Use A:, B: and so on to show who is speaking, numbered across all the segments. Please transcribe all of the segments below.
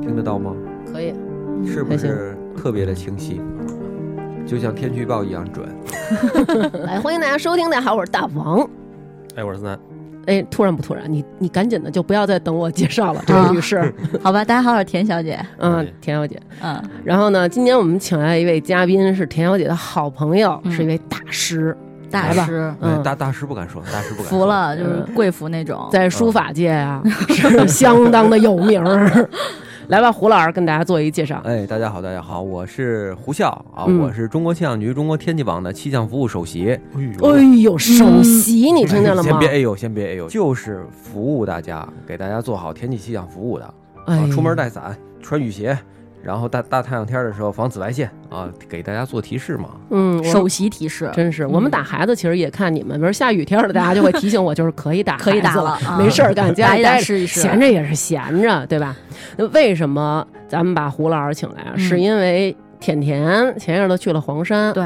A: 听得到吗？
B: 可以，
A: 是不
B: 嗯还行
A: 是特别的清晰？就像天气预报一样准。
B: 来哎欢迎大家收听，大家好，我是大王。
C: 哎，我是三，
B: 哎，突然不突然，你你赶紧的，就不要再等我介绍了，这
D: 啊
B: 个女 士，
D: 好吧，大家好，我是田小姐。
B: 嗯，田小姐。
D: 嗯，
B: 然后呢，今天我们请来一位嘉宾，是田小姐的好朋友，
D: 嗯
B: 是一位大师，
D: 大
B: 来吧
D: 师
A: 哎
B: 嗯，
A: 大大师不敢说，大师不敢说。
D: 服了，就是贵服那
A: 哦
D: 种。
B: 在书法 界啊是相当的有名儿。 来吧，胡老师跟大家做一介绍。
A: 哎，大家好，大家好，我是胡笑啊，
B: 嗯
A: 我是中国气象局中国天气网的气象服务首席。
B: 哎呦，
D: 嗯
B: 首席，你听见了
A: 先
B: 吗
A: 别？哎呦，先别哎呦，就是服务大家，给大家做好天气气象服务的。
B: 哎
A: 啊，，出门带伞，穿雨鞋，然后大大太阳天儿的时候防紫外线啊，给大家做提示嘛。
B: 嗯，我
D: 首席提示，
B: 真
A: 嗯
B: 是，我们打孩子其实也看你们，比如下雨天了，大家就会提醒我，就是可以打，
D: 可以打了，，啊
B: 没事儿干，家
D: 打
B: 里
D: 一
B: 待
D: 打
B: 着，
D: 试一试。
B: 闲着也是闲着，对吧？那为什么咱们把胡老师请来啊？
D: 嗯
B: 是因为甜甜前一阵儿去了黄山，
D: 对，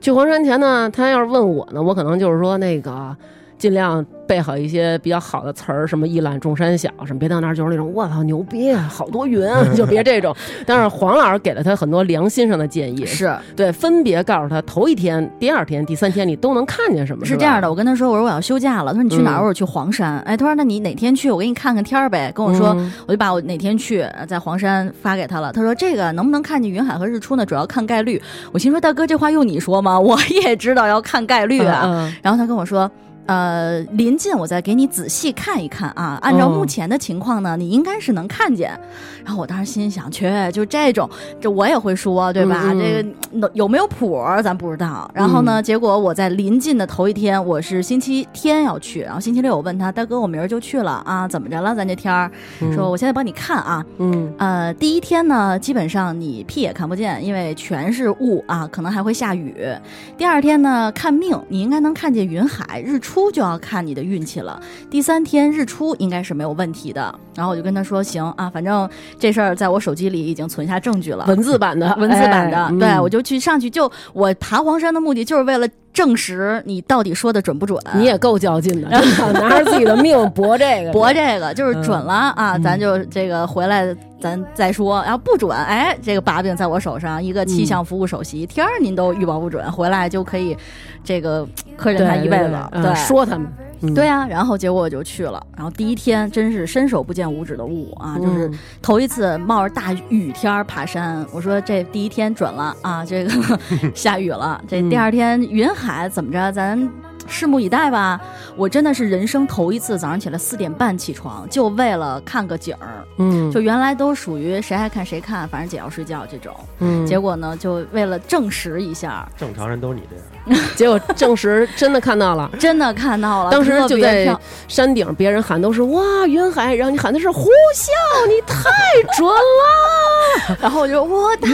B: 去黄山前呢，他要是问我呢，我可能就是说那个。尽量备好一些比较好的词儿，什么一览众山小，什么别到那儿就是那种我操牛逼，好多 云，就别这种。但是黄老师给了他很多良心上的建议，
D: 是
B: 对，分别告诉他头一天、第二天、第三天你都能看见什么。
D: 是
B: 吧
D: 这样的，，我跟他说，我说我要休假了，他说你去
B: 嗯
D: 哪儿？我说去黄山。哎，他说那你哪天去？我给你看看天儿呗。跟我说，
B: 嗯
D: 我就把我哪天去呃在黄山发给他了。他说这个能不能看见云海和日出呢？主要看概率。我心说大哥，这话用你说吗？我也知道要看概率啊。
B: 嗯嗯
D: 然后他跟我说。呃，临近我再给你仔细看一看啊。按照
B: 哦
D: 目前的情况呢，你应该是能看见。然后我当时心想，去，就这种，这我也会说，对吧？
B: 嗯嗯嗯
D: 这个嗯有没有谱儿咱不知道。然后呢，结果我在临近的头一天，我是星期天要去，然后星期六我问他，大哥，我明儿就去了啊，怎么着了？咱这天儿，说我现在帮你看啊。
B: 嗯
D: 呃，第一天呢，基本上你屁也看不见，因为全是雾啊，可能还会下雨。第二天呢，看命，你应该能看见云海，日出就要看你的运气了。第三天日出应该是没有问题的。然后我就跟他说，行啊，反正这事儿在我手机里已经存下证据了。
B: 文字版的，
D: 文字版的，
B: 哎嗯
D: 对我就去上去就我爬黄山的目的就是为了证实你到底说的准不准。
B: 你也够较劲的，真 的拿着自己的命搏这个，
D: 博这个就是准了啊，
B: 嗯
D: 咱就这个回来咱再说。然后不准，哎，这个把柄在我手上，一个
B: 嗯
D: 气象服务首席，天儿您都预报不准，回来就可以这个磕碜
B: 对
D: 他一辈子
B: 对。对
D: 对
B: 嗯，说他们，嗯
D: 对啊。然后结果我就去了，然后第一天真是伸手不见五指的雾啊，就是
B: 嗯
D: 头一次冒着大雨天儿爬山，我说这第一天准了啊，这个 下雨了，这
B: 嗯
D: 第二天云海怎么着，咱。拭目以待吧，我真的是人生头一次早上起来四点半起床，就为了看个景儿。
B: 嗯，
D: 就原来都属于谁爱看谁看，反正姐要睡觉这种。
B: 嗯
D: 结
B: 结
D: 果呢，就为了证实一下，
C: 正常人都是你这样。
B: 结果证实真的看 到了。
D: 真的看到了。
B: 当时
D: 特
B: 就
D: 别
B: 在
D: 漂
B: 山顶，别人喊都是哇云海，然后你喊的是呼啸，你太准了，
D: 然后我就哇，太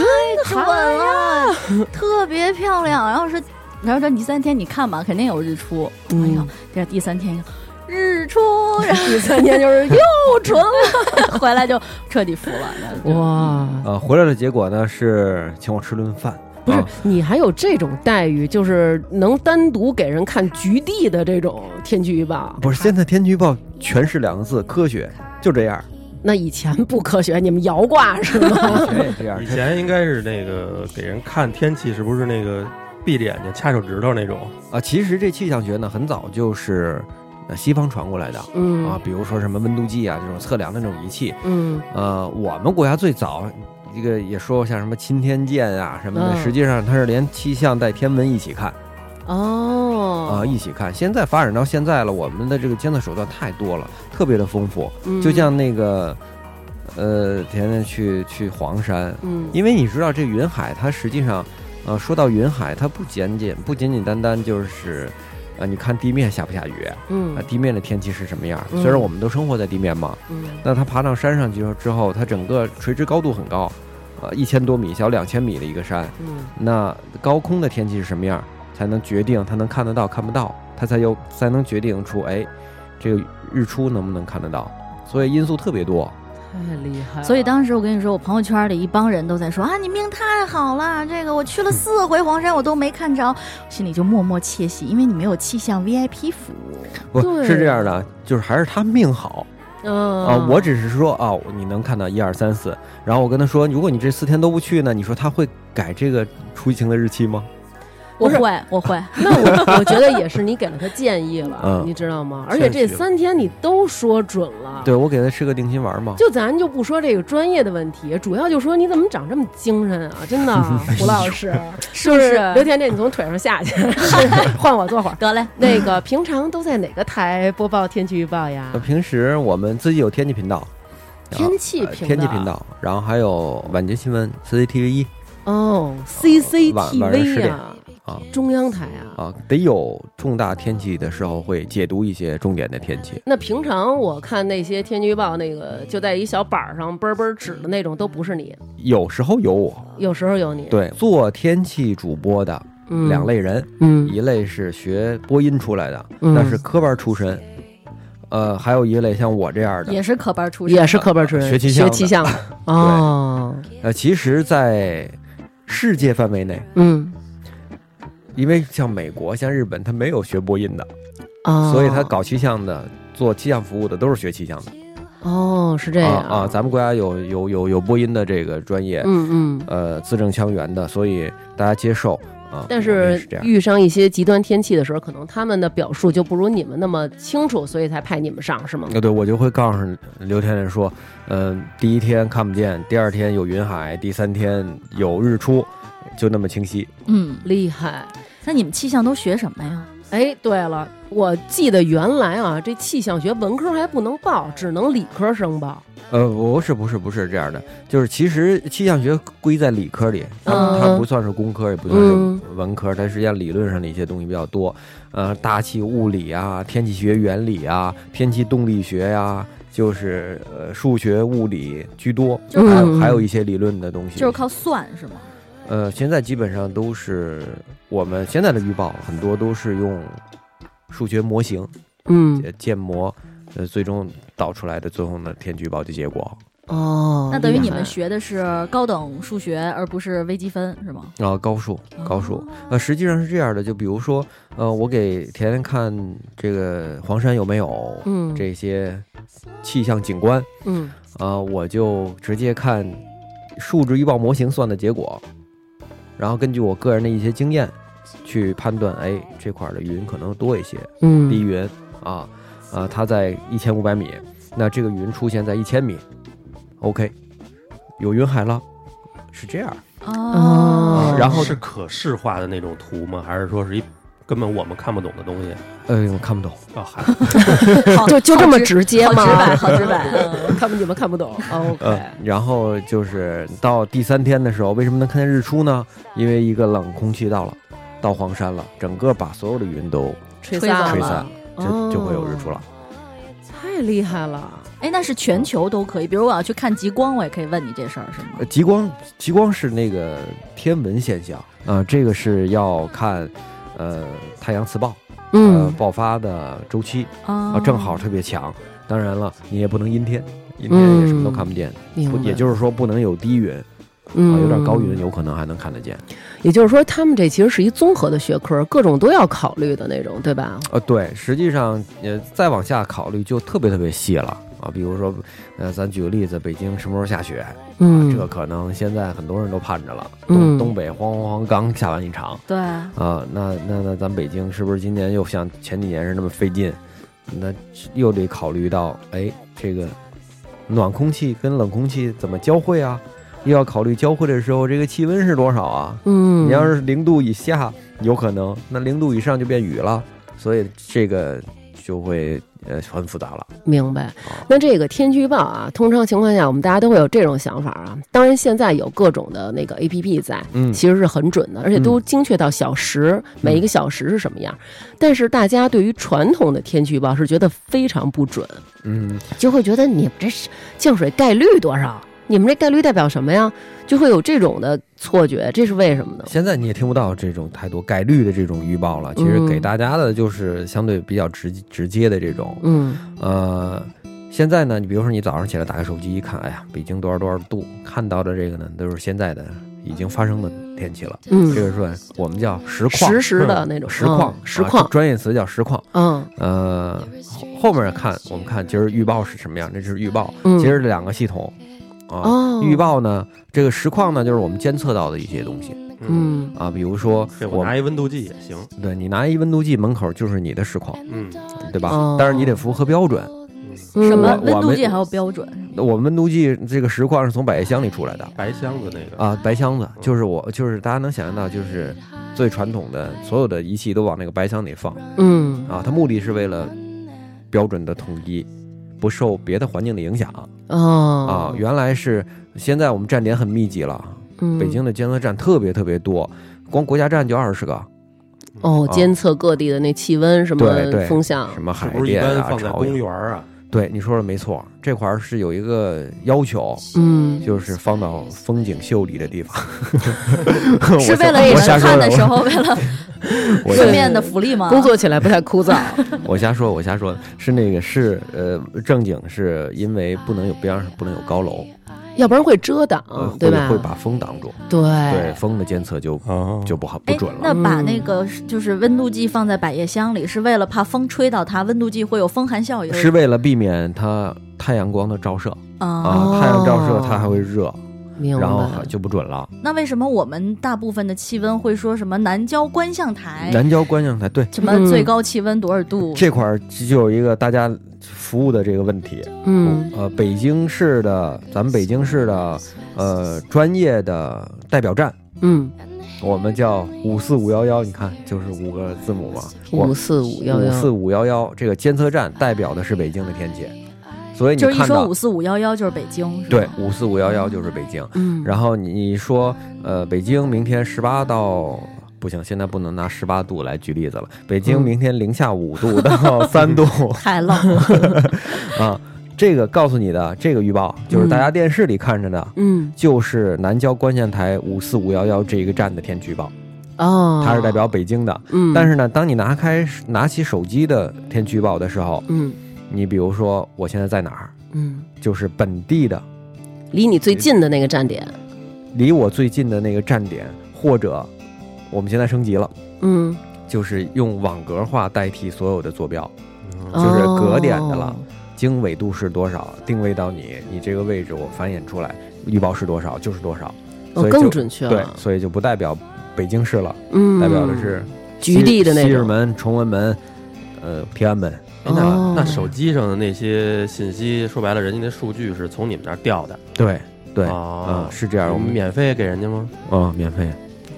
D: 准了，特别漂亮。然后说，然后说第三天你看吧，肯定有日出。哎呀
B: 嗯，
D: 这第三天日出，然
B: 第三天就是又
D: 后纯了， 回来就彻底服了。然后 就
B: 哇，
A: 呃，回来的结果呢是请我吃顿饭，
B: 不是
A: 啊
B: 你还有这种待遇，就是能单独给人看局地的这种天气预报，啊
A: 不是现在天气预报全是两个字科学，就这样，
B: 那以前不科学，你们摇挂是吗？
A: 以前也这样
C: 以。前应该是那个给人看天气，是不是那个闭着眼睛掐手指头那种？
A: 啊，其实这气象学呢，很早就是呃西方传过来的
B: 嗯
A: 啊，比如说什么温度计啊这种测量的那种仪器。
B: 嗯
A: 呃，我们国家最早这个也说过像什么钦天监啊什么的，
B: 嗯
A: 实际上它是连气象带天文一起看啊、
B: 哦
A: 一起看。现在发展到现在了，我们的这个监测手段太多了，特别的丰富。
B: 嗯
A: 就像那个呃，甜甜去去黄山，
B: 嗯
A: 因为你知道这云海，它实际上，呃，说到云海，它不仅仅不简简单单就是，呃，你看地面下不下雨啊、
B: 嗯
A: 地面的天气是什么样儿？
B: 嗯
A: 虽然我们都生活在地面嘛，
B: 嗯
A: 那它爬到山上去之后，它整个垂直高度很高，呃，一千多米，小两千米的一个山，
B: 嗯
A: 那高空的天气是什么样儿，才能决定它能看得到看不到，它才有才能决定出哎，这个日出能不能看得到，所以因素特别多。
B: 太嗯厉害了。啊
D: 所以当时我跟你说，我朋友圈里一帮人都在说啊，你命太好了，这个我去了四回黄山，我都没看着，心里就默默窃喜，因为你没有气象 VIP 服务。
A: 不
B: 对
A: 是这样的，就是还是他命好
B: 嗯
A: 啊。我只是说啊，你能看到一二三四，然后我跟他说，如果你这四天都不去呢，你说他会改这个出行的日期吗？
D: 我
B: 不是
D: 会，我会，
B: 那我我觉得也是你给了他建议了，
A: 嗯
B: 你知道吗？而且这三天你都说准了，
A: 对，我给他吃个定心丸嘛。
B: 啊就咱就不说这个专业的问题，主要就说你怎么长这么精神 啊？真的，
A: 哎
B: 胡老师，
D: 是不？
B: 就是 刘甜这你从腿上下去， 换我坐会儿。
D: 得嘞，
B: 那个平常都在哪个台播报天气预报呀
A: 那？呃平时我们自己有天气频道，然后
B: 天气
A: 呃
B: 频
A: 天气
B: 道
A: 频道，然后还有晚间新闻 CCTV 一
B: 哦
A: 晚晚上十
B: ，CCTV
A: 点
B: 啊，
A: 啊
B: 中央台啊。
A: 啊，得有重大天气的时候会解读一些重点的天气。
B: 那平常我看那些天气预报，那个就在一小板儿上嘣嘣指的那种，都不是你，
A: 有时候有我，
B: 有时候有你。
A: 对，做天气主播的
B: 嗯，
A: 两类人，
B: 嗯，
A: 一类是学播音出来的，
B: 嗯
A: 那是科班出身，呃，还有一类像我这样
D: 也
A: 的，
D: 是科班出身，
B: 也是科班出身，
A: 学气象
B: 学
A: 的
B: 气象的哦，
A: 呃，其实，在世界范围内，
B: 嗯
A: 因为像美国、像日本，他没有学播音的，
B: 哦，
A: 所以他搞气象的、做气象服务的都是学气象的。
B: 哦是这
A: 啊
B: 样
A: 啊，咱们国家有有有有播音的这个专业，
B: 嗯嗯，
A: 呃，字正腔圆的，所以大家接受啊。
B: 但
A: 我们也
B: 是
A: 是这样。
B: 遇上一些极端天气的时候，可能他们的表述就不如你们那么清楚，所以才派你们上是吗？
A: 呃，对，我就会告诉刘天天说，嗯、第一天看不见，第二天有云海，第三天有日出，就那么清晰。
D: 嗯，
B: 厉害。
D: 那你们气象都学什么呀？
B: 哎，对了，我记得原来啊，这气象学文科还不能报，只能理科生报。
A: 呃，不是，不是，不是这样的，就是其实气象学归在理科里，它、它
B: 嗯
A: 不算是工科，也不算是
B: 嗯
A: 文科，它实际上理论上的一些东西比较多，呃，大气物理啊，天气学原理啊，天气动力学呀、就是呃数学、物理居多，
D: 就是
A: 还有
B: 嗯
A: 还有一些理论的东西，
D: 就是靠算是吗？
A: 呃，现在基本上都是我们现在的预报，很多都是用数学模型、
B: 嗯，
A: 呃建模，呃，最终导出来的最后的天气预报的结果。
B: 哦，
D: 那等于
B: 厉害
D: 你们学的是高等数学，而不是微积分是吗？
A: 然后啊高数，高数，呃，实际上是这样的，就比如说，呃，我给甜甜看这个黄山有没有
B: 嗯
A: 这些气象景观
B: 嗯
A: 啊、我就直接看数值预报模型算的结果，然后根据我个人的一些经验去判断，哎，这块儿的云可能多一些，
B: 嗯
A: 低云啊，呃，它在一千五百米，那这个云出现在一千米，OK，有云海了，是这样。
B: 哦
A: 然后
C: 嗯是可视化的那种图吗？还是说是一根本我们看不懂的东西？
B: 嗯
A: 哎呦，看不懂，
C: 啊，还
D: 好
B: 哦就就这么
D: 好直
B: 直接
D: 好
B: 吗？
D: 直白，好直白。
B: 嗯 看不你们看不懂。
A: 呃
B: OK，，
A: 然后就是到第三天的时候，为什么能看见日出呢？因为一个冷空气到了，到黄山了，整个把所有的云都
B: 吹
D: 吹
B: 散
D: 散
A: 吹
D: 了
A: 散，这
B: 哦
A: 就会有日出了。
B: 太厉害了。
D: 哎，那是全球都可以，比如我要去看极光，我也可以问你这事儿是吗
A: 呃？极光，极光是那个天文现象，呃，这个是要看，呃，太阳磁暴，
B: 嗯
A: 呃，爆发的周期，啊，
D: 啊
B: 哦
A: 正好特别强。当然了，你也不能阴天，阴天也什么都看不见。
B: 嗯明
A: 不，
B: 白
A: 也就是说不能有低云啊，
B: 嗯
A: 有点高云有可能还能看得见。
B: 也就是说，他们这其实是一综合的学科，各种都要考虑的那种，对吧？
A: 呃，对，实际上呃再往下考虑就特别特别细了啊。比如说，呃，咱举个例子，北京什么时候下雪？
B: 嗯，
A: 这可能现在很多人都盼着了。东
B: 嗯
A: 东北晃晃晃刚下完一场
D: 对，
A: 啊，那那那咱北京是不是今年又像前几年是那么费劲？那又得考虑到，哎，这个暖空气跟冷空气怎么交汇啊？又要考虑交汇的时候这个气温是多少啊？
B: 嗯，
A: 你要是零度以下，有可能；那零度以上就变雨了，所以这个就会呃很复杂了。
B: 明白，那这个天气预报啊，通常情况下我们大家都会有这种想法啊。当然，现在有各种的那个 A P P 在，
A: 嗯
B: 其实是很准的，而且都精确到小时，每一个小时是什么样。但是大家对于传统的天气预报是觉得非常不准，
A: 嗯，
B: 就会觉得你们这是降水概率多少？你们这概率代表什么呀？就会有这种的错觉，这是为什么呢？
A: 现在你也听不到这种太多概率的这种预报了，其实
B: 嗯
A: 给大家的就是相对比较直直接的这种，
B: 嗯
A: 呃，现在呢，你比如说你早上起来打开手机一看，哎呀，北京多少多少度，看到的这个呢都是现在的已经发生的天气了。
B: 嗯
A: 这个算我们叫实况，
B: 实时的那种
A: 实况，
B: 嗯实
A: 啊
B: 况，
A: 专业词叫实况。
B: 嗯
A: 呃，后后面看我们看今儿预报是什么样，这是预报。
B: 嗯，
A: 其实这两个系统啊，
B: 哦，
A: 预，报呢，这个实况呢，就是我们监测到的一些东西
B: 嗯
A: 啊，比如说
C: 对
A: 我
C: 我
A: 们
C: 拿一温度计也行，
A: 对你拿一温度计门口就是你的实况，
C: 嗯，
A: 对吧？
B: 哦
A: 但是你得符合标准。
B: 嗯
D: 什么
A: 我
D: 温度
A: 们
D: 计还有标准？
A: 我们温度计这个实况是从百叶箱里出来的
C: 白箱子那个，
A: 啊，白箱子就是我就是大家能想象到，就是最传统的所有的仪器都往那个白箱里放
B: 嗯
A: 啊，它目的是为了标准的统一，不受别的环境的影响啊
B: 哦。
A: 原来是现在我们站点很密集了，
B: 嗯
A: 北京的监测站特别特别多，光国家站就二十个，
B: 哦，
A: 啊
B: 监测各地的那气温什么
A: 对对
B: 风向，
A: 什么
C: 是
A: 海
C: 不是一
A: 淀
C: 般
A: 啊、
C: 放在
A: 朝
C: 公
A: 阳。
C: 园啊？
A: 对，你说的没错，这块儿是有一个要求，
B: 嗯，
A: 就是放到风景秀里的地方。
D: 是
A: 我瞎
D: 为了给
A: 我
D: 人
A: 瞎说
D: 看的
A: 我
D: 时候，为了
A: 我
D: 顺
A: 瞎
D: 便的福利吗？哎
B: 工作起来不太枯燥。
A: 我瞎说，我瞎说，是那个是呃正经是因为不能有边上不能有高楼，
B: 要不然会遮挡
A: 呃，
B: 哦对
A: 会
B: 吧？哎
A: 会把风挡住，
B: 对
A: 对风的监测就
C: 哦
A: 就不好不
D: 哎
A: 准，了。
D: 那把那个
B: 嗯
D: 就是温度计放在百叶箱里，是为了怕风吹到它，温度计会有风寒效应。
A: 是为了避免它太阳光的照射
D: 啊，
A: 啊，太阳照射它还会热，
B: 明白
A: 然后还就不准了。
D: 那为什么我们大部分的气温会说什么南郊观象台，
A: 南郊观象台对
D: 什么最高气温多少
B: 嗯
D: 度？
A: 这块儿就有一个大家服务的这个问题，
B: 嗯
A: 呃，北京市的咱们北京市的呃专业的代表站，
B: 嗯，
A: 我们叫五四五幺幺，你看就是五个字母嘛，我
B: 五四五幺
A: 五四
B: 幺，
A: 五幺幺这个监测站代表的是北京的天气，所以你
D: 就是一
A: 看
D: 说
A: 到
D: 五四五幺幺就是北京，是吧
A: 对五四五幺幺就是北京。
B: 嗯，
A: 然后你说呃，北京明天十八到不行，现在不能拿十八度来举例子了。北京
B: 嗯
A: 明天零下五度到三 度
D: 太冷了。
A: 啊，这个告诉你的这个预报就是大家电视里看着的。
B: 嗯
A: 就是南郊观象台五四五幺幺这一个站的天气预报，
B: 哦，
A: 它是代表北京的。
B: 嗯，
A: 但是呢，当你拿开拿起手机的天气预报的时候，
B: 嗯
A: 你比如说我现在在哪儿，
B: 嗯，
A: 就是本地的，
B: 离你最近的那个站点，
A: 离我最近的那个站点，或者我们现在升级了，
B: 嗯，
A: 就是用网格化代替所有的坐标，
C: 嗯
A: 就是
B: 哦
A: 格点的了。经纬度是多少，定位到你，你这个位置我繁衍出来，预报是多少就是多少，
B: 哦
A: 所，以就
B: 更准确
A: 对
B: 了，，
A: 所以就不代表北京市了，
B: 嗯，
A: 代表的是西
B: 局地的那
A: 西直
B: 种，
A: 门、崇文门，呃，天安门。
C: 哎那
B: 哦
C: 那手机上的那些信息，说白了，人家那数据是从你们那儿调的，
A: 对对，啊、
C: 啊，
A: 是这样，
C: 我
A: 我
C: 们
A: 们
C: 免费给人家吗？
A: 啊、免费。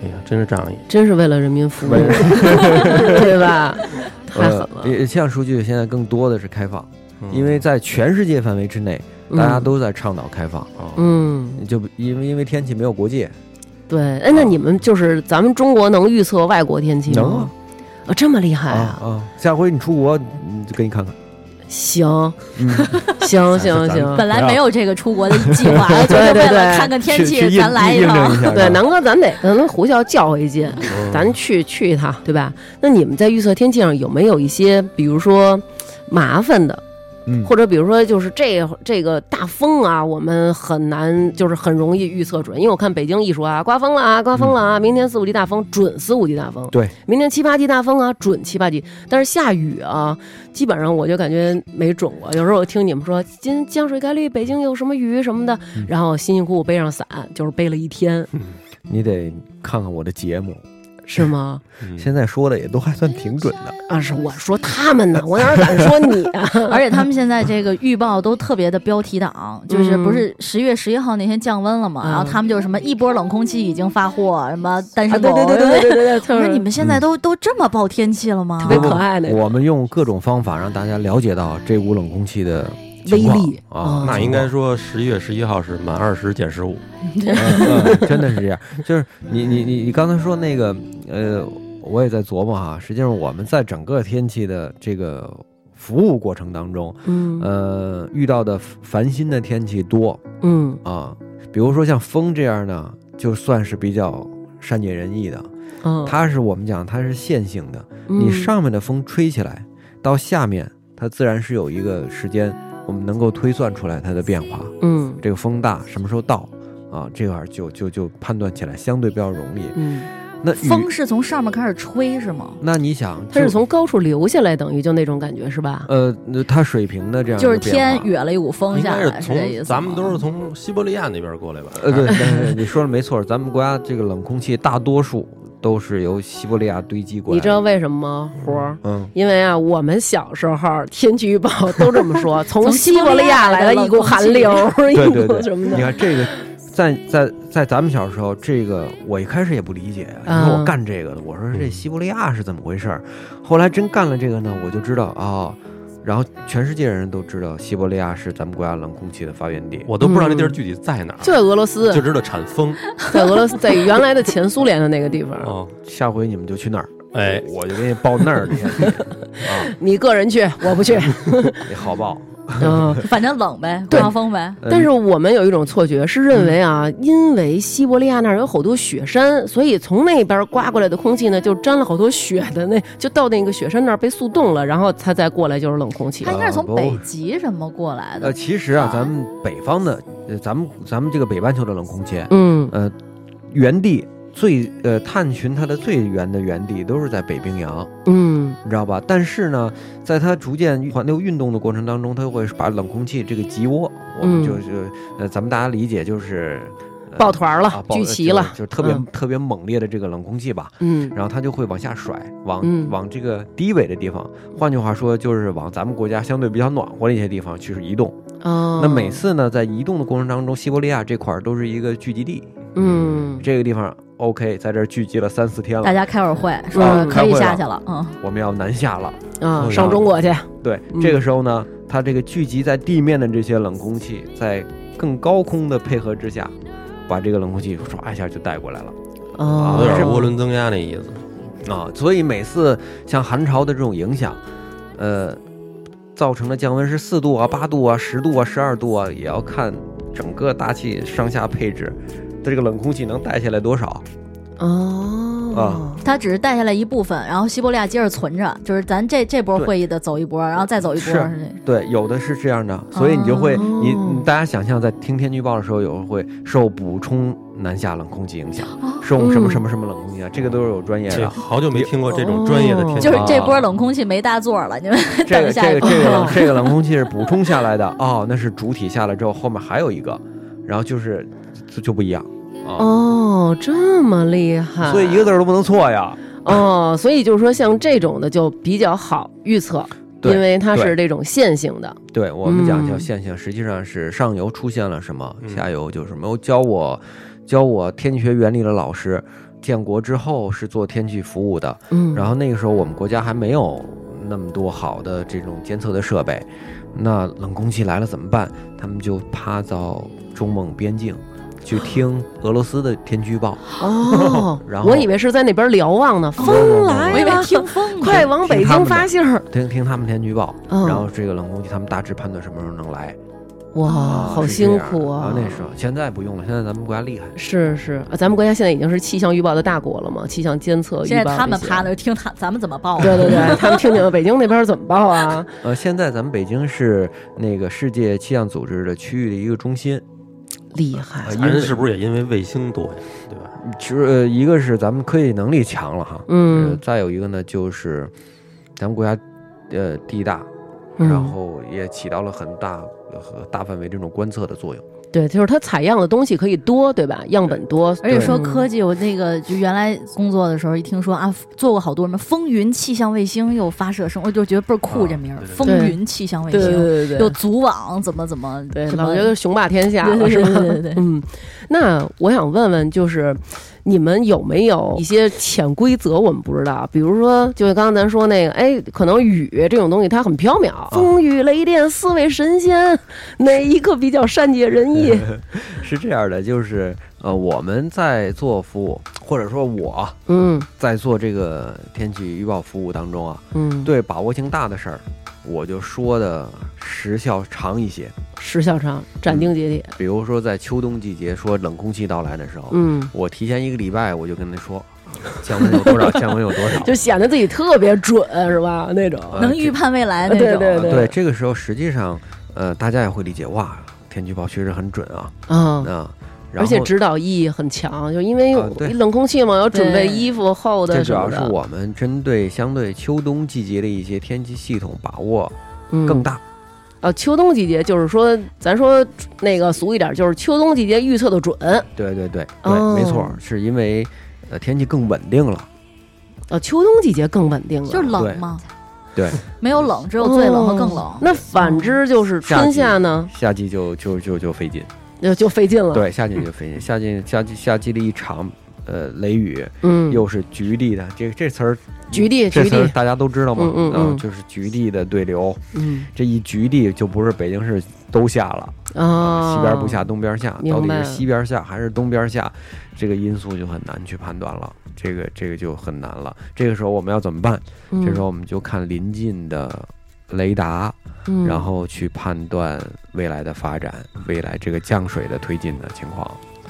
C: 哎呀，真是仗义，
B: 真是为了人民服务，
A: 为
B: 对吧？太
A: 呃
B: 狠了，，
A: 也气象数据现在更多的是开放，
C: 嗯
A: 因为在全世界范围之内，
B: 嗯
A: 大家都在倡导开放。
C: 啊
B: 嗯，
A: 就因为因为天气没有国界，
B: 对，哎，那你们就是咱们中国能预测外国天气吗？
A: 能啊
B: 哦，这么厉
D: 哎
B: 害
A: 啊啊！下回你出国，嗯，就给你看看。
B: 行
A: 嗯，
B: 行行
A: 咱
B: 行，
D: 本来没有这个出国的计 划，就是
B: 对对
D: 为
B: 对
D: 了看看 天
A: 去去
D: 气，
A: 印
D: 咱来
A: 印
D: 趟
A: 证。一下。
B: 对，
A: 是吧
B: 南哥，咱得跟胡校较回劲，嗯
A: 嗯
B: 咱
C: 嗯
B: 去去一趟，对吧？那你们在预测天气上有没有一些，比如说麻烦的，
A: 嗯，
B: 或者比如说就是这这个大风啊，我们很难，就是很容易预测准，因为我看北京一说啊，刮风了啊，刮风了啊，明天四五级大风，准四五级大风，
A: 嗯对，
B: 明天七八级大风啊，准七八级，但是下雨啊，基本上我就感觉没准过。有时候我听你们说今降水概率，北京有什么雨什么的，
A: 嗯
B: 然后辛辛苦苦背上伞，就是背了一天，
A: 你得看看我的节目，
B: 是吗？
C: 嗯
A: 现在说的也都还算挺准的。
B: 啊，是我说他们呢，我哪敢说你 啊？
D: 而且他们现在这个预报都特别的标题党，就是不是十月十一号那天降温了嘛？
B: 嗯
D: 然后他们就什么一波冷空气已经发货，什么单
B: 啊，
D: 身
B: 对对
D: 狗。
B: 对对对对对，特
D: 我说
B: 别
D: 你们现在都都这么报天气了吗
B: 特？别可爱那
A: 嗯
B: 个
A: 我们用各种方法让大家了解到这股冷空气的
B: 威
A: 情况
B: 力
A: 啊
B: 嗯，
C: 那
A: 情
C: 应
A: 况
C: 该说十一月十一号是满二十减十五，
A: 嗯嗯真的是这样。就是你你你你刚才说那个呃，我也在琢磨哈，实际上我们在整个天气的这个服务过程当中，
B: 嗯
A: 呃，遇到的烦心的天气多
B: 嗯
A: 啊，比如说像风这样呢，就算是比较善解人意的，
B: 嗯，
A: 它是我们讲它是线性的，
B: 嗯
A: 你上面的风吹起来，到下面它自然是有一个时间我们能够推算出来它的变化。
B: 嗯
A: 这个风大什么时候到啊？这样就就就判断起来相对比较容易。
B: 嗯，
A: 那雨，
D: 风是从上面开始吹是吗？
A: 那你想，
B: 它是
A: 就
B: 从高处流下来，等于就那种感觉是吧？
A: 呃那它水平的这样
D: 就是
A: 一个变
D: 天
A: 化。
D: 哕了一股风
C: 应
D: 下
C: 该啊是
D: 来，是这意思
C: 从
D: 吗
C: 咱们都是从西伯利亚那边过来吧？
A: 呃，对，但是你说的没错，咱们国家这个冷空气大多数都是由西伯利亚堆积过来的。
B: 你知道为什么吗？活儿。
A: 嗯，
B: 因为啊，我们小时候天气预报都这么 说，从
D: 从
B: 西伯利亚来了一股寒流，一
A: 对对
B: 股什么
A: 对，你
B: 的。
A: 看这个，在在在咱们小时候，这个我一开始也不理解，啊因为我
B: 嗯
A: 干这个的，我说这西伯利亚是怎么回事儿，后来真干了这个呢，我就知道啊、哦然后全世界人都知道西伯利亚是咱们国家冷空气的发源地。
C: 我都不知道那地儿具体在哪儿，
B: 就在俄罗斯，
C: 就知道产风
B: 在俄罗斯，在原来的前苏联的那个地方，
C: 哦，
A: 下回你们就去那儿，
C: 哎，
A: 我就给你报那儿的啊，
B: 你个人去，我不去。
A: 你好报。
B: 嗯，
D: 反正冷呗，不
B: 对
D: 让风呗。
A: 呃
B: 但是我们有一种错觉，是认为啊，
A: 嗯
B: 因为西伯利亚那儿有好多雪山，所以从那边刮过来的空气呢，就沾了好多雪的那，就到那个雪山那儿被速冻了，然后它再过来就是冷空气
D: 它。应该是
A: 啊不
D: 从北极什么过来
A: 呃，
D: 的，
A: 其实啊
D: 啊，
A: 咱们北方的，呃，咱们咱们这个北半球的冷空气，
B: 嗯
A: 呃，原地最呃探寻它的最源的源地都是在北冰洋，
B: 嗯
A: 你知道吧？但是呢，在它逐渐环流运动的过程当中，它会把冷空气这个集窝，我们
B: 嗯
A: 就是、呃，咱们大家理解就是、呃
B: 抱团了
A: 啊抱
B: 聚齐了
A: 就就特别、
B: 嗯
A: 特别猛烈的这个冷空气吧，
B: 嗯
A: 然后它就会往下甩，往、
B: 嗯
A: 往这个低纬的地方，换句话说，就是往咱们国家相对比较暖和的一些地方去移动。
B: 哦，
A: 那每次呢，在移动的过程当中，西伯利亚这块儿都是一个聚集地，
B: 嗯
A: 这个地方 OK，在这儿聚集了三四天
D: 大
A: 了，
D: 家开会儿会说
B: 嗯
D: 可以
A: 开会
D: 下
A: 了
D: 去了，嗯，
A: 我们要南下了。
B: 啊
A: 嗯
B: 上中国去，
A: 对，
B: 嗯
A: 这个时候呢，它这个聚集在地面的这些冷空气，在更高空的配合之下，把这个冷空气唰一下就带过来了
B: 哦，
C: 有点涡轮增压那意思。
A: 啊。所以每次像寒潮的这种影响，呃，造成的降温是四度啊、八度啊、十度啊、十二度啊，也要看整个大气上下配置。这个冷空气能带下来多少？啊
B: 哦
D: 它只是带下来一部分，然后西伯利亚接着存着，就是咱这这波
A: 对
D: 会议的走一波，然后再走一波，
A: 是
D: 是
A: 对，有的是这样的，所以你就会，
B: 哦
A: 你你大家想象在听天气预报的时候，有会受补充南下冷空气影响，
B: 哦
A: 受什么什么什么冷空气啊，这个都是有专业
C: 这
A: 的。
C: 好久没听过这种专业的天
B: 哦
C: 气
D: 这就
C: 预
D: 是
C: 报了，
D: 这波冷空气没大座了，你们
A: 这
D: 等一
A: 个
D: 下
A: 这个
D: 吧
A: 这个冷 这个冷空气是补充下来的哦，那是主体下来之后，后面还有一个，然后就是就就不一样啊。
B: 哦，这么厉害，
A: 所以一个字儿都不能错呀。
B: 哦，所以就是说像这种的就比较好预测，
A: 对
B: 因为它是这种线性的，
A: 对我们讲叫
B: 嗯
A: 现象，实际上是上游出现了什么，
C: 嗯
A: 下游就是没有教我教我天气学原理的老师，建国之后是做天气服务的，
B: 嗯，
A: 然后那个时候我们国家还没有那么多好的这种监测的设备，那冷空气来了怎么办？他们就趴到中蒙边境去听俄罗斯的天气预报，
B: 哦
A: ，然后嗯
B: 我以为是在那边瞭望呢，风来
D: 我以为
B: 了，
D: 听风呢，
B: 快往北京发信儿，
A: 听听他们天气预报，
B: 嗯
A: 然后这个冷空气他们大致判断什么时候能来。
B: 哇，
A: 啊
B: 好
A: 是这
B: 辛
A: 样
B: 苦
A: 然
B: 啊
A: 后！那时候现在不用了，现在咱们国家厉害。
B: 是是，啊咱们国家现在已经是气象预报的大国了嘛，气象监测预报
D: 现在他们
B: 这些
D: 趴那儿听他咱们怎么报啊，
B: 对对对，他们听听北京那边怎么报啊？
A: 呃，现在咱们北京是那个世界气象组织的区域的一个中心，
B: 厉害啊
A: 呃，因
C: 咱
A: 为
C: 是不是也因为卫星多呀？对吧？
A: 其实呃一个是咱们科技能力强了哈，呃
B: 嗯，
A: 再有一个呢，就是咱们国家呃地大，
B: 嗯
A: 然后也起到了很大呃和大范围这种观测的作用。
B: 对，就是它采样的东西可以多，对吧？样本多，
D: 而且说
B: 嗯
D: 科技，我那个就原来工作的时候，一听说啊，做过好多什么风云气象卫星又发射什么，我就觉得倍儿酷
C: 啊
D: 这名儿，
C: 对对
D: 风
B: 对
D: 云气象卫
B: 对对
D: 星，
B: 对对对，
D: 又组网怎么怎么，
B: 对，
D: 什
B: 老
D: 么
B: 觉得雄霸天下
D: 对
B: 了，
D: 对
B: 是
D: 对
B: 吧？
D: 对 对对，
B: 嗯，那我想问问，就是你们有没有一些潜规则我们不知道？比如说，就是刚刚咱说那个，哎，可能雨这种东西它很缥
A: 啊
B: 缈，风雨雷电四位神仙，哪一个比较善解 人意？
A: 是这样的，就是呃我们在做服务，或者说我
B: 嗯
A: 在做这个天气预报服务当中啊，
B: 嗯，，
A: 对把握性大的事儿，我就说的时效长一些。
B: 时效长，斩钉截铁。
A: 比如说在秋冬季节，说冷空气到来的时候，
B: 嗯，
A: 我提前一个礼拜我就跟他 说，降温有多少，降温有多少，
B: 就显得自己特别准，是吧？那种。
A: 呃
D: 能
A: 这
D: 预判未来那
B: 对
A: 啊
D: 种，
B: 对
A: 啊这个时候实际上，呃，大家也会理解哇，天气预报确实很准啊
B: 啊。
A: 啊。然后
B: 而且指导意义很强，就因为
A: 啊对
B: 冷空气嘛，要准备
D: 对
B: 衣服厚的
A: 这主
B: 什么
A: 要
B: 的
A: 是我们针对相对秋冬季节的一些天气系统把握
B: 嗯
A: 更大。
B: 啊，秋冬季节就是说，咱说那个俗一点，就是秋冬季节预测的准
A: 对对对对，
B: 哦
A: 没错，是因为呃天气更稳定了。
B: 啊，秋冬季节更稳定了。
D: 就是
A: 对
D: 冷嘛，
A: 对，
D: 没有冷，只有最冷和更冷。
B: 哦那反之就是春夏呢，
A: 夏季就就就就费劲，
B: 就就费劲了。，
A: 对，夏季就费劲。夏季夏季夏季的一场呃雷雨，
B: 嗯，
A: 又是局地的，这这词儿
B: 局地
A: 这
B: 局
A: 词儿
B: 地，
A: 大家都知道嘛，
B: 嗯嗯
A: 啊
B: 嗯
A: 就是局地的对流，
B: 嗯
A: 这一局地就不是北京市都下了，
B: 啊，
A: 西边不下，东边下，
B: 明
A: 到底
B: 白
A: 是西边下还是东边下，这个因素就很难去判断了，这个这个就很难了。这个时候我们要怎么办？
B: 嗯，
A: 这时候我们就看临近的雷达，
B: 嗯，
A: 然后去判断未来的发展，未来这个降水的推进的情况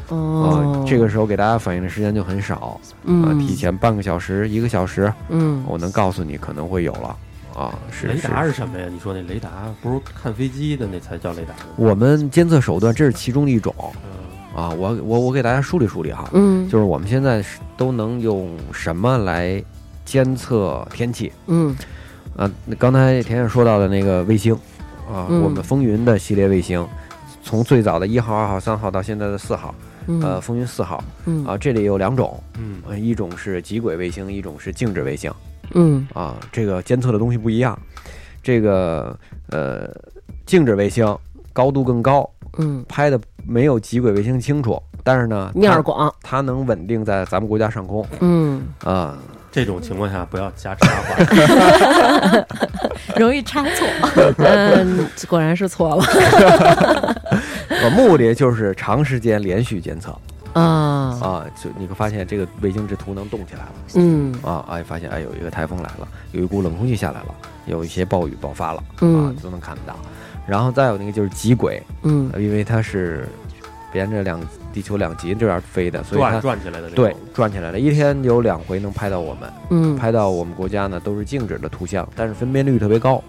A: 啊、
B: 哦，
A: 这个时候给大家反应的时间就很少啊、
B: 嗯
A: 提前半个小时、一个小时，
B: 嗯
A: 我能告诉你可能会有了啊。是
C: 雷达
A: 是
C: 是什么呀？你说那雷达不是看飞机的那才叫雷达吗？
A: 我们监测手段，这是其中的一种
C: 嗯
A: 啊。我我我给大家梳理梳理哈，
B: 嗯
A: 就是我们现在是都能用什么来监测天气
B: 嗯
A: 啊？那刚才甜甜说到的那个卫星啊，
B: 嗯
A: 我们风云的系列卫星，从最早的一号、二号、三号到现在的四号，
B: 嗯
A: 呃，风云四号
B: 嗯
A: 啊，这里有两种，
C: 嗯，
A: 呃一种是极轨卫星，一种是静止卫星。
B: 嗯
A: 啊，这个监测的东西不一样。这个呃，静止卫星高度更高，
B: 嗯，
A: 拍的没有极轨卫星清楚，但是呢，
B: 面儿
A: 它
B: 广，
A: 它能稳定在咱们国家上空
B: 嗯
A: 啊。
C: 这种情况下不要加插 话，
D: 容易差错。
B: 嗯，果然是错了
A: 呃，目的就是长时间连续监测
B: 啊，
A: 啊，就你会发现这个卫星这图能动起来了
B: 嗯
A: 啊，哎，发现哎有一个台风来了，有一股冷空气下来了，有一些暴雨爆发了啊
B: 嗯，
A: 都能看得到。然后再有那个就是极轨，
B: 嗯
A: 因为它是沿着两地球两极这样飞的，所以它
C: 转转起来的那种。
A: 对，转起来了，一天有两回能拍到我们，
B: 嗯，
A: 拍到我们国家呢都是静止的图像，但是分辨率特别高，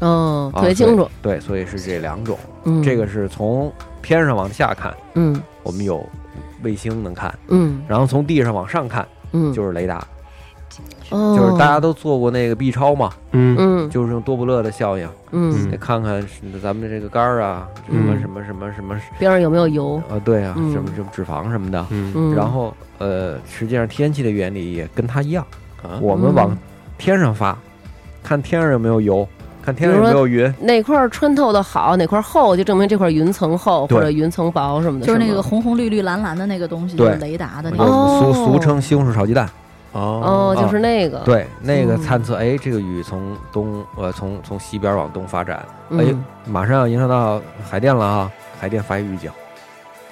B: 嗯，
A: 啊
B: 特别清楚，。
A: 所以对，所以是这两种，
B: 嗯，
A: 这个是从天上往下看，
B: 嗯
A: 我们有卫星能看，
B: 嗯
A: 然后从地上往上看
B: 嗯，
A: 就是雷达，
B: 哦
A: 就是大家都做过那个 B 超嘛，
C: 嗯，
B: 嗯
A: 就是用多布勒的效应，
B: 嗯
A: 得看看是咱们这个肝儿啊，什么
C: 嗯
A: 什么什么什么，
B: 边上有没有油？
A: 呃，对啊，
B: 嗯
A: 什么什么脂肪什么的。
C: 嗯
B: 嗯，
A: 然后，呃，实际上天气的原理也跟它一样，
B: 嗯
C: 啊，
A: 我们往天上发，看天上有没有油，看天上有没有云。
B: 哪块儿穿透的好，哪块儿厚，就证明这块云层厚
A: 对
B: 或者云层薄什么的。
D: 就是那
B: 吗
D: 个红红绿绿蓝蓝的那个东西，
A: 对
D: 就是雷达的
A: 我们
D: 那个。
B: 哦
A: 俗俗称西红柿炒鸡蛋，
B: 哦，
A: 啊
B: 就是那个。，
A: 对，那个
B: 嗯
A: 探测，哎，这个雨从东，呃，从从西边往东发展，哎
B: 嗯，
A: 马上要影响到海淀了啊，海淀发一预警，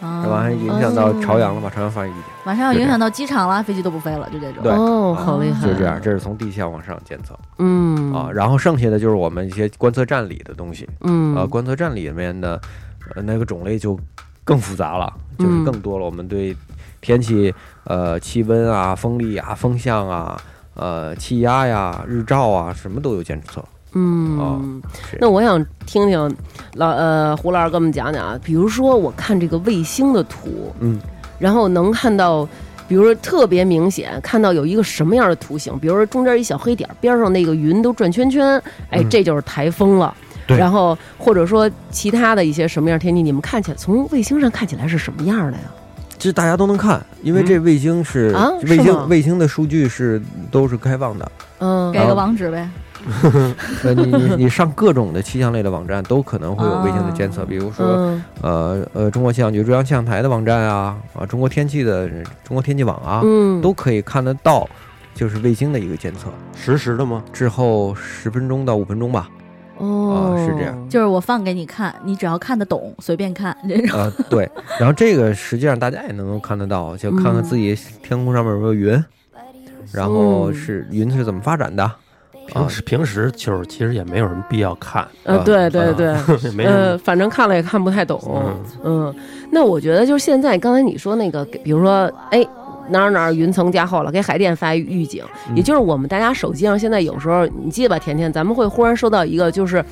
D: 啊嗯
A: 这完还影响到朝阳了吧，朝阳发一预警，
D: 晚上要影响到机场啦，飞机都不飞了，就这种。
A: 对
B: 哦，
A: 啊
B: 好厉害，
A: 就这样，这是从地下往上监测
B: 嗯
A: 啊，然后剩下的就是我们一些观测站里的东西，
B: 嗯
A: 啊，观测站里面的呃那个种类就更复杂了，就是
B: 嗯
A: 更多了。我们对天气、呃气温啊、风力啊、风向啊、呃气压呀、日照啊，什么都有监测。
B: 嗯
A: 啊是
B: 那我想听听老呃胡老师给我们讲讲啊，比如说我看这个卫星的图，
A: 嗯，
B: 然后能看到，比如说特别明显看到有一个什么样的图形，比如说中间一小黑点儿，边上那个云都转圈圈，哎，
A: 嗯
B: 这就是台风了。
A: 对
B: 然后或者说其他的一些什么样的天气，你们看起来从卫星上看起来是什么样的呀？
A: 这大家都能看，因为
C: 嗯
A: 这卫星是、
B: 啊
A: 卫
B: 是
A: 星
B: 吗
A: 卫星的数据是都是开放的，
B: 嗯
D: 给个网址呗。
A: 呃，你你你上各种的气象类的网站都可能会有卫星的监 测，
D: 啊
A: 比如说、
B: 嗯
A: 呃呃中国气象局中央气象台的网站啊啊中国天气的中国天气网啊，
B: 嗯
A: 都可以看得到，就是卫星的一个监测。
C: 实时的吗？
A: 滞后十分钟到五分钟吧，
B: 哦、
A: 啊是这样，
D: 就是我放给你看，你只要看得懂，随便看这 种。
A: 呃，对。然后这个实际上大家也能够看得到，就看看自己天空上面有没有云，
B: 嗯
A: 然后是云是怎么发展的，
C: 平时平时就是其实也没有什么必要看，
B: 呃，对对
C: 啊
B: 对，
C: 也 没什
B: 呃，
C: 么。
B: 反正看了也看不太懂
C: 嗯，
B: 嗯，那我觉得就是现在刚才你说那个，比如说，哎，哪儿哪儿云层加厚了，给海淀发预警，
A: 嗯
B: 也就是我们大家手机上现在有时候，你记得吧，甜甜，咱们会忽然收到一个就是。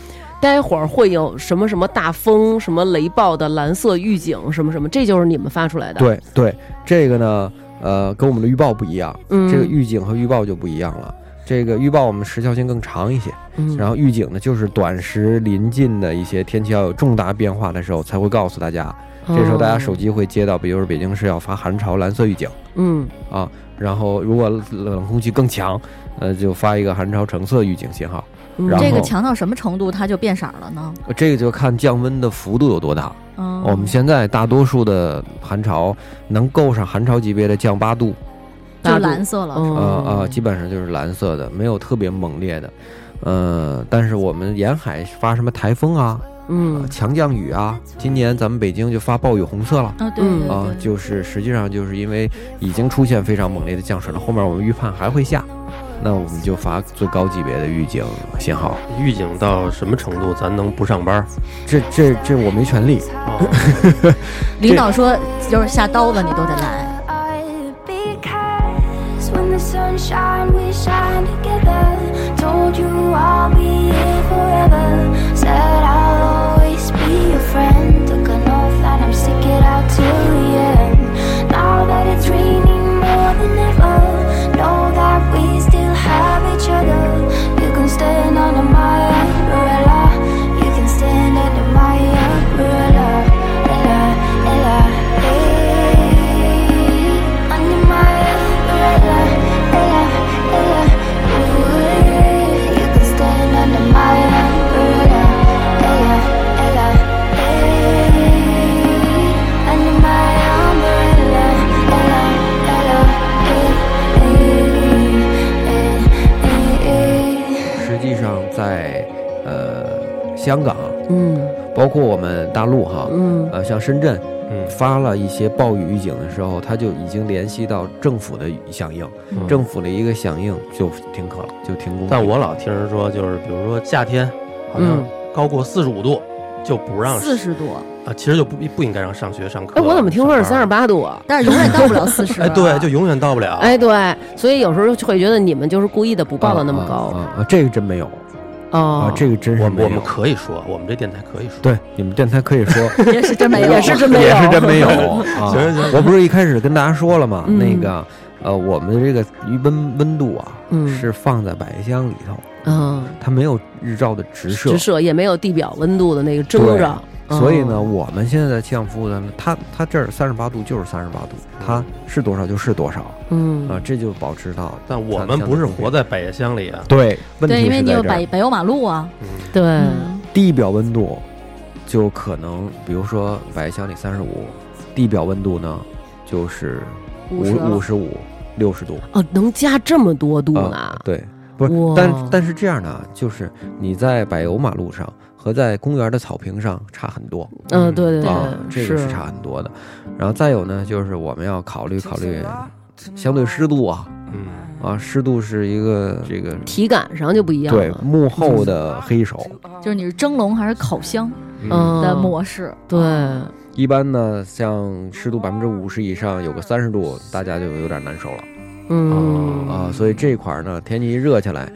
B: 待会儿会有什么什么大风、什么雷暴的蓝色预警，什么什么，这就是你们发出来的。，
A: 对对，这个呢，呃，跟我们的预报不一样，
B: 嗯，
A: 这个预警和预报就不一样了。这个预报我们时效性更长一些，
B: 嗯，
A: 然后预警呢就是短时临近的一些天气要有重大变化的时候才会告诉大家。这时候
B: 哦
A: 大家手机会接到，比如说北京市要发寒潮蓝色预警
B: 嗯，
A: 啊，然后如果冷空气更强，呃，就发一个寒潮橙色预警信号。
B: 嗯，
A: 然后
D: 这个强到什么程度它就变色儿了呢？
A: 呃这个就看降温的幅度有多大。
D: 嗯，
A: 哦我们现在大多数的寒潮能够上寒潮级别的降八度，
D: 就蓝色了。
A: 呃呃，
B: 啊
A: 基本上就是蓝色的，没有特别猛烈的。呃，但是我们沿海发什么台风啊、
B: 嗯
A: 强降雨啊，今年咱们北京就发暴雨红色了。
D: 啊，对
B: 嗯
D: 对
A: 啊、
D: 对，
A: 就是实际上就是因为已经出现非常猛烈的降水了，后面我们预判还会下，那我们就发最高级别的预警信号。
C: 预警到什么程度，咱能不上班儿？
A: 这这这我没权利，
D: 领导说就是下刀子你都得来。
E: Because when the sun shine, we shine together. Told you I'll be here forever. Said I'll always be your friend. Took an oath that I'm sticking out till the end. Now that it's raining more than ever, know that we still have each other. You can stand under my umbrella. You can stand under my umbrella. Ella, Ella, hey. Under my umbrella, Ella, Ella, ooh. You can stand under my umbrella, Ella, Ella, hey. Under my umbrella, Ella, Ella, hey, hey, hey, hey.
A: 实际上在呃香港，
B: 嗯
A: 包括我们大陆哈，
B: 嗯
A: 呃像深圳
C: 嗯，
A: 发了一些暴雨预警的时候，它就已经联系到政府的响应，
C: 嗯
A: 政府的一个响应就停课了，就停工。
C: 但我老听人说，就是比如说夏天，好
B: 嗯
C: 像高过四十五度就不让
D: 四十度，
C: 啊，其实就不不应该让上学上课。
B: 哎，我怎么听说是
C: 上
B: 三十？
C: 班
B: 八度啊？
D: 但是永远到不了四十。
C: 哎，对，就永远到不了。
A: 啊
B: 哎，对，所以有时候就会觉得你们就是故意的不报的那么
A: 啊
B: 高
A: 啊啊这个真没有啊
B: 哦，，
A: 这个真是
C: 我
A: 没
C: 们
A: 有
C: 我们可以说，我们这电台可以说。
A: 对你们电台可以说。
D: 也是真没 有，
B: 也是真没有，
A: 也是真 没有啊！
C: 行行
A: 我不是一开始跟大家说了吗？
B: 嗯
A: 那个呃，我们这个鱼温温度啊，
B: 嗯
A: 是放在百叶箱里头，
B: 嗯，
A: 它没有日照的直射
B: 直，射也没有地表温度的那个蒸着，嗯
A: 所以呢，，我们现在的气象服务呢，它它这儿三十八度就是三十八度，它是多少就是多少
B: 嗯
A: 啊，这就保持到
C: 但我们不是活在百叶箱里啊。
A: 对 问
D: 对，
A: 题
D: 因为
A: 是
D: 你
A: 在
D: 有
A: 这
D: 北
A: 儿，
D: 北欧马路啊。
C: 嗯，
B: 对，
D: 嗯
A: 地表温度就可能，比如说百叶箱里三十五，地表温度呢就是五
D: 50
A: 五十五六十度。
B: 哦，能加这么多度
A: 啊，
B: 呢？
A: 对，不是，
B: 哇
A: 但但是这样呢，就是你在柏油马路上和在公园的草坪上差很多
B: 嗯，对对
A: 啊，
B: 对，
A: 这个是差很多的。然后再有呢，就是我们要考虑考虑相对湿度啊，
C: 嗯，
A: 啊，湿度是一个这个
B: 体感上就不一样
A: 对
B: 了，
A: 幕后的黑手。
D: 就是你是蒸笼还是烤箱
B: 嗯，
D: 的模式，
B: 对，
A: 一般呢，像湿度百分之五十以上，有个三十度，大家就有点难受了
B: 嗯
A: 啊。所以这块儿呢，天气一热起来。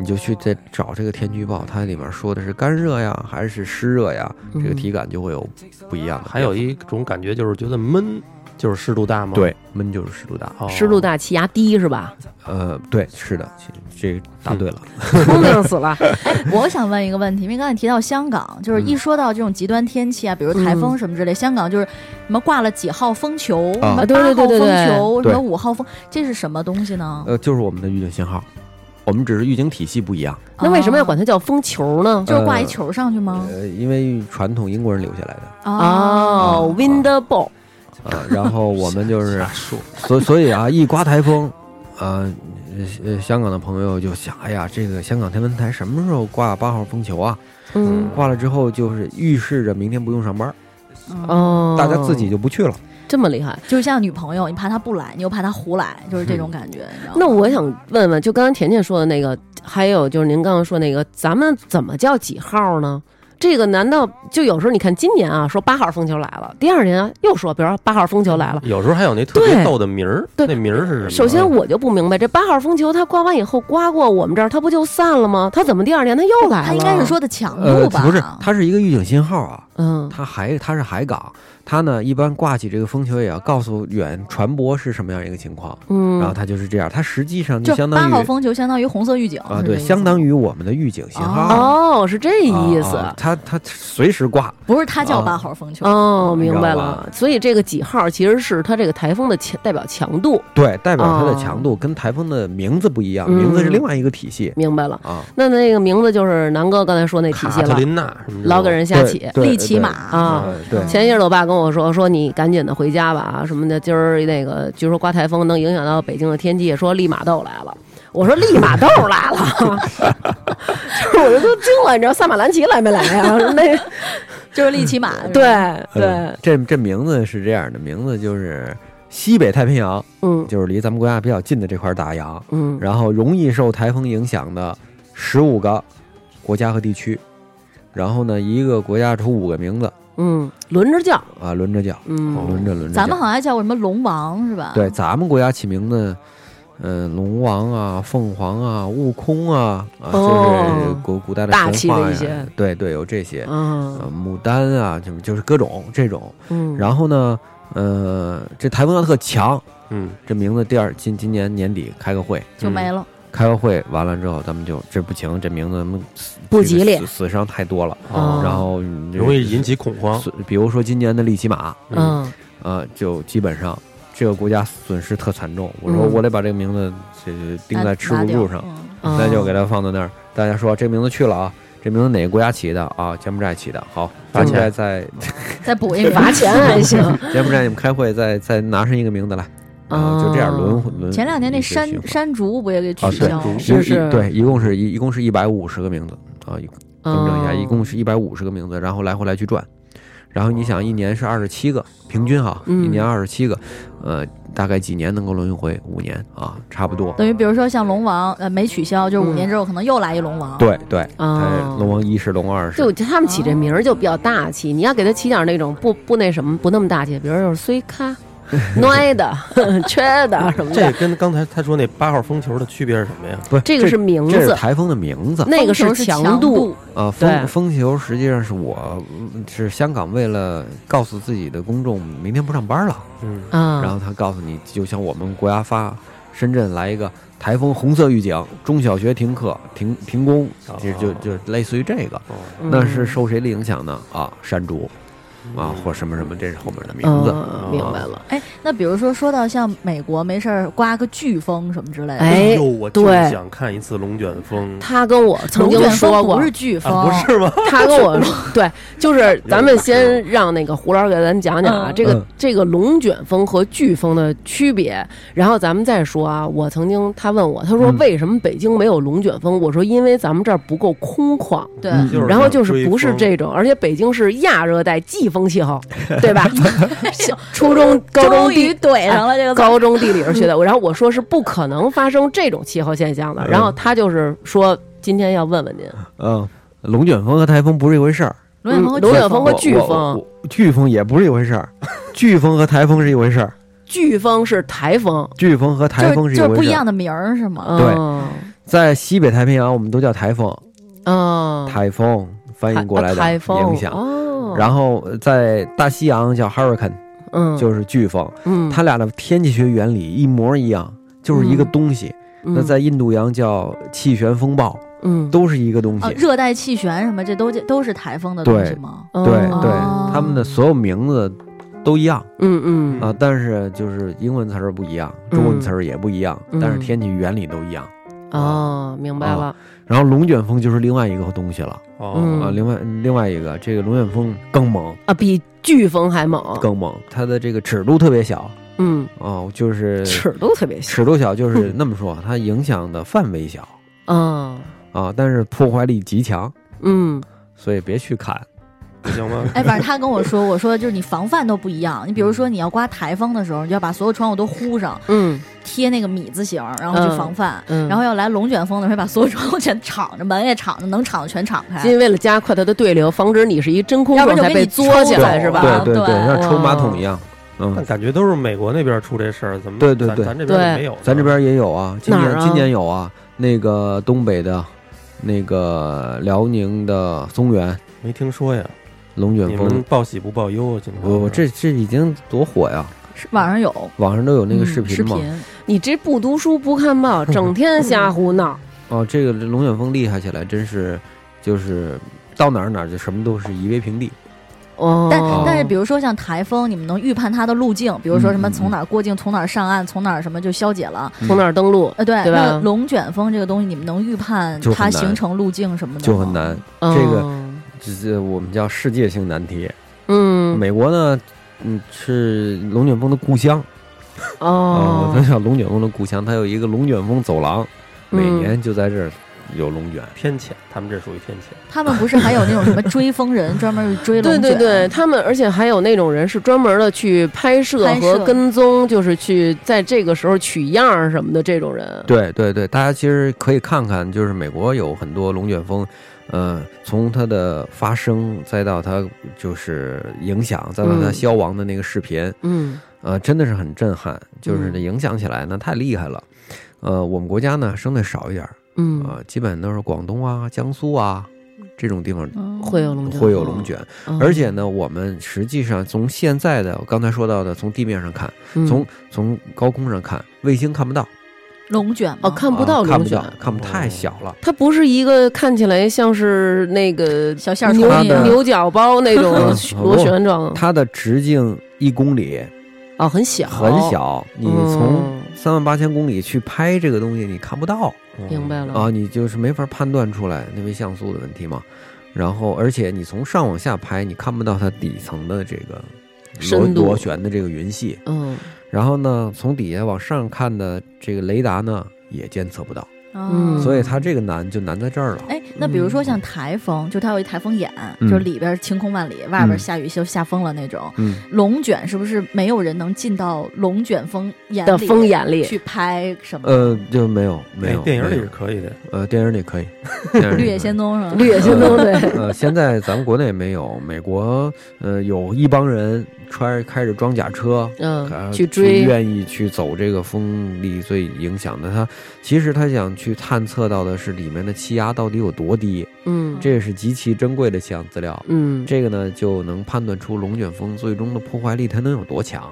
A: 你就去再找这个天气预报，它里面说的是干热呀，还是湿热呀？这个
B: 嗯
A: 体感就会有不一样的。
C: 还有一种感觉就是觉得闷，就是湿度大吗？，
A: 对，闷就是湿度大。
C: 哦、
B: 湿度。大，气压低是 吧？
A: 呃，对，是的，其实这个答对了。
B: 聪明死 了，
D: 我想问一个问题，因为刚才你提到香港，就是
A: 嗯
D: 一说到这种极端天气啊，比如台风
B: 嗯
D: 什么之类，香港就是什么挂了几号风球，什么
B: 啊对
D: 八
B: 对对
D: 号
B: 对
D: 风
B: 对
D: 球，什
A: 对
D: 么五号风，这是什么东西呢？
A: 呃，就是我们的预警信号，我们只是预警体系不一样。
B: 那为什么要管
D: 它？
B: 它叫风球呢？
D: 就是挂一球上去吗？
A: 呃，因为传统英国人留下来的
B: 哦，wind ball，
A: 啊、然后我们就是，
C: 说，
A: 所所以啊，一刮台风，啊、呃呃，香港的朋友就想，哎呀，这个香港天文台什么时候挂八号风球啊？
B: 嗯，
A: 挂了之后就是预示着明天不用上班，
D: 哦，
B: 哦，
A: 大家自己就不去了。
B: 这么厉害。
D: 就像女朋友，你怕她不来，你又怕她胡来，就是这种感觉。你知道吗
B: 那我想问问，就刚刚甜甜说的那个，还有就是您刚刚说那个，咱们怎么叫几号呢？这个难道就有时候你看今年啊，说八号风球来了，第二年啊又说，比如说八号风球来了。
C: 有时候还有那特别
B: 对
C: 逗的名儿，
B: 对
C: 那名嗯儿是什么？
B: 首先我就不明白，这八号风球它刮完以后刮过我们这儿，它不就散了吗？它怎么第二年它又来了？
D: 他应该是，说的
B: 哦
D: 强
A: 呃
D: 度，吧？
A: 不是，它是一个预警信号啊。
B: 嗯，
A: 它还它是海港，它呢一般挂起这个风球也要告诉远传播是什么样一个情况，
B: 嗯，
A: 然后它就是这样，它实际上就
D: 就
A: 相
D: 八
A: 当
D: 号
A: 于
D: 风球相当于红色预警，
A: 啊，
B: 是
A: 对，
B: 这意
A: 相
B: 思
A: 当于我们的预警信号。啊
B: 哦，是这意思。
A: 啊啊它它随时挂，
D: 不是他叫
A: 啊
D: 八号风球。
B: 哦，明白
A: 你知道
B: 了。所以这个几号其实是它这个台风的强代表强度，
A: 对，代表它的
B: 哦
A: 强度跟台风的名字不一样，名字是另外一个体系
B: 明白了。
A: 啊。
B: 那那个名字就是南哥刚才说那体
C: 卡
B: 系
C: 特
B: 了，
C: 琳娜什么之类的
B: 老给人瞎起
A: 对。对
D: 利奇马
B: 啊
A: 呃对，
B: 前一阵儿我爸跟我说，说你赶紧的回家吧啊什么的，今儿那个据说刮台风能影响到北京的天气，说利马豆来了。我说利马豆来了，就是我就都惊了，你知道萨马兰奇来没来呀、那
D: 就是利奇
A: 嗯
D: 马，
B: 对
D: 是吧，
B: 对
A: 呃，这这名字是这样的，名字就是西北太平洋，
B: 嗯
A: 就是离咱们国家比较近的这块大洋，
B: 嗯，
A: 然后容易受台风影响的十五个国家和地区，然后呢，一个国家出五个名字
B: 嗯，轮着叫，
A: 啊，轮着叫，
B: 嗯
A: 轮着轮着叫。
D: 咱们好像还叫过什么龙王是
B: 啊
D: 吧？
A: 对，咱们国家起名字，呃，龙王啊、凤凰啊、悟空啊，啊，就是
B: 哦
A: 古古代的
B: 大
A: 神
B: 气
A: 话
B: 的一
A: 呀
B: 些
A: 对对，有这些，呃，
B: 啊
A: 牡丹啊，就就是各种这种。
B: 嗯，
A: 然后呢，呃，这台风要特强，
C: 嗯，
A: 这名字第二今今年年底开个会，
D: 就没了。
A: 开个会完了之后，咱们就这不行，这名字咱们死
B: 不
A: 这个
B: 吉利
A: 死死伤太多了，
B: 哦
A: 然后你这
C: 容易引起恐慌。
A: 损，比如说今年的利奇马，
C: 嗯，
B: 嗯
A: 呃，就基本上这个国家损失特惨重。我说
B: 嗯
A: 我得把这个名字这这钉在吃
D: 拿
A: 不
D: 掉
A: 住上，
D: 嗯
B: 嗯，
A: 那就给它放在那儿。大家说这名字去了啊，这名字哪个国家起的啊？柬埔寨起的，好，
C: 罚
A: 柬
D: 嗯
C: 钱
A: 埔寨在
D: 再补一个
B: 罚钱还行。
A: 柬埔寨你们开会再再拿上一个名字来，然后啊就这样轮
B: 哦
A: 轮。
D: 前两年那
A: 一直
D: 山
A: 循环
D: 山竹不也给
A: 嗯啊
D: 取消了？
C: 山
B: 竹
A: 一
B: 是是
A: 一对，一共是一一共是一百五十个名字啊，一更正一下，一
B: 哦
A: 共是一百五十个名字，然后来回来去转。然后你想，一年是二十七个，平均哈，
B: 嗯
A: 一年二十七个，呃，大概几年能够轮回？五年啊，差不多。
D: 等于比如说像龙王，呃，没取消，就是五
B: 嗯
D: 年之后可能又来一龙王。，
A: 对对，哎
B: 啊，
A: 龙王一世，龙王二世
B: 就，他们起这名儿就比较大气，你要给他起点那种不不那什么不那么大气，比如就是虽 咖、孬的、 缺的什么
C: 嗯这
B: 的，
C: 跟刚才他说那八号风球的区别是什么呀？
A: 不是
B: 这个是名
A: 这是
B: 字，
A: 台风的名字
B: 那个
D: 风球是
B: 强
D: 度，
A: 啊。
B: 对
A: 风风球实际上是我是香港为了告诉自己的公众，明天不上班了，
C: 嗯，
B: 啊。
A: 然后他告诉你，就像我们国家发深圳来一个台风红色预警，中小学停课、停停工，就就就类似于这个。
C: 哦
B: 嗯
A: 那是受谁的影响呢？啊，山竹啊，或什么什么，这是后面的名字。
B: 嗯明白了。
D: 哎，那比如说说到像美国没事儿刮个飓风什么之类的，
B: 哎
C: 呦，我就
B: 对
C: 想看一次龙卷风
B: 他跟我曾
D: 龙
B: 经
D: 卷
B: 说
D: 风
B: 过
D: 不，是飓风，
C: 啊，不是吗？
B: 他跟我说，对，就是咱们先让那个胡老师给咱讲讲啊，
D: 嗯
B: 这个
A: 嗯
B: 这个龙卷风和飓风的区别，然后咱们再说啊。我曾经他问我，他说
A: 嗯
B: 为什么北京没有龙卷风？我说因为咱们这儿不够空旷。
D: 对，
A: 嗯
C: 就是
B: 然后
C: 想
B: 就是
C: 追
B: 不是
C: 风
B: 这种，而且北京是亚热带季风气 候，对吧？小 初中、高中
D: 嗯终于
B: 地、哎
D: 怼上了这个字儿。
B: 高中地理是学的，然后我说是不可能发生这种气候现象
D: 嗯
B: 的，然后他就是说今天要问问您，
A: 嗯，龙卷风和台风不是一回事儿，
D: 龙卷风和
A: 我
B: 龙卷风和哦
D: 飓风
B: 飓
A: 我
B: 风
A: 我飓风也不是一回事儿，飓风和台风是一回事儿，
B: 飓风是台风，
A: 飓风和嗯台风
D: 就是
A: 一
D: 就是不
A: 回
D: 一
A: 事
D: 样
A: 儿。
D: 的名儿是吗？
A: 对
B: 嗯
A: 在西北太平洋，我们都叫台风，
B: 嗯，
A: 台风翻译过来的
B: 台风
A: 影响。
B: 哦，
A: 然后在大西洋叫 hurricane，
B: 嗯
A: 就是飓风，
B: 嗯，
A: 它俩的天气学原理一模一样，就是一个东西。那
B: 嗯
A: 在印度洋叫气旋风暴，
B: 嗯
A: 都是一个东西
D: 啊，。热带气旋什么，这都都是台风的东西
A: 对
D: 吗？
A: 对对
D: 哦，
A: 他们的所有名字都一样
B: 嗯嗯
A: 啊，但是就是英文词儿不一样，中文词儿也不一样，
B: 嗯
A: 但是天气原理都一样。
B: 哦，明白了，
A: 然后龙卷风就是另外一个东西了
C: 哦，
A: 啊，
B: 嗯
A: 另外另外一个这个龙卷风更猛
B: 啊，比飓风还猛，
A: 更猛，它的这个尺度特别小
B: 嗯，
A: 哦，就是
B: 尺度特别小，
A: 尺度小，就是那么说，它影响的范围小
B: 嗯
A: 啊，但是破坏力极强，
B: 嗯。
A: 所以别去看
C: 不行吗？
D: 哎，反正他跟我说，我说就是你防范都不一样。你比如说你要刮台风的时候，你就要把所有窗户都糊上，
B: 嗯
D: 贴那个米字形，然后去防范。
B: 嗯，
D: 然后要来龙卷风的时候，把所有窗户全敞着，门也敞着，能敞的全敞开。
B: 因为为了加快它的对流，防止你是一真空
D: 要不
B: 状
D: 然就
B: 态
D: 给
B: 被
D: 你
B: 作起
D: 抽
B: 来
D: 走
B: 是吧？
D: 了
A: 对
D: 对
A: 对，像抽马桶
B: 哇
A: 一样，
C: 但
A: 嗯，
C: 感觉都是美国那边出这事儿，怎么
A: 对对
C: 咱
A: 对
C: 咱这边就没有呢？
A: 咱这边也有啊，今
B: 哪儿
A: 年
B: 啊
A: 今年有啊，那个东北的，那个辽宁的松原
C: 没听说呀。
A: 龙卷
C: 你们
A: 风，
C: 报喜不报忧啊？今天
A: 我我这这已经多火呀，
D: 是网上有
A: 网上都有那个
D: 嗯
A: 视
D: 视
A: 频嘛。
D: 频，
B: 你这不读书不看报，整天瞎胡闹，
A: 哦，这个龙卷风厉害起来，真是就是到哪儿哪儿就什么都是夷为平地。
B: 哦，
D: 但
A: 哦
D: 但是比如说像台风，你们能预判它的路径，比如说什么
A: 嗯嗯
D: 从哪儿过境，从哪儿上岸，从哪儿什么就消解了。
A: 哦
B: 从哪儿登录？
D: 呃，对，
B: 对吧
D: 那龙卷风这个东西，你们能预判
A: 就很
D: 它
A: 难
D: 形成路径
B: 嗯
D: 什么的
A: 就很
D: 吗
A: 难，
B: 这
A: 这个这这我们叫世界性难题。
B: 嗯
A: 美国呢，嗯，是龙卷风的故乡啊，它
B: 哦，
A: 叫龙卷风的故乡，它有一个龙卷风走廊，每
B: 嗯
A: 年就在这儿有龙卷。
C: 天谴，他们这属于天谴。
D: 他们不是还有那种什 么追风人，专门去追龙
B: 对
D: 卷？
B: 对对，，他们而且还有那种人是专门的去拍摄
D: 拍摄
B: 和跟踪，就是去在这个时候取样儿什么的这种人。
A: 对对对，大家其实可以看看，就是美国有很多龙卷风，呃，从它的发生再到它就是影响，再到它
B: 嗯
A: 消亡的那个视频，
B: 嗯
A: 呃，真的是很震撼，就是
B: 嗯
A: 这影响起来呢太厉害了。呃，我们国家呢生的少一点儿，
B: 嗯，
A: 呃，基本都是广东啊、江苏啊这种地方
D: 嗯
B: 会有龙卷，
A: 会有龙，卷，
B: 嗯
A: 而且呢，我们实际上从现在的我刚才说到的，从地面上看，从从高空上看，卫星看不到，
D: 龙卷吗
B: 哦看不
A: 啊
B: 到
A: 看不
B: 龙卷哦
A: 到，，看不太小了。
B: 它不是一个看起来像是那个
D: 小线儿
B: 牛
A: 穿的
B: 牛角包 那种
A: 嗯
B: 螺旋状，
A: 它的直径一公里，
B: 哦，很小，
A: 很，小，你从
B: 嗯
A: 三万八千公里去拍这个东西，你看不到
B: 明白了
A: 啊，你就是没法判断出来那为像素的问题嘛。然后，而且你从上往下拍，你看不到它底层的这个螺
B: 深度
A: 螺旋的这个云系。
B: 嗯
A: 然后呢，从底下往上看的这个雷达呢，也监测不到，
B: 嗯
A: 所以它这个难就难在这儿了。
D: 哎，那比如说像台风，就它有一台风眼，
A: 嗯
D: 就是里边晴空万里，外边下雨就下风了那种。
A: 嗯，
D: 龙卷是不是没有人能进到龙卷风眼
B: 的
D: 里
B: 风眼里，
D: 去拍什么？
A: 呃，就没有没
C: 哎
A: 有
C: 电影里
A: 没
C: 是
A: 有
C: 可以的，
A: 呃，电影里可以，电 影里
D: 绿
A: 可
D: 野
A: 以
D: 仙踪是吧？
B: 绿野仙 踪对，
A: 呃，现在咱们国内没有，美国呃有一帮人穿开着装甲车，
B: 嗯，
A: 呃
B: 去追，
A: 愿意去走这个风力最影响的。他其实他想去探测到的是里面的气压到底有多低，
B: 嗯
A: 这是极其珍贵的气象资料。
B: 嗯，
A: 这个呢，就能判断出龙卷风最终的破坏力它能有多强，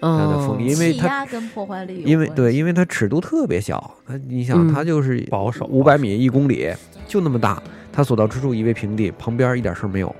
A: 它的
B: 哦
A: 风力，因为
D: 气
A: 它
D: 压跟破坏力有
A: 因为
D: 关
A: 对，
D: 系
A: 因为它尺度特别小，它你想
B: 嗯
A: 它就是
C: 保守
A: 五百米一公里就那么大，它所到之处夷为平地，旁边一点事儿没有。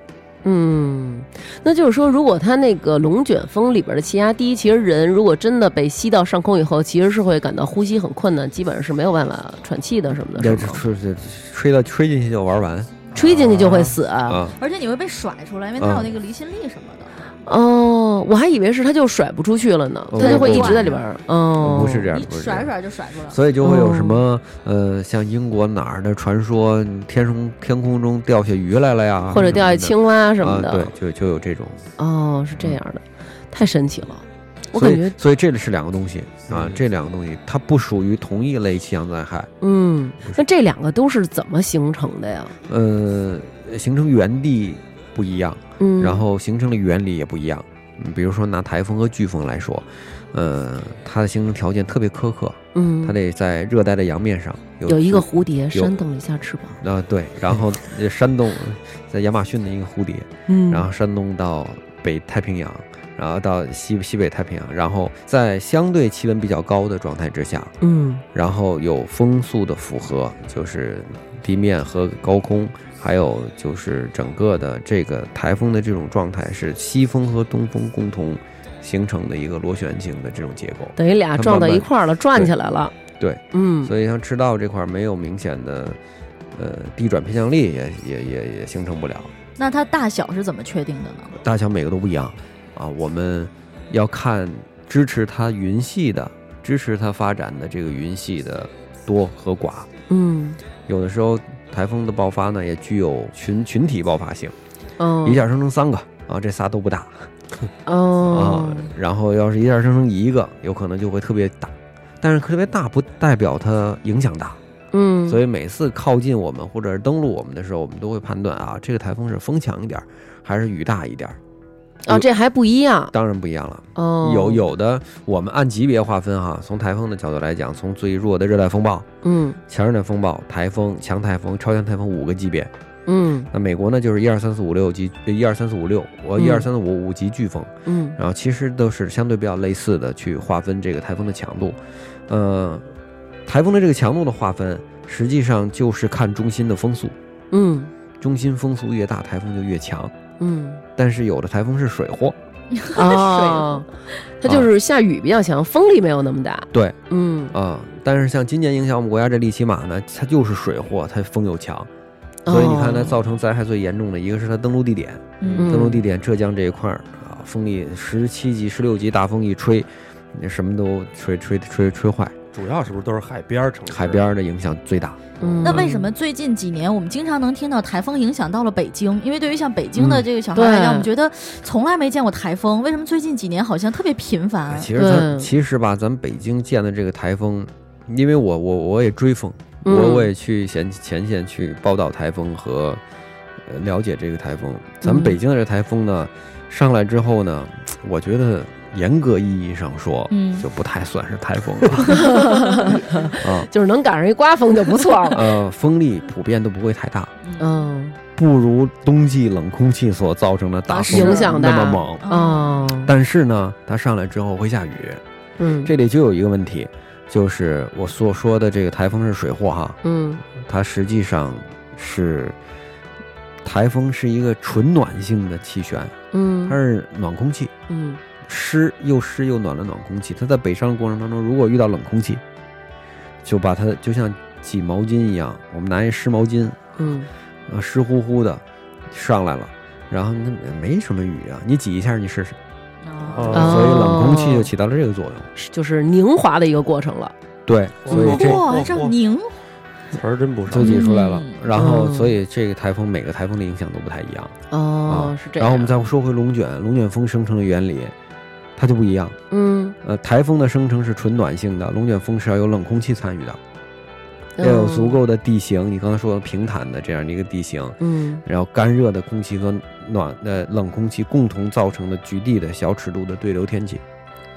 B: 嗯，那就是说，如果它那个龙卷风里边的气压低，其实人如果真的被吸到上空以后，其实是会感到呼吸很困难，基本上是没有办法喘气的什么
A: 这
B: 的，是吗
A: 吹吹吹到吹进去就玩完
B: 吹进去就会死。
A: 啊！
D: 而且你会被甩出来，因为它
A: 嗯
D: 有那个离心力什么的，
B: 哦，我还以为是它就甩不出去了呢，
A: 哦
B: 它就会一直在里边儿。哦，
A: 不是这样，
D: 你
A: 不是这
D: 甩
A: 样。
D: 甩就甩出来了。
A: 所以就会有什么呃，像英国哪儿的传说，天空天空中掉下鱼来了呀，
B: 或者掉下青蛙什么
A: 啊，
B: 的。
A: 对，就就有这种。
B: 哦，是这样的，太神奇了。我
A: 所
B: 感
A: 以
B: 觉，嗯
A: 所以这是两个东西啊
C: 嗯，
A: 这两个东西它不属于同一类气象灾害。
B: 嗯，那这两个都是怎么形成的呀？
A: 呃，形成原地不一样，
B: 嗯，
A: 然后形成的原理也不一样。嗯比如说拿台风和飓风来说，呃，它的形成条件特别苛刻，
B: 嗯，
A: 它得在热带的洋面上有
B: 有一个
A: 足
B: 蝴蝶扇动了一下翅膀，
A: 啊，对，然后呃山东在亚马逊的一个蝴蝶，
B: 嗯，
A: 然后山东到北太平洋，然后到西西北太平洋，然后在相对气温比较高的状态之下，
B: 嗯
A: 然后有风速的符合，就是地面和高空，还有就是整个的这个台风的这种状态是西风和东风共同形成的一个螺旋形的这种结构。
B: 等于俩
A: 它
B: 撞到
A: 慢慢
B: 一块儿了，转起来了。
A: 对，
B: 嗯，
A: 所以像赤道这块儿没有明显的呃地转偏向力也，也也也形成不了。
D: 那它大小是怎么确定的呢？
A: 大小每个都不一样啊，我们要看支持它云系的、支持它发展的这个云系的多和寡。
B: 嗯
A: 有的时候台风的爆发呢，也具有群群体爆发性。
B: 嗯，
A: 一下生成三个啊，这仨都不大
B: 哦
A: 啊，。然后要是一下生成一个，有可能就会特别大，但是特别大不代表它影响大，
B: 嗯，
A: 所
B: 以
A: 以每次靠近我们或者是登陆我们的时候，我们都会判断啊，这个台风是风强一点儿还是雨大一点儿。
B: 哦，这还不一样
A: 当然不一样了，
B: 哦，
A: 有有的我们按级别划分哈，从台风的角度来讲，从最弱的热带风暴、
B: 嗯
A: 强热带风暴、台风、强台风、超强台风五个级别，
B: 嗯
A: 那美国呢，就是一二三四五六级，呃一二三四五六，我
B: 嗯
A: 一二三四五五级飓风，
B: 嗯
A: 然后其实都是相对比较类似的去划分这个台风的强度。呃，台风的这个强度的划分，实际上就是看中心的风速，
B: 嗯
A: 中心风速越大，台风就越强。
B: 嗯，
A: 但是有的台风是水货，
B: 哦，它就是下雨比较强，风力没有那么大，
A: 对，
B: 嗯，
A: 啊、但是像今年影响我们国家这利奇马呢，它就是水货，它风又强，所以你看它
B: 哦
A: 造成灾害最严重的一个是它登陆地点，
B: 嗯
A: 登陆地点浙江这一块儿啊，风力十七级、十六级大风一吹，你什么都吹吹吹吹坏，
C: 主要是不是都是海边儿城市？
A: 海边儿的影响最大。
B: 嗯
D: 那为什么最近几年我们经常能听到台风影响到了北京？因为对于像北京的
A: 嗯
D: 这个小孩来
B: 对
D: 讲，我们觉得从来没见过台风，为什么最近几年好像特别频
A: 哎
D: 繁？
A: 其实咱
B: 对
A: 其实吧，咱们北京见的这个台风，因为我我我也追风，
B: 嗯
A: 我我也去前前线去报道台风和呃了解这个台风。咱们
B: 嗯
A: 北京的这台风呢，上来之后呢，我觉得严格意义上说，
D: 嗯
A: 就不太算是台风了 啊。
B: 就是能赶上一刮风就不错 了，
A: 呃，风力普遍都不会太大，
B: 嗯
A: 不如冬季冷空气所造成的大
D: 啊
A: 风
D: 是影响
A: 那
B: 大
A: 么猛。
D: 嗯
B: 哦，
A: 但是呢，它上来之后会下雨，
B: 嗯
A: 这里就有一个问题，就是我所说的这个台风是水货哈，
B: 嗯
A: 它实际上是台风是一个纯暖性的气旋，
B: 嗯
A: 它是暖空气，
B: 嗯
A: 湿又湿又暖的暖空气。它在北上的过程当中，如果遇到冷空气，就把它就像挤毛巾一样，我们拿一湿毛巾
B: 嗯
A: 啊，湿乎乎的上来了，然后那没什么雨啊，你挤一下你试试，
D: 哦，
C: 哦
A: 所以冷空气就起到了这个作用。
B: 是就是凝华的一个过程了，
A: 对，所
D: 哦
A: 以这
D: 哇，还叫凝
C: 词儿真不少
A: 就。挤出来了。
D: 嗯
A: 然后，
B: 嗯
A: 所以这个台风每个台风的影响都不太一样。
B: 哦
A: 啊，
B: 是这样，
A: 然后我们再说回龙卷，龙卷风生成的原理，它就不一样。
B: 嗯
A: 呃，台风的生成是纯暖性的，龙卷风是要有冷空气参与的，要
B: 嗯
A: 有足够的地形。你刚才说的平坦的这样的一个地形，
B: 嗯
A: 然后干热的空气和暖呃冷空气共同造成的局地的小尺度的对流天气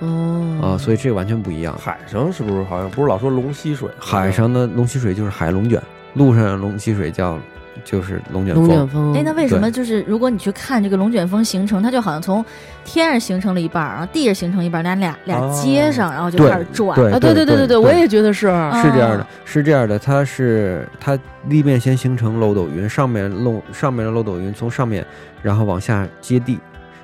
B: 哦
A: 啊，所以这完全不一样。
C: 海上是不是好像不是老说龙吸水？
A: 海上的龙吸水就是海龙卷，陆上的龙吸水叫就是龙卷
B: 龙卷
A: 风。
B: 风
D: 哎，那为什么就是如果你去看这个龙卷风形成，它就好像从天上形成了一半儿，然后地上形成一半儿，俩俩俩接上，然后就开始转。
A: 哦对
B: 啊？对对
A: 对
B: 对对，我也觉得是，
A: 啊是这
D: 哦
A: 样的，是这样的，它是它地面先形成漏斗云，上面漏上面的漏斗云从上面，然后往下接地，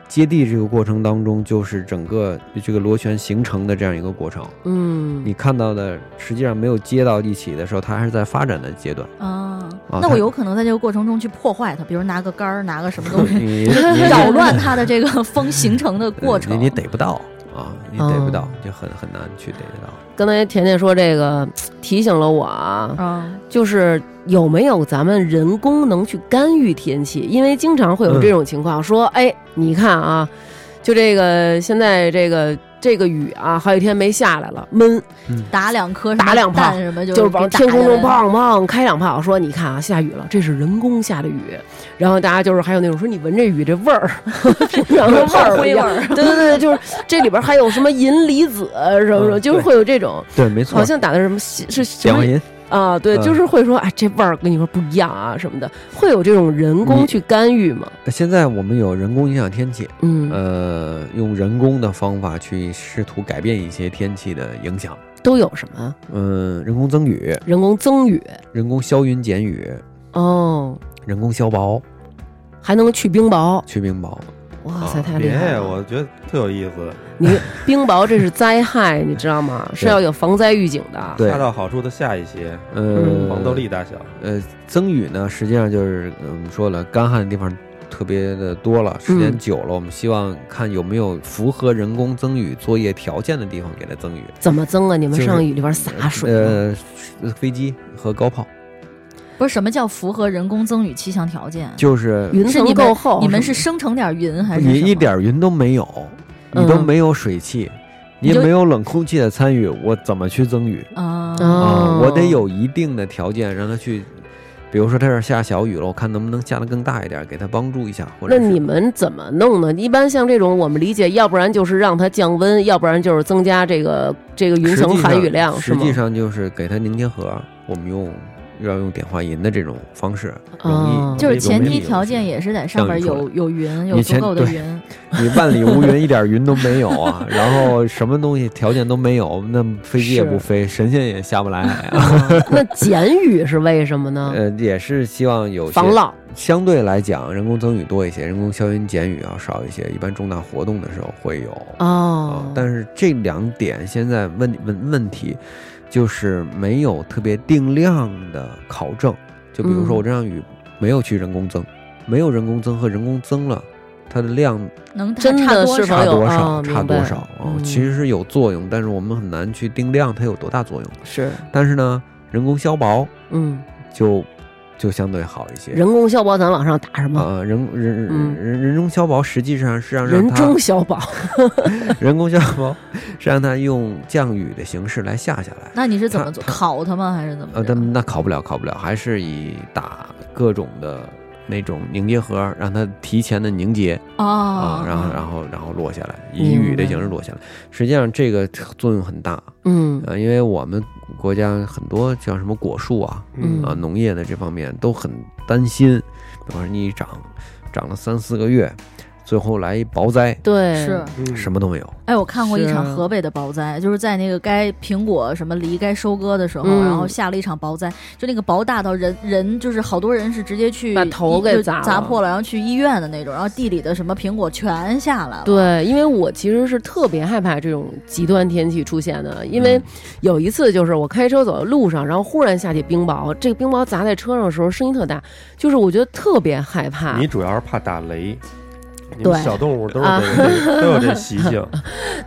A: 接地这个过程当中，就是整个这个螺旋形成的这样一个过程。
B: 嗯，
A: 你看到的实际上没有接到一起的时候，它还是在发展的阶段。
D: 啊，
A: 啊
D: 那
A: 它
D: 我有可能在这个过程中去破坏它，比如拿个杆儿，拿个什么东西，
A: 你
D: 扰乱它的这个风形成的过程。
A: 你你逮不到啊，你逮不到
B: 哦，
A: 就很很难去逮得到。
B: 刚才甜甜说这个提醒了我啊，
D: 嗯
B: 就是有没有咱们人工能去干预天气？因为经常会有这种情况，说哎，你看啊，就这个现在这个这个雨啊，好几天没下来了，闷，
D: 打两颗什么
B: 打两炮
D: 蛋什么就
B: 就是往
D: 给
B: 天空中
D: 打下来。
B: 砰砰开两炮，说你看啊，下雨了，这是人工下的雨。然后大家就是还有那种说你闻这雨这味儿， 平常的味儿不一样
D: 炮灰味
B: 对对对，就是这里边还有什么银离子什么什么，
A: 嗯
B: 就是会有这种，
A: 对，没
B: 好
A: 错，
B: 像打的是什么西是什
A: 解
B: 么
A: 放银。
B: 啊？对，
A: 嗯
B: 就是会说哎，这味儿跟你说不一样啊什么的，会有这种人工
A: 你
B: 去干预吗？
A: 现在我们有人工影响天气，
B: 嗯，
A: 呃，用人工的方法去试图改变一些天气的影响。
B: 都有什么
A: 嗯、人工增雨、
B: 人工增雨
A: 人工消云减雨、
B: 哦，
A: 人工消雹、
B: 还能去冰雹，
A: 去冰雹。
B: 哇塞，
A: 啊
B: 太厉
C: 别
B: 害
C: 呀，
B: 了！
C: 我觉得特有意思。
B: 你冰雹这是灾害，你知道吗？是要有防灾预警的。
A: 对
C: 恰，到好处的下一些，
B: 嗯
A: 呃，
C: 黄豆粒大小。
A: 呃，增雨呢，实际上就是呃我们说了，干旱的地方特别的多了，时间
B: 嗯
A: 久了，我们希望看有没有符合人工增雨作业条件的地方给它增雨。
B: 怎么增啊？你们
A: 就是呃
B: 上雨里边洒水吗？
A: 呃，飞机和高炮，
D: 不是什么叫符合人工增雨气象条件？
A: 就是
B: 云
D: 是
B: 层
D: 你们
B: 够厚，
D: 你们是生成点云
B: 啊
D: 还是
A: 你
D: 什么
A: 一点云都没有，你都
B: 嗯
A: 没有水汽，
D: 你
A: 你
D: 就
A: 没有冷空气的参与，我怎么去增雨？
D: 啊？
A: 啊，
B: 哦
A: 我得有一定的条件让它去，比如说它这儿下小雨了，我看能不能下得更大一点，给它帮助一下。或者
B: 那
A: 是
B: 你们怎么弄呢？一般像这种，我们理解，要不然就是让它降温，要不然就是增加这个这个云
A: 实际
B: 层
A: 上
B: 含雨量，是
A: 实
B: 吗
A: 际？上就是给它凝结核，我们用要用碘化银的这种方式，
B: 哦
A: 容易
D: 就是前
A: 容易
D: 提
A: 有
D: 条件也是得上面
A: 让你
D: 有有云，有
A: 你
D: 足
A: 前
D: 够的
A: 对
D: 云。
A: 你万里无云，一点云都没有 啊，然后什么东西条件都没有，那飞机也
B: 是嗯
A: 不飞，神仙也下不 来啊。
B: 那减雨是为什么呢？
A: 呃，也是希望有些
B: 防涝。
A: 相对来讲，人工增雨多一些，人工消音减雨要少一些。一般重大活动的时候会有
B: 哦
A: 啊，，但是这两点现在问问问题，就是没有特别定量的考证。就比如说
B: 嗯
A: 我这场雨没有去人工增，没有人工增和人工增了，它的量
D: 能差
B: 真的
D: 差多
B: 是否
A: 差
B: 有
A: 多
D: 少？
B: 哦
A: 少？
B: 明
A: 差多
B: 白
A: 少啊？
B: 嗯
A: 其实是有作用，但是我们很难去定量它有多大作用。
B: 是
A: 但是呢，人工消薄
B: 嗯，
A: 就就相对好一些。
B: 人工消薄，咱往上打什么？
A: 啊，人人
B: 嗯
A: 人人人工消薄实际上是让让
B: 人
A: 它
B: 中消薄，
A: 人工消薄是让它用降雨的形式来下下来。
D: 那你是怎么做？
A: 它它
D: 烤它吗？还是怎么
A: 呃，
D: 着？
A: 但那考不了，考不了，还是以打各种的那种凝结核，让它提前的凝结
D: 哦
A: 啊，，然后然
D: 后
A: 后然后落下来，以雨的形式落下来。实际上这个作用很大，
B: 嗯
A: 呃，因为我们国家很多像什么果树啊，
B: 嗯
A: 啊，农业的这方面都很担心，比方说你长长了三四个月，最后来一雹灾，
B: 对
D: 是。
C: 嗯
A: 什么都没有。
D: 哎，我看过一场
B: 是
D: 河北的雹灾，就是在那个该苹果什么梨该收割的时候，
B: 嗯
D: 然后下了一场雹灾，就那个雹大到人人就是好多人是直接去
B: 把头
D: 医
B: 给
D: 就
B: 砸
D: 砸
B: 了
D: 破了，然后去医院的那种，然后地里的什么苹果全下来了。，
B: 对，因为我其实是特别害怕这种极端天气出现的，因为
A: 嗯
B: 有一次就是我开车走在路上，然后忽然下起冰雹，这个冰雹砸在车上的时候声音特大，就是我觉得特别害怕
C: 你。主要是怕打雷，你
B: 对
C: 们小动物都是
B: 啊
C: 这个都有这习性，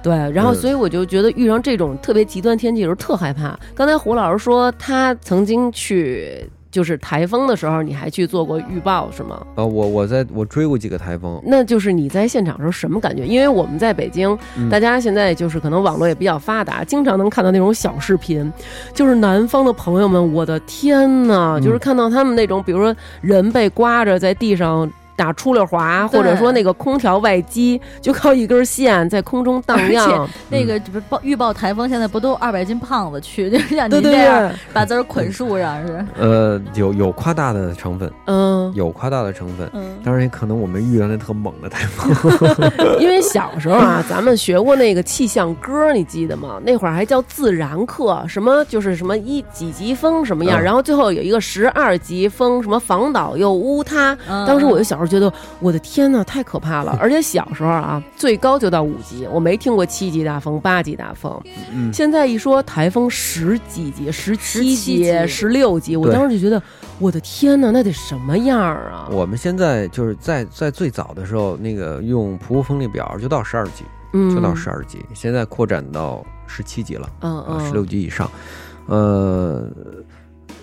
B: 对，然后
A: 嗯
B: 所以我就觉得遇上这种特别极端天气的时候特害怕。刚才胡老师说他曾经去就是台风的时候，你还去做过预报是吗？
A: 啊，我我在我追过几个台风，
B: 那就是你在现场的时候什么感觉？因为我们在北京，
A: 嗯
B: 大家现在就是可能网络也比较发达，经常能看到那种小视频，就是南方的朋友们，我的天呐，
A: 嗯
B: 就是看到他们那种，比如说人被刮着在地上。打出溜滑，
D: 对
B: 或者说那个空调外机就靠一根线在空中 荡漾，
D: 那
B: 嗯
D: 个这不报预报台风现在不都二百斤胖子去，就像
B: 对
D: 您
B: 对
D: 这样
B: 对，
D: 把字儿捆树上是？
A: 呃，有有夸大的成分，
B: 嗯，
A: 有夸大的成分。
D: 嗯，
A: 当然，也可能我们遇到那特猛的台风，
B: 因为小时候啊，咱们学过那个气象歌，你记得吗？那会儿还叫自然课，什么就是什么一几级风什么样，
A: 嗯
B: 然后最后有一个十二级风，什么防倒又屋塌。
A: 嗯
D: 嗯
B: 当时我就小时候觉得，我的天呐，太可 怕了！而且小时候啊，最高就到五级，我没听过七级大风、八级大风。
A: 嗯，
B: 现在一说台风十几级、十七级、
D: 17级
B: 十六级，我
A: 对
B: 当时就觉得，我的天呐，那得什么样啊？
A: 我们现在就是在在最早的时候，那个用普乌风力表就到十二级，
B: 嗯，
A: 就到十二级，现在扩展到十七级了。
B: 嗯
A: 啊，
B: 嗯，
A: 十六级以上。呃，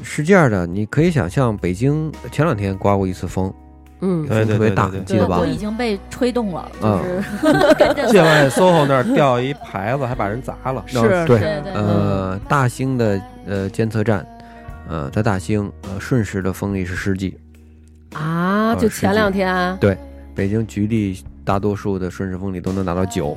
A: 是这样的，你可以想象，北京前两天刮过一次风，
B: 嗯，
C: 对
A: 风特别
C: 对
A: 大
C: 对，对
A: 记得吧
D: 我？已经被吹动了，就
A: 嗯
D: 是 跟着
C: 界外 SOHO 那儿掉一牌子，还把人砸了。
A: 那
B: 是嗯
A: 对
D: 对对
A: 呃，大兴的呃监测站，呃，在大兴，呃，瞬时的风力是十级，
B: 啊，就前两天，啊
A: 北京局地大多数的瞬时风力都能达到九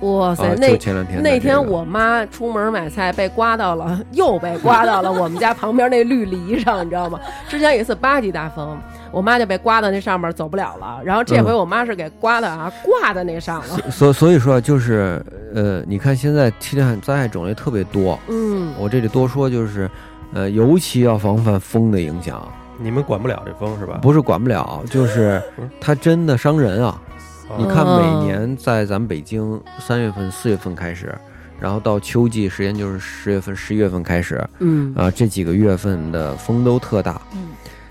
B: 哇
A: 啊
B: 塞，，
A: 就
B: 那
A: 前两天的
B: 那
A: 这
B: 天
A: 个
B: 我妈出门买菜被刮到了，又被刮到了我们家旁边那绿篱上，你知道吗？之前有一次八级大风，我妈就被刮到那上面走不了了，然后这回
A: 嗯
B: 我妈是给刮的啊，挂在那上了，
A: 所所以说啊就是呃，你看现在气象灾害种类特别多，
B: 嗯，
A: 我这里多说就是，呃，尤其要防范风的影响。
C: 你们管不了这风是吧？
A: 不是管不了，就是
C: 嗯
A: 它真的伤人啊！
C: 啊，
A: 你看，
B: 哦
A: 每年在咱们北京三月份、四月份开始，然后到秋季时间就是十月份、十一月份开始，
B: 嗯
A: 啊，这几个月份的风都特大。
D: 嗯，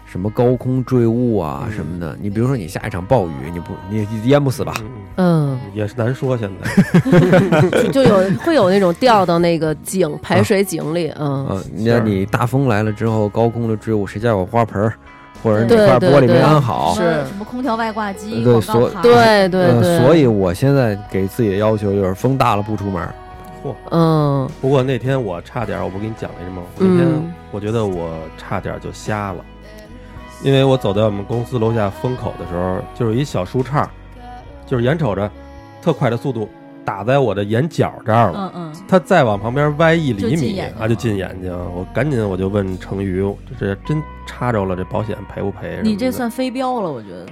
A: 什么高空坠物啊
C: 嗯
A: 什么的。你比如说你下一场暴雨，你不你你淹不死吧？
C: 嗯
B: 嗯，
C: 嗯也是难说现在。
B: 就就有会有那种掉到那个井
A: 啊
B: 排水井里，嗯，
A: 嗯，那你大风来了之后，高空的坠物，谁家有花盆儿，或者哪
B: 对
A: 块
B: 对
A: 玻璃没
B: 对
A: 安好
B: 是？
D: 什么空调外挂机、
A: 对
D: 广告
A: 所
D: 牌，
B: 对对对，
A: 啊呃，所以我现在给自己的要求就是风大了不出门儿。
B: 嗯
C: 不过那天我差点儿，我不给你讲了吗？那
B: 嗯
C: 天我觉得我差点儿就瞎了，因为我走在我们公司楼下风口的时候，就是一小树杈儿，就是眼瞅着特快的速度打在我的眼角这儿了。
D: 嗯嗯，
C: 它再往旁边歪一厘
D: 就进
C: 米
D: 眼睛
C: 啊，就进眼睛。我赶紧我就问成宇，这真插着了，这保险赔不赔？
D: 你这算飞镖了，我觉得。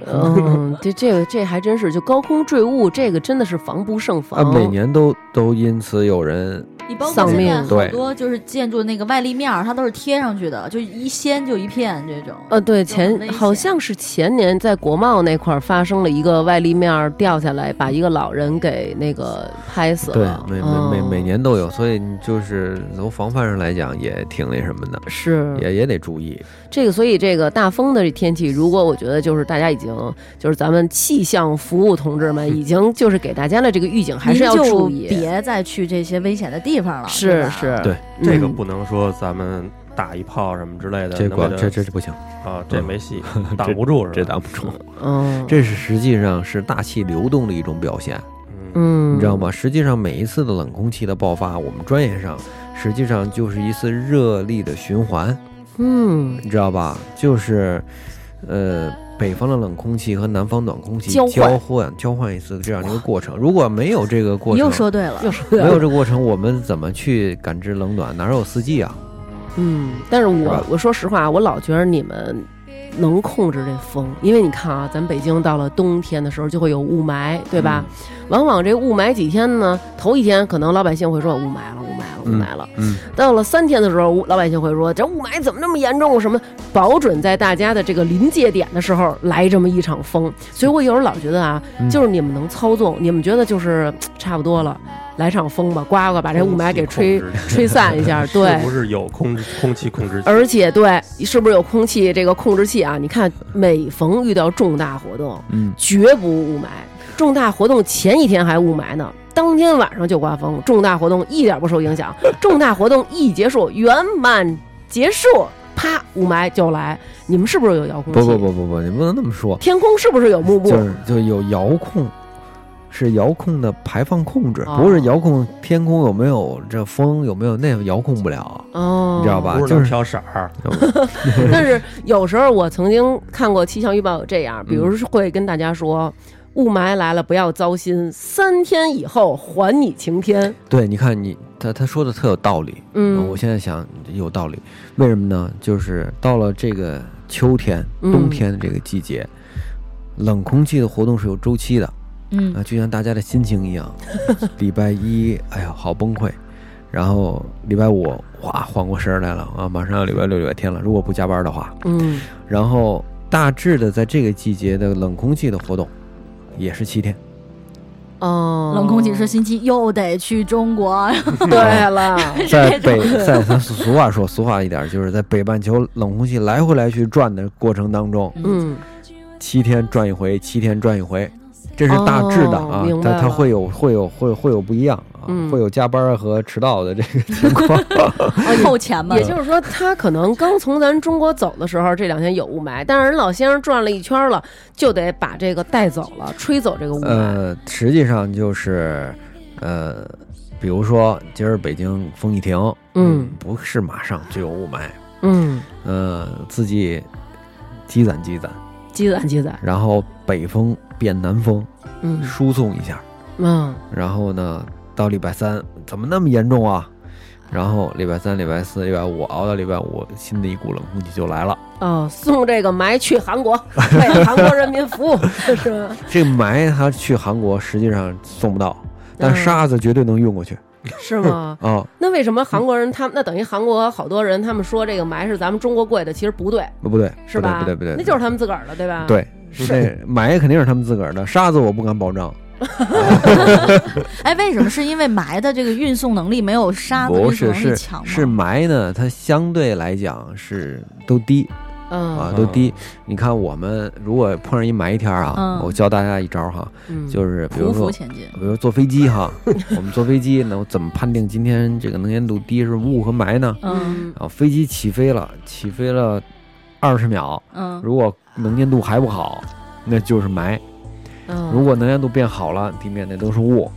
B: 嗯，这这个这还真是，就高空坠物这个真的是防不胜
A: 啊，
B: 防，
A: 每年都都因此有人
D: 你包括
B: 丧
D: 现在
B: 命
D: 好
A: 对
D: 多就是建筑那个外立面儿，它都是贴上去的，就一掀就一片这种。
B: 呃，对，
D: 就很危
B: 前
D: 险
B: 好像是前年在国贸那块儿发生了一个外立面儿掉下来，把一个老人给那个拍死
A: 对哦
B: 了。
A: 每
B: 嗯
A: 每每每年都有，所以你就是从防范上来讲也挺那什么的，
B: 是
A: 也也得注意。
B: 这个，所以这个大风的天气，如果我觉得就是大家已经就是咱们气象服务同志
A: 嗯
B: 们已经就是给大家的这个预警，还是要
D: 您就
B: 注意。
D: 别再去这些危险的地方了。
B: 是
D: 吧
B: 是，
A: 对
C: 这个
B: 嗯
C: 不能说咱们打一炮什么之类的，
A: 这
C: 能为
A: 管
C: 了
A: 这这这不行，
C: 啊，这没戏，挡不住是吧？
A: 这挡不住。
B: 嗯，
A: 这是实际上是大气流动的一种表现，
C: 嗯，
B: 嗯，
A: 你知道？吗？实际上每一次的冷空气的爆发，我们专业上实际上就是一次热力的循环，
B: 嗯，
A: 你知道吧？就是，呃。北方的冷空气和南方暖空气
B: 交
A: 交
B: 换
A: 换交换一次这样的一个过程，如果没有这个过
D: 你又
A: 程，
D: 说对了，
B: 又
A: 没
B: 是
A: 有这个过程，我们怎么去感知冷暖？哪有四季啊？
B: 嗯，但是
A: 是
B: 我
A: 吧
B: 我说实话，我老觉得你们能控制这风，因为你看啊，咱北京到了冬天的时候就会有雾霾，对吧？往往这雾霾几天呢，头一天可能老百姓会说雾霾了，雾霾了，雾
A: 嗯
B: 霾了。
A: 嗯，
B: 到了三天的时候，雾老百姓会说这雾霾怎么那么严重？什么？保准在大家的这个临界点的时候来这么一场风。所以我有时候老觉得啊，
A: 嗯
B: 就是你们能操纵，你们觉得就是嘖差不多了，来场风吧，刮刮把这雾霾给吹
C: 空气控制
B: 吹散一下， 对
C: 是。不是有空空气控制器？
B: 而且对，是不是有空气这个控制器啊？你看，每逢遇到重大活动，
A: 嗯，
B: 绝不雾霾。重大活动前一天还雾霾呢，当天晚上就刮风。重大活动一点不受影响，重大活动一结束，圆满结束，啪，雾霾就来。你们是不是有遥控器？
A: 不不，不不不，你不能那么说，
B: 天空是不是有幕布？
A: 就是就有遥控，是遥控的排放控制，
B: 哦
A: 不是遥控天空有没有这风有没有那遥控不了。啊
B: 哦，
A: 你知道吧
C: 不是
A: 就
C: 能
A: 是
C: 调色儿，
B: 但是有时候我曾经看过气象预报有这样，比如说会跟大家说。雾霾来了，不要糟心，三天以后还你晴天。
A: 对，你看你他他说的特有道理，
B: 嗯，
A: 我现在想有道理，为什么呢？就是到了这个秋天、
B: 嗯
A: 冬天的这个季节，冷空气的活动是有周期的。
D: 嗯
A: 啊，就像大家的心情一样，礼拜一，哎呀，好崩溃，然后礼拜五，哇，缓过神儿来了啊，马上要礼拜六、礼拜天了，如果不加班的话，
B: 嗯
A: 然后大致的在这个季节的冷空气的活动也是七天，
B: 哦，
D: 冷空 气是星期又得去中国，
B: 对 了，
A: 在北在咱俗俗话说俗话一点儿，就是在北半球冷空气来回来去转的过程当 中，
B: 嗯，
A: 七天转一回，七天转一回，这是大致的
B: 哦
A: 啊
B: 明，白
A: 它它
B: 了
A: 会有会有会有会有不一样啊，
B: 嗯
A: 会有加班儿和迟到的这个情况。
D: 嗯扣钱嘛
B: 也。就是说，他可能刚从咱中国走的时候，这两天有雾霾，但是人老先生转了一圈了，就得把这个带走了，吹走这个雾霾。
A: 呃，实际上就是，呃，比如说今儿北京风一停，
B: 嗯
A: 不是马上就有雾霾，
B: 嗯，
A: 呃，自己积攒积攒，
B: 积 攒积攒，
A: 然后北风变南风，
B: 嗯
A: 输送一下，
B: 嗯
A: 然后呢，到礼拜三怎么那么严重啊？然后礼拜三、礼拜四、礼拜五熬到礼拜五，新的一股冷空气就来了。
B: 哦，送这个霾去韩国， 为韩国人民服务， 是吧？
A: 这霾它去韩国实际上送不到，但
B: 嗯
A: 沙子绝对能运过去
B: 是吗？
A: 啊、
B: 那为什么韩国人他们那等于韩国好多人他们说这个霾是咱们中国贵的，其实不对，
A: 不对，
B: 是吧？
A: 不对，不对，不对，
B: 那就是他们自个儿的，对
D: 啊
B: 吧？，
A: 对，
D: 嗯
A: 那霾肯定是他们自个儿的，沙子我不敢保证。
D: 哎，为什么？是因为霾的这个运送能力没有沙子运
A: 不
D: 送
A: 是，
D: 能力
A: 是
D: 强吗？
A: 是霾呢，它相对来讲是都低，啊，
B: 嗯
A: 都低。你看我们如果碰上一埋天儿啊，
D: 嗯
A: 我教大家一招哈，
B: 嗯，
A: 就是比
D: 匍
A: 如说
D: 匐前进。
A: 比如坐飞机 哈，我们坐飞机，那我怎么判定今天这个能见度低是雾和霾呢？
D: 嗯
A: 啊，飞机起飞了，起飞了二十秒，
D: 嗯
A: 如果能见度还不好，那就是霾；
B: 嗯，
A: 如果能见度变好了，地面那都是雾，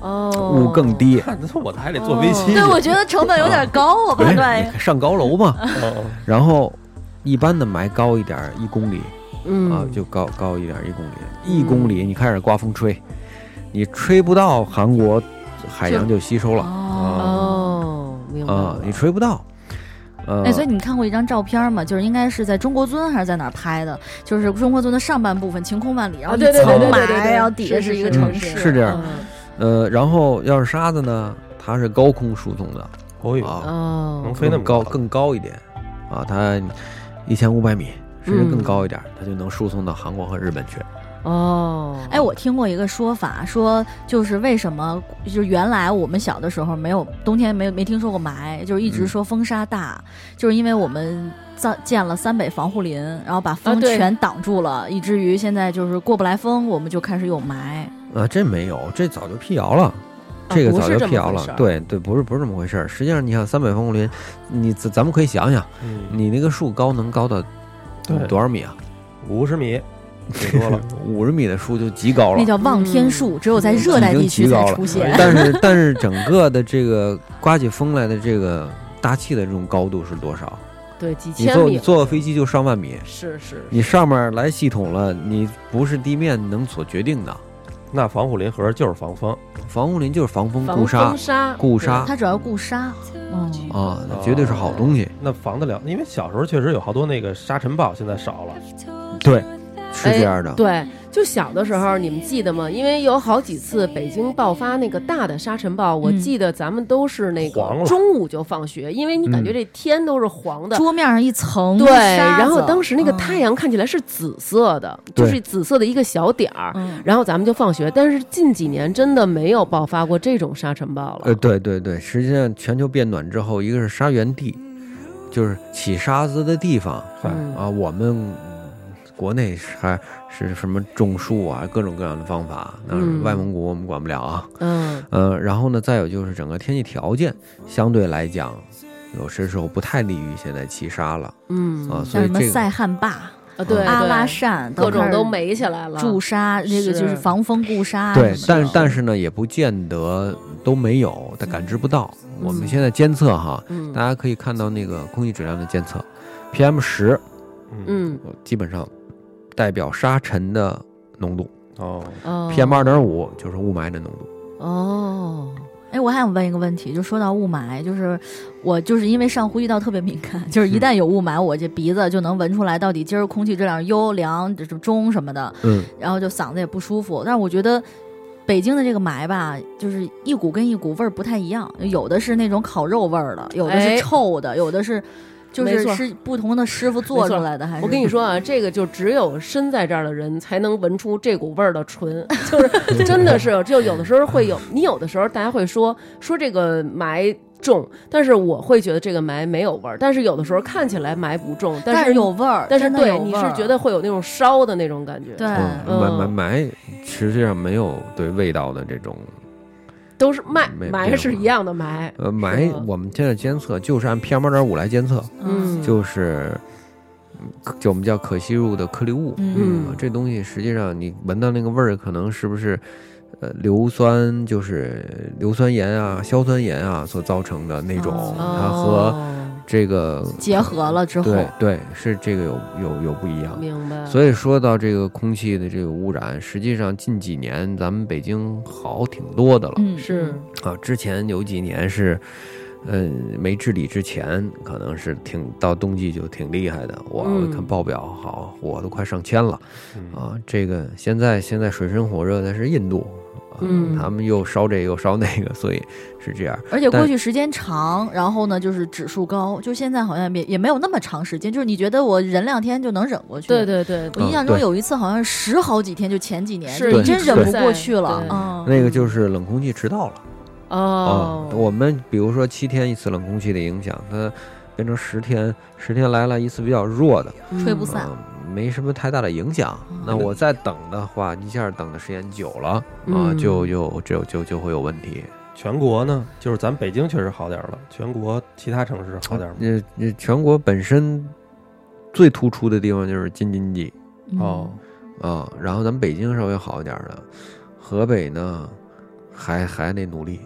B: 哦，
A: 雾更低。
C: 看，那我还得坐飞机去。
D: 对，我觉得成本有点高，我
A: 不是哎你
D: 判断呀。
A: 看上高楼嘛，
C: 哦
A: 然后一般的霾高一点儿，一公里
B: 嗯
A: 啊，就高高一点儿，一公里，一公
D: 嗯
A: 里你开始刮风吹，你吹不到韩国海洋就吸收了
D: 哦，
B: 哦，明白
A: 啊
B: 了，
A: 你吹不到。呃，
D: 哎，所以你看过一张照片吗？就是应该是在中国尊还是在哪儿拍的？就是中国尊的上半部分晴空万里，然后一
B: 啊对对
D: 啊层
B: 对对对对
D: 霾，
B: 对
D: 然后底下
B: 是
D: 一
B: 是
D: 个
B: 是
D: 城
B: 是
D: 市，
A: 是这样
B: 嗯
A: 呃，然后要是沙子呢，它是高空输送的
C: 哦呦，
A: 啊，
B: 哦
C: 能，飞那么
A: 更高
C: 了
A: 更高一点啊，它一千五百米甚至更
B: 嗯
A: 高一点，它就能输送到韩国和日本去。
B: 哦，
D: 哎，我听过一个说法，说就是为什么就是原来我们小的时候没有冬天没有没听说过霾，就是一直
A: 嗯
D: 说风沙大，就是因为我们造建了三北防护林，然后把风
B: 对
D: 全挡住了，以至于现在就是过不来风，我们就开始有霾。
A: 啊，这没有，这早就辟谣了。这个
B: 啊不
A: 早
B: 是
A: 就
B: 这
A: 辟
B: 么
A: 谣
B: 回
A: 了
B: 事儿，
A: 对对，不是不是这么回事儿。实际上，你看三北风红林，你咱咱们可以想想，
C: 嗯，
A: 你那个树高能高到
C: 对
A: 多少米啊？
C: 五十米，挺多了。
A: 五十米的树就极高
D: 那
A: 了，嗯
D: 叫望天树，只有在热带地区才出现。
A: 但是但是整个的这个刮起风来的这个大气的这种高度是多少？
B: 对几
A: 你
B: 千
A: 坐
B: 米
A: 你坐飞机就上万米，
B: 是是，
A: 你上面来系统了，你不是地面能所决定的。
C: 那防护林盒就是防风，
A: 防护林就是防风
B: 防
A: 固沙
B: 风沙
A: 固沙
D: 它主要固沙，嗯，
A: 啊，那绝对是好东西。
C: 那防得了。因为小时候确实有好多那个沙尘暴，现在少了。
B: 嗯
A: 对，是这样的。
B: 哎对，就小的时候你们记得吗？因为有好几次北京爆发那个大的沙尘暴，我
D: 嗯
B: 记得咱们都是那
C: 黄
B: 个
C: 了
B: 中午就放学，因为你感觉
A: 嗯
B: 这天都是黄的。
D: 桌面上一层
B: 对，
D: 沙子
B: 然后当时那个太，
D: 嗯
B: 阳看起来是紫色的，就是
A: 对
B: 紫色的一个小点儿，
D: 嗯
B: 然后咱们就放学。但是近几年真的没有爆发过这种沙尘暴了。
A: 呃，对对对，实际上全球变暖之后，一个是沙原地，就是起沙子的地方
B: 嗯
A: 啊，我们嗯国内是还是什么种树啊，各种各样的方法。那
B: 嗯
A: 外蒙古我们管不了啊。
B: 嗯
A: 呃，然后呢，再有就是整个天气条件相对来讲，有些时候不太利于现在起沙了
B: 嗯
A: 啊，所
D: 像
A: 以
D: 什么
A: 这
D: 塞
A: 个
D: 罕坝、
B: 啊对，
D: 阿拉
B: 对
D: 善，
B: 各种都
D: 没。
B: 美起来了。
D: 驻沙，这个就是
B: 是
D: 防风固沙什么
A: 对
D: 的。，
A: 但但是呢，也不见得都没有，但感知不到。我们
B: 嗯
A: 现在监测哈，
B: 嗯
A: 大家可以看到那个空气质量的监测，PM 十。
C: 嗯
B: 嗯
A: 基本上代表沙尘的浓度
C: 哦，
D: 嗯
B: 哦
A: ，PM 二点五就是雾霾的浓度。
B: 哦，
D: 哎，我还想问一个问题，就说到雾霾，就是我就是因为上呼吸道特别敏感，就是一旦有雾霾，我这鼻子就能闻出来到底今儿空气质量优良、这中什么的，
A: 嗯，
D: 然后就嗓子也不舒服。但是我觉得北京的这个霾吧，就是一股跟一股味儿不太一样，有的是那种烤肉味儿的，有的
B: 哎
D: 是臭的，有的是就
B: 没
D: 是
B: 错
D: 是不同的师傅
B: 没
D: 做出
B: 错
D: 来的，还 是
B: 我跟你说啊，这个就只有身在这儿的人才能闻出这股味儿的纯， 就是真的是，就有的时候会有，你有的时候大家会说说这个霾重，但是我会觉得这个霾没有味儿，但是有的时候看起来霾不重，
D: 但
B: 是
D: 有，味儿，
B: 但是
D: 真的有
B: 对，你
D: 味
B: 是
D: 儿
B: 觉得会有那种烧的那种感觉，
D: 对，
A: 嗯，霾霾霾实际上没有对味道的这种
B: 都是霾
A: 没
B: 霾是一样的霾，
A: 呃
B: 是
A: 霾
B: 的，
A: 我们现在监测就是按 PM 二点五来监测，
B: 嗯，
A: 就是嗯可就我们叫可吸入的颗粒物。
D: 嗯
A: 啊这东西实际上你闻到那个味儿，可能是不是？呃，硫酸就是硫酸盐啊、硝酸盐啊所造成的那种，
D: 哦
A: 它和这个
D: 结合了之后，
A: 对对，是这个有有有不一样。
B: 哦明白，
A: 所以说到这个空气的这个污染，实际上近几年咱们北京好挺多的了、
D: 嗯，
B: 是
A: 啊。之前有几年是，嗯，没治理之前可能是挺到冬季就挺厉害的。我
B: 嗯
A: 看报表，好，我都快上千了
C: 嗯
A: 啊。这个现在现在水深火热的是印度，啊
B: 嗯
A: 他们又烧这个又烧那个，所以是这样。
D: 而且过
A: 但
D: 去时间长，然后呢，就是指数高，就现在好像也也没有那么长时间，就是你觉得我忍两天就能忍过去。
B: 对对对，
D: 我印象
A: 嗯
D: 中
A: 对
D: 有一次好像十好几天，就前几年，
B: 是
D: 就
A: 一
D: 真
A: 直
D: 忍不
B: 在
D: 过去了
B: 对。
D: 嗯，
A: 那个就是冷空气迟到了。啊
B: 哦，
A: 我们比如说七天一次冷空气的影响，它变成十天，十天来了一次比较弱的，
D: 吹
B: 嗯
D: 不散
A: 嗯，没什么太大的影响。那我再等的话，一下等的时间久了啊、
B: 嗯
A: 就就就就就会有问题。
C: 全国呢，就是咱北京确实好点儿了，全国其他城市好点儿吗？
A: 呃，呃全国本身最突出的地方就是京津冀
D: 嗯
B: 嗯
C: 哦，，
A: 啊、然后咱们北京稍微好一点的，河北呢还还得努力，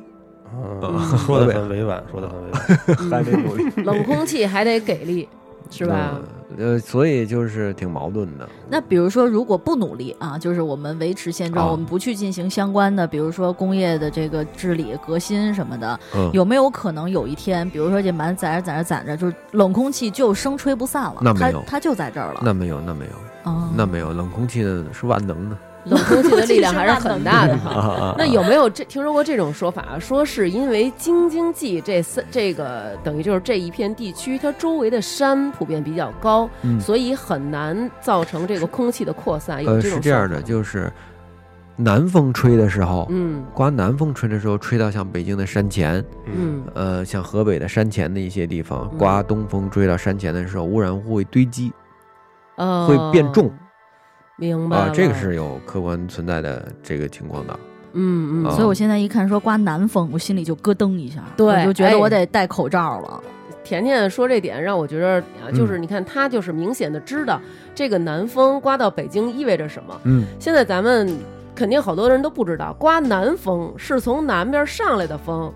C: 嗯，说的很委婉，说的很委婉。
B: 嗯
A: 还得努力，
B: 冷空气还得给力， 是吧？
A: 呃，所以就是挺矛盾的。
D: 那比如说，如果不努力啊，就是我们维持现状，
A: 啊
D: 我们不去进行相关的，比如说工业的这个治理、革新什么的，
A: 嗯，
D: 有没有可能有一天，比如说这瞒攒着攒着攒着，就是冷空气就生吹不散了？
A: 那没
D: 它
A: 有
D: 它就在这儿了。
A: 那没有，那没有，
D: 哦
A: 那没有，冷空气呢是万能的
B: 冷空气的力量还是很大的哈。
A: 啊
B: 那有没有这听说过这种说法、说是因为京津冀这三这个等于就是这一片地区，它周围的山普遍比较高，
A: 嗯
B: 所以很难造成这个空气的扩散。有
A: 呃，
B: 这种
A: 是这样
B: 说
A: 的，
B: 法
A: 就是南风吹的时候，
B: 嗯
A: 刮南风吹的时候，吹到像北京的山前，
B: 嗯
A: 呃，像河北的山前的一些地方
B: 嗯，
A: 刮东风吹到山前的时候，污染物会堆积
B: 呃
A: 会变重，
B: 明白
A: 啊、这个
B: 了
A: 是有客观存在的这个情况的。
B: 嗯嗯，
A: 啊
D: 所以我现在一看说刮南风，我心里就咯噔一下，
B: 对
D: 我就觉
B: 哎
D: 得我得戴口罩了。
B: 甜甜说这点让我觉得啊，就是
A: 嗯
B: 你看她就是明显的知道这个南风刮到北京意味着什么。
A: 嗯，
B: 现在咱们肯定好多人都不知道，刮南风是从南边上来的风，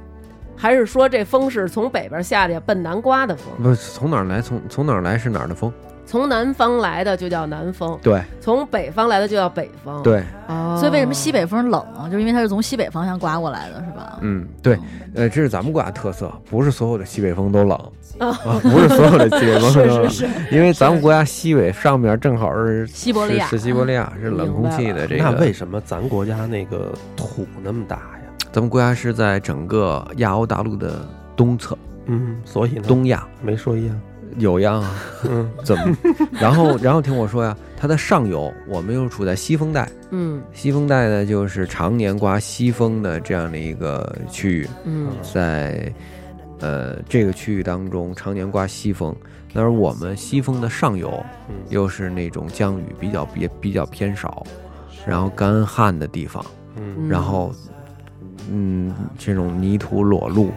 B: 还是说这风是从北边下去奔南刮的风？
A: 不是从哪儿来，从从哪儿来是哪儿的风？
B: 从南方来的就叫南风，
A: 对
B: 从北方来的就叫北风。，
A: 对，
B: 哦、
D: 所以为什么西北风冷啊？就是因为它是从西北方向刮过来的，是吧？
A: 嗯对，呃，这是咱们国家特色，不是所有的西北风都冷，
B: 啊
A: 啊，不是所有的西北风都冷，
D: 哦是是
A: 因为咱们国家西北上面正好是
D: 西伯利亚
A: 是是西伯利亚是冷空气的这个。
C: 那为什么咱国家那个土那么大呀？
A: 咱们国家是在整个亚欧大陆的东侧，
C: 嗯，所以呢，
A: 东亚
C: 没说一样。
A: 有呀，
C: 嗯，
A: 怎 么？然后然后听我说呀，它的上游我们又处在西风带，
B: 嗯
A: 西风带呢就是常年刮西风的这样的一个区域，
B: 嗯
A: 在呃这个区域当中常年刮西风，那而我们西风的上游
C: 嗯
A: 又是那种降雨比较也比较偏少，然后干旱的地方，
C: 嗯
A: 然后嗯这种泥土裸露，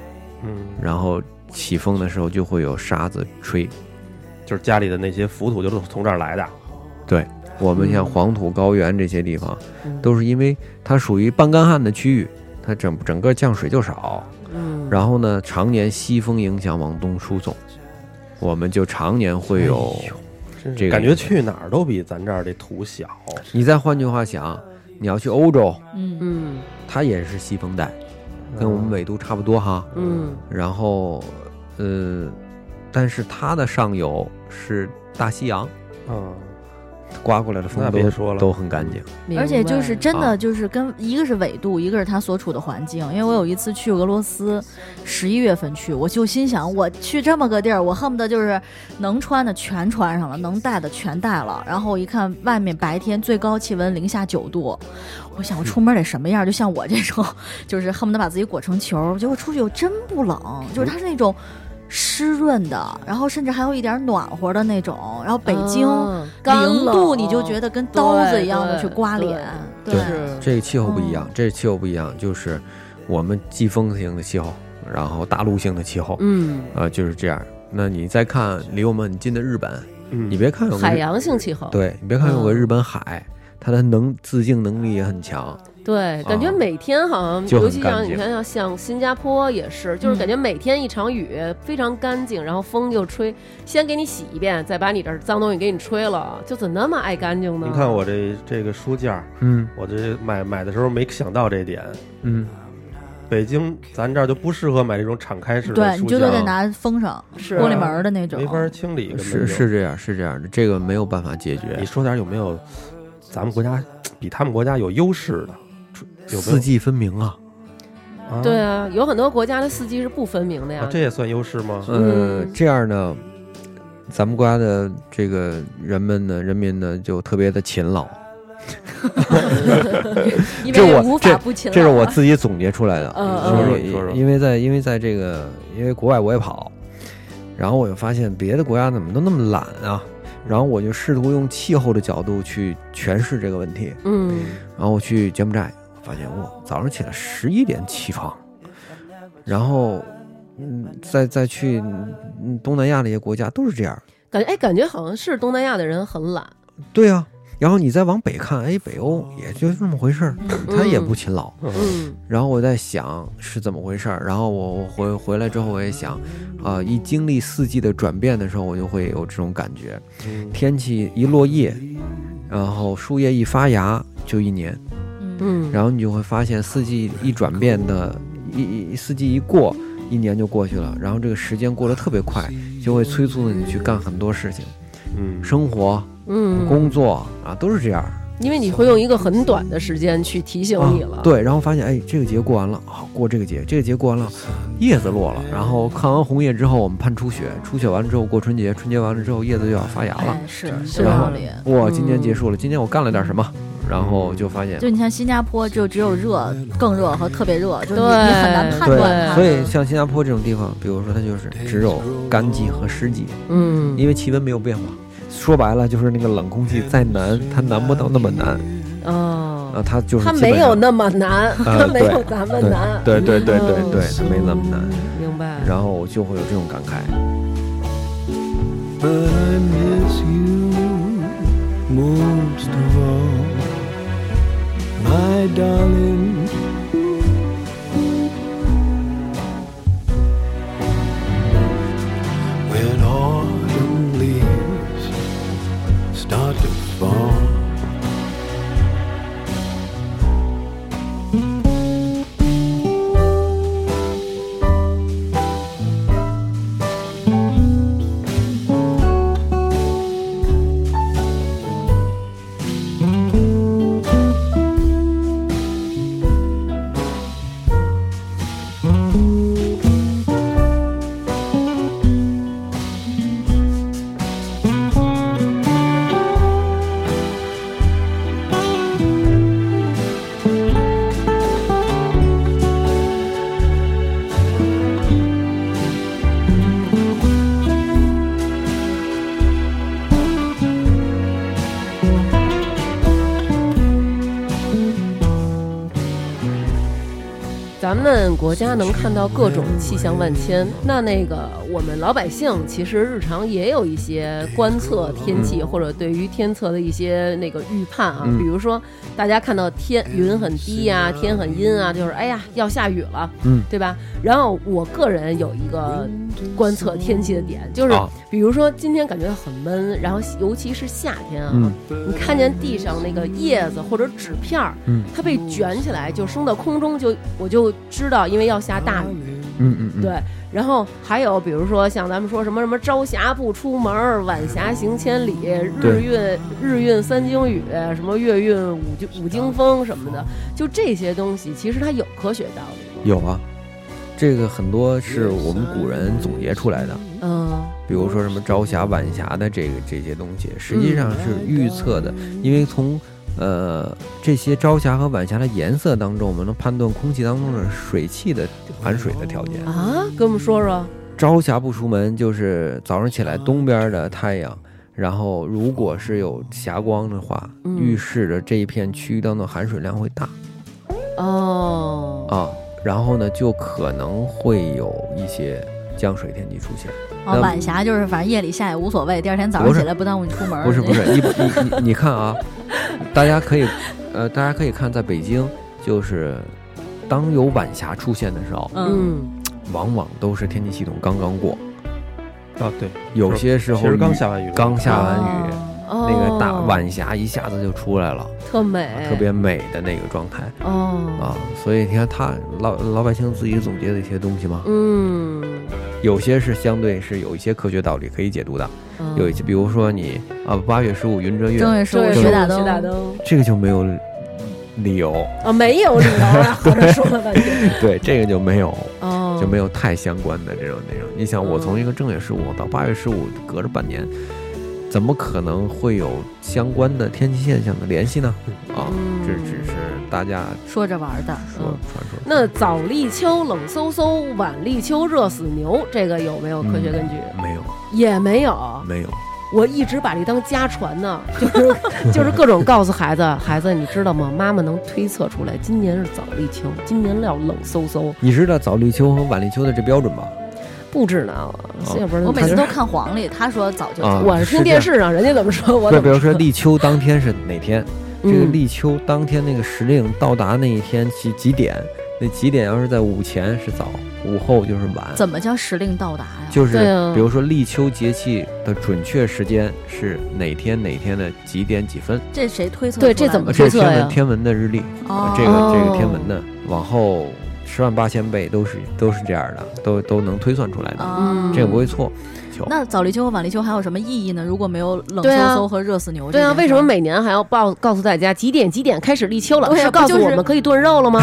C: 嗯，
A: 然后起风的时候就会有沙子吹。
C: 就是家里的那些浮土就是从这儿来的。
A: 我们像
B: 嗯
A: 黄土高原这些地方，
B: 嗯
A: 都是因为它属于半干旱的区域，它整整个降水就少，
B: 嗯，
A: 然后呢，常年西风影响往东输送，我们就常年会有。
C: 哎呦真是
A: 这个
C: 感觉去哪儿都比咱这儿这土小。
A: 你再换句话想，你要去欧洲，
D: 嗯，
B: 嗯
A: 它也是西风带，跟我
C: 嗯
A: 们纬度差不多哈。
B: 嗯
A: 然后，呃，但是它的上游是大西洋，
C: 嗯，
A: 刮过来的
C: 那
A: 风
C: 别
A: 都
C: 说了嗯
A: 都很干净。
B: 明白
D: 而且就是真
A: 啊
D: 的就是跟一个是纬度，一个是它所处的环境。因为我有一次去俄罗斯，十一月份去，我就心想，我去这么个地儿，我恨不得就是能穿的全穿上了，能带的全带了。然后我一看外面白天最高气温零下九度，我想我出门得什么样？就像我这种，就是恨不得把自己裹成球。结果出去又真不冷，就是它是那种。湿润的，然后甚至还有一点暖和的那种。然后北京
B: 啊干
D: 零度，
B: 冷
D: 你就觉得跟刀子一样的
B: 对
D: 去刮
B: 对
D: 脸。
B: 对是
A: 这个气候不一样
C: 哦
D: 嗯，
A: 这个气候不一样，就是我们季风型的气候，然后大陆性的气候，
B: 嗯
A: 呃，就是这样。那你再看离我们很近的日本，
C: 嗯
A: 你别看有个
B: 海
A: 日，
B: 洋性气
C: 啊
B: 候。
A: 对你别看有个
B: 嗯
A: 日本海，它的能自净能力也很强，
B: 对，感觉
A: 啊
B: 每天好像，
A: 就很
B: 尤其像
A: 干净
B: 你看，像像新加坡也是，就是
D: 嗯
B: 感觉每天一场雨，非常干净，然后风又吹，先给你洗一遍，再把你这儿脏东西给你吹了，就怎么那么爱干净呢？
C: 您看我这这个书架，
A: 嗯
C: 我这买买的时候没想到这点。
A: 嗯，
C: 北京咱这儿就不适合买这种敞开式的
D: 对，
C: 书
D: 你
C: 架
D: 就，得拿封上
B: 是
A: 啊
D: 玻璃门儿的那种
C: 没。法清理。根本
A: 是
C: 就是
A: 这样，是这样的，这个没有办法解
C: 你
A: 决。
C: 说点有没有咱们国家比他们国家有优势的？出有没
A: 四季分明啊，
C: 有？啊
B: 对啊，有很多国家的四季是不分明的呀。
C: 啊，这也算优势吗？
A: 呃，
B: 嗯
A: 这样呢，咱们国家的这个人们呢，人民呢就特别的勤劳，
C: 啊
D: 因
A: 这我
D: 为无
A: 这
D: 法不勤劳。
A: 这是我自己总结出来的。
B: 嗯嗯
C: 说说
A: 因为
C: 你说说
A: 因为在因为在这个因为国外我也跑，然后我就发现别的国家怎么都那么懒啊，然后我就试图用气候的角度去诠释这个问题。
B: 嗯，
A: 然后我去柬埔寨，发现哇，早上起来十一点起床，然后嗯，再再去嗯东南亚那些国家都是这样。
B: 感觉哎，感觉好像是东南亚的人很懒，
A: 对啊，然后你再往北看，哎，北欧也就那么回事儿，他也不勤劳。
B: 嗯
A: 然后我在想是怎么回事儿，然后我我回回来之后我也想，啊、一经历四季的转变的时候，我就会有这种感觉。天气一落叶，然后树叶一发芽就一年，
D: 嗯
B: 嗯，
A: 然后你就会发现四季一转变的，一一四季一过，一年就过去了，然后这个时间过得特别快，就会催促你去干很多事情，
C: 嗯，
A: 生活、
B: 嗯，
A: 工作啊都是这样。
B: 因为你会用一个很短的时间去提醒你了，
A: 啊。，对，然后发现哎，这个节过完了啊，过这个节，这个节过完了，叶子落了，然后看完红叶之后，我们盼初雪，初雪完了之后过春节，春节完了之后叶子就要发芽了。
D: 哎，是是
B: 是
D: 有
B: 吧
D: 道理。
A: 哇，今年结束了，今年我干了点什么，然后就发现
D: 就。你像新加坡，就只有热、更热和特别热，就是你
B: 对
D: 你很难判
A: 对
D: 断
B: 啊
D: 它，
A: 所以像新加坡这种地方，比如说它就是只有干季和湿季，
B: 嗯，
A: 因为气温没有变化。说白了就是那个冷空气再难，它难不到那么难啊，
B: 哦，
A: 它就是
B: 他
A: 基本
B: 没有
A: 上啊
B: 那么 难，他没有咱们难，
A: 对对对对
B: 嗯
A: 对，它没那
B: 那
A: 么难。，
B: 明白。
A: 然后我就会有这种感慨。
F: But I miss you most of all, my darling. When autumn leaves start to fall.
B: 咱们国家能看到各种气象万千，那那个我们老百姓其实日常也有一些观测天气、或者对于天测的一些那个预判啊，
A: 嗯
B: 比如说大家看到天云很低呀、天很阴啊，就是哎呀要下雨了，
A: 嗯，
B: 对吧？然后我个人有一个观测天气的点，就是
A: 啊
B: 比如说今天感觉很闷，然后尤其是夏天啊，
A: 嗯
B: 你看见地上那个叶子或者纸片儿，
A: 嗯
B: 它被卷起来就升到空中就，我就知道，因为要下大雨。
A: 嗯嗯嗯，
B: 对，然后还有比如说像咱们说什么什么朝霞不出门儿，晚霞行千里，日
A: 对
B: 运日运三经雨，什么月运五经五经风什么的，就这些东西，其实它有科学道理。
A: 有啊，这个很多是我们古人总结出来的，
B: 嗯
A: 比如说什么朝霞、晚霞的这个这些东西，实
B: 嗯
A: 际上是预测的，因为从呃这些朝霞和晚霞的颜色当中，我们能判断空气当中的水汽的含水的条件。
B: 啊，跟我们说说，
A: 朝霞不出门，就是早上起来东边的太阳。然后，如果是有霞光的话，
B: 嗯
A: 预示着这一片区域当中含水量会大。
B: 哦，
A: 啊，然后呢，就可能会有一些降水天气出现。
D: 哦，晚霞就是反正夜里下也无所谓，第二天早上
A: 不是
D: 起来不耽误你出门儿。
A: 不是不是，你你你你看啊，大家可以，呃，大家可以看，在北京，就是当有晚霞出现的时候，
D: 嗯，
B: 嗯
A: 往往都是天气系统刚刚过，
C: 啊，对，
A: 有些时候
C: 其实刚
A: 雨
C: 下完雨，
A: 刚下完雨，
D: 哦
B: 哦，哎
A: 那个大晚霞一下子就出来了，
B: 特美，
A: 特别美的那个状态
B: 哦，
A: 啊。所以你看他，老老百姓自己总结的一些东西嘛，
B: 嗯，
A: 有些是相对是有一些科学道理可以解读的。
B: 嗯
A: 有一些，比如说你啊，八月十五云遮月，
D: 正月十五
B: 对
A: 正
D: 学
A: 月
D: 打
B: 学打
D: 灯，
B: 灯
A: 这个就没有理由，
B: 啊，没有理由啊，好像说了半天，
A: 对，这个就没有
B: 哦，
A: 就没有太相关的这种内容。你想，我从一个正月十五到八月十五，隔着半年，怎么可能会有相关的天气现象的联系呢？啊，这只是大家
D: 说着玩儿的，
A: 说
B: 嗯
A: 传说。
B: 那早立秋冷飕飕，晚立秋热死牛，这个有没有科
A: 嗯
B: 学根据？
A: 没有，
B: 也没有，
A: 没有，
B: 我一直把这当家传呢，就是 就是各种告诉孩子，孩子你知道吗？妈妈能推测出来，今年是早立秋，今年要冷飕飕，
A: 你知道早立秋和晚立秋的这标准吧？
B: 不知道，
A: 哦
B: 要不然
D: 我每次都看黄历，他说早就
A: 嗯啊
D: 走
B: 我是听电视上人家怎么说，我
A: 就
B: 怎
A: 比
B: 么嗯
A: 如说立秋当天是哪天，这个立秋当天那个时令到达那一天几几点？那几点要是在午前是早，午后就是晚。
D: 怎么叫时令到达呀？
A: 就是
B: 对啊
A: 比如说立秋节气的准确时间是哪天哪天的几点几分？
D: 这谁推测出
B: 对
D: 来的？
B: 这怎么
A: 啊这
B: 推
A: 是
B: 测
A: 天
B: 呀
A: 文？天文的日历，
D: 哦
A: 啊，这个这个天文的，往后十万八千倍都是都是这样的，都都能推算出来的，
D: 啊
B: 嗯
A: 这个不会错。球
D: 那早立秋和晚立秋还有什么意义呢？如果没有冷
B: 对
D: 飕
B: 啊
D: 飕和热死牛这
B: 对
D: 件事
B: 啊
D: 儿，，
B: 为什么每年还要报告诉大家几点几点开始立秋了？
D: 对
B: 是
D: 啊不
B: 告诉
D: 就是
B: 我们可以炖肉了 吗？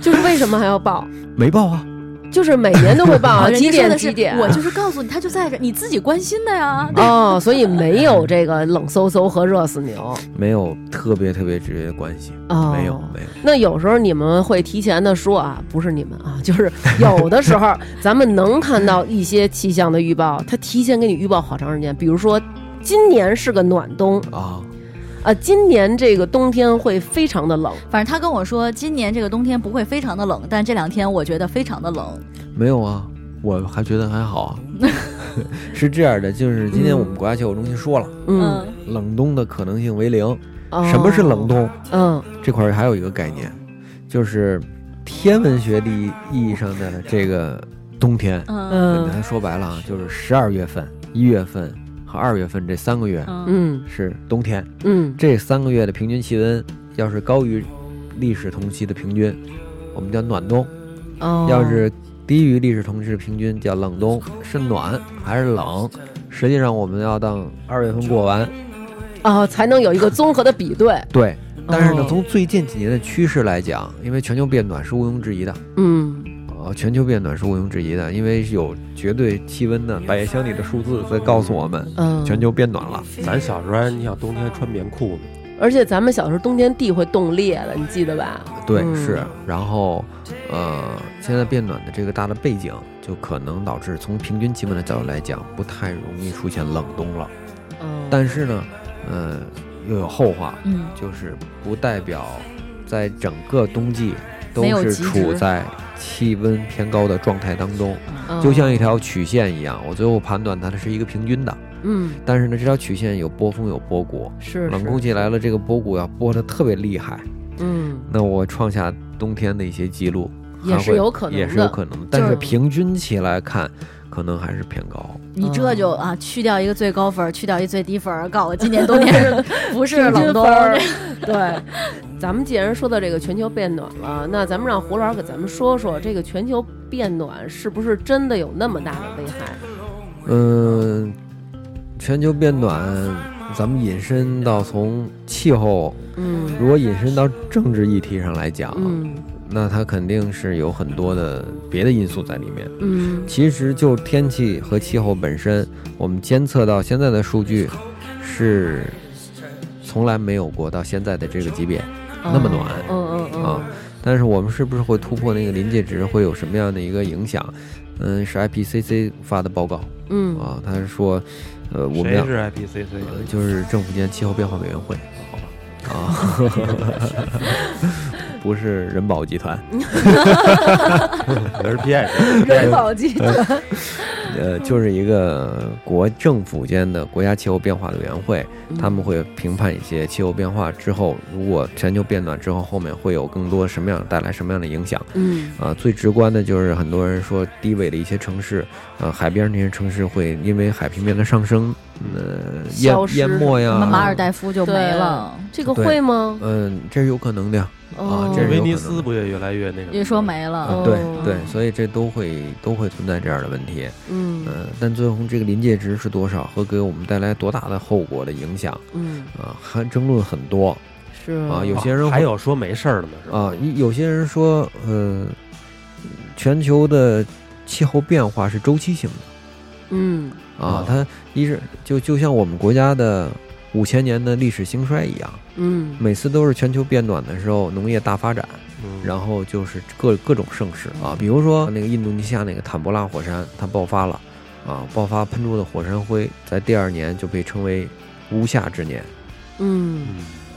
B: 就是为什么还要报？
A: 没报啊？
B: 就是每年都会报啊
D: 人
B: 几
D: 家说
B: 点
D: 的是
B: 几点。
D: 我就是告诉你，他就在这儿，你自己关心的呀。
A: 嗯
B: 哦，所以没有这个冷飕飕和热死牛
A: 没有特别特别直接的关系，
B: 哦，
A: 没有没有。
B: 那有时候你们会提前的说啊，不是你们啊， 就是有的时候咱们能看到一些气象的预报，它提前给你预报好长时间，比如说。今年是个暖冬
A: 啊，
B: 啊！今年这个冬天会非常的冷，
D: 反正他跟我说，今年这个冬天不会非常的冷，但这两天我觉得非常的冷。
A: 没有啊，我还觉得还好啊。 是这样的，就是今天我们国家气候中心说了，
B: 嗯，，
A: 冷冬的可能性为零。
B: 哦
A: 什么是冷？冬？
B: 嗯，
A: 这块儿还有一个概念，就是天文学的意义上的这个冬天。
D: 嗯
A: 简
B: 嗯
A: 单说白了啊，就是十二月份、一月份和二月份这三个月
D: 嗯
B: 嗯
A: 是冬天，
B: 嗯
A: 这三个月的平均气温要是高于历史同期的平均，我们叫暖冬；
B: 哦，
A: 要是低于历史同期的平均，叫冷冬。是暖还是冷？实际上我们要到二月份过完，
B: 哦，才能有一个综合的比对。
A: 对。但是呢
B: 哦，
A: 从最近几年的趋势来讲，因为全球变暖是毋庸置疑的，
B: 嗯
A: 呃，全球变暖是毋庸置疑的，因为有绝对气温的百叶箱里的数字在告诉我们，
B: 嗯，
A: 全球变暖了。
C: 咱小时候还，你想冬天穿棉裤呢，
B: 而且咱们小时候冬天地会冻裂的，你记得吧？
A: 对，
B: 嗯
A: 是。然后，呃，现在变暖的这个大的背景，就可能导致从平均气温的角度来讲，不太容易出现冷冬了。
B: 嗯，
A: 但是呢，呃，又有后话，
D: 嗯，
A: 就是不代表在整个冬季都
D: 没有
A: 是
D: 极
A: 处
D: 值
A: 在气温偏高的状态当中。
B: 嗯
A: 就像一条曲线一样，我最后判断它是一个平均的。
B: 嗯
A: 但是呢，这条曲线有波峰有波谷，
B: 是
A: 冷
B: 是
A: 空气来了，这个波谷要波得特别厉害，
B: 嗯
A: 那我创下冬天的一些记录，
B: 也
A: 还
B: 是
A: 会
B: 有可能的
A: 也是有可能的。但
B: 就是是
A: 平均起来看，可能还是偏高。
D: 你这就啊，去掉一个最高分儿，去掉一最低分儿，告诉我今年冬天是不是冷冬？
B: 儿， 对。咱们既然说到这个全球变暖了，那咱们让胡老师给咱们说说这个全球变暖是不是真的有那么大的危害？
A: 嗯，全球变暖，咱们引申到从气候，
B: 嗯
A: 如果引申到政治议题上来讲，
B: 嗯
A: 那它肯定是有很多的别的因素在里面。
B: 嗯
A: 其实就天气和气候本身，我们监测到现在的数据是从来没有过到现在的这个级别那么暖。
B: 嗯嗯
A: 啊
B: 嗯，
A: 但是我们是不是会突破那个临界值，会有什么样的一个影响？嗯，是 IPCC 发的报告
B: 嗯
A: 啊，他是说，呃，我们
C: 谁
A: 要
C: 是 IPCC？
A: 呃就是政府间气候变化委员会，好吧？啊，不是人保集团，
C: 那是 PS，
B: 人保集团
A: 呃，就是一个国政府间的国家气候变化委员会，他们会评判一些气候变化之后，如果全球变暖之后，后面会有更多什么样带来什么样的影响
B: 嗯
A: 啊？最直观的就是很多人说低纬的一些城市，呃，海边那些城市会因为海平面的上升，呃，淹
B: 消失
A: 淹没
D: 那马尔
A: 呀，
D: 代夫就没了，
B: 这个会吗？
A: 嗯、这是有可能的呀。
B: 哦
A: 啊这是
C: 威
A: 有
C: 尼
A: 可能
C: 斯不也越来越那个？
D: 也说没了
B: 哦。
A: 啊对对，所以这都会都会存在这样的问题。
B: 嗯
A: 嗯，但最后这个临界值是多少和给我们带来多大的后果的影响
B: 嗯
A: 啊，还争论很多
B: 是
A: 啊。有
C: 哦
A: 些人会
C: 还有说没事儿的呢，是吧？
A: 啊，一有些人说，呃，全球的气候变化是周期性的，
B: 嗯
A: 啊，它一是就就像我们国家的五千年的历史兴衰一样，
B: 嗯，
A: 每次都是全球变暖的时候，农业大发展，
C: 嗯
A: 然后就是各各种盛世啊，比如说那个印度尼西亚那个坦博拉火山，它爆发了啊，爆发喷出的火山灰，在第二年就被称为无夏之年
B: 嗯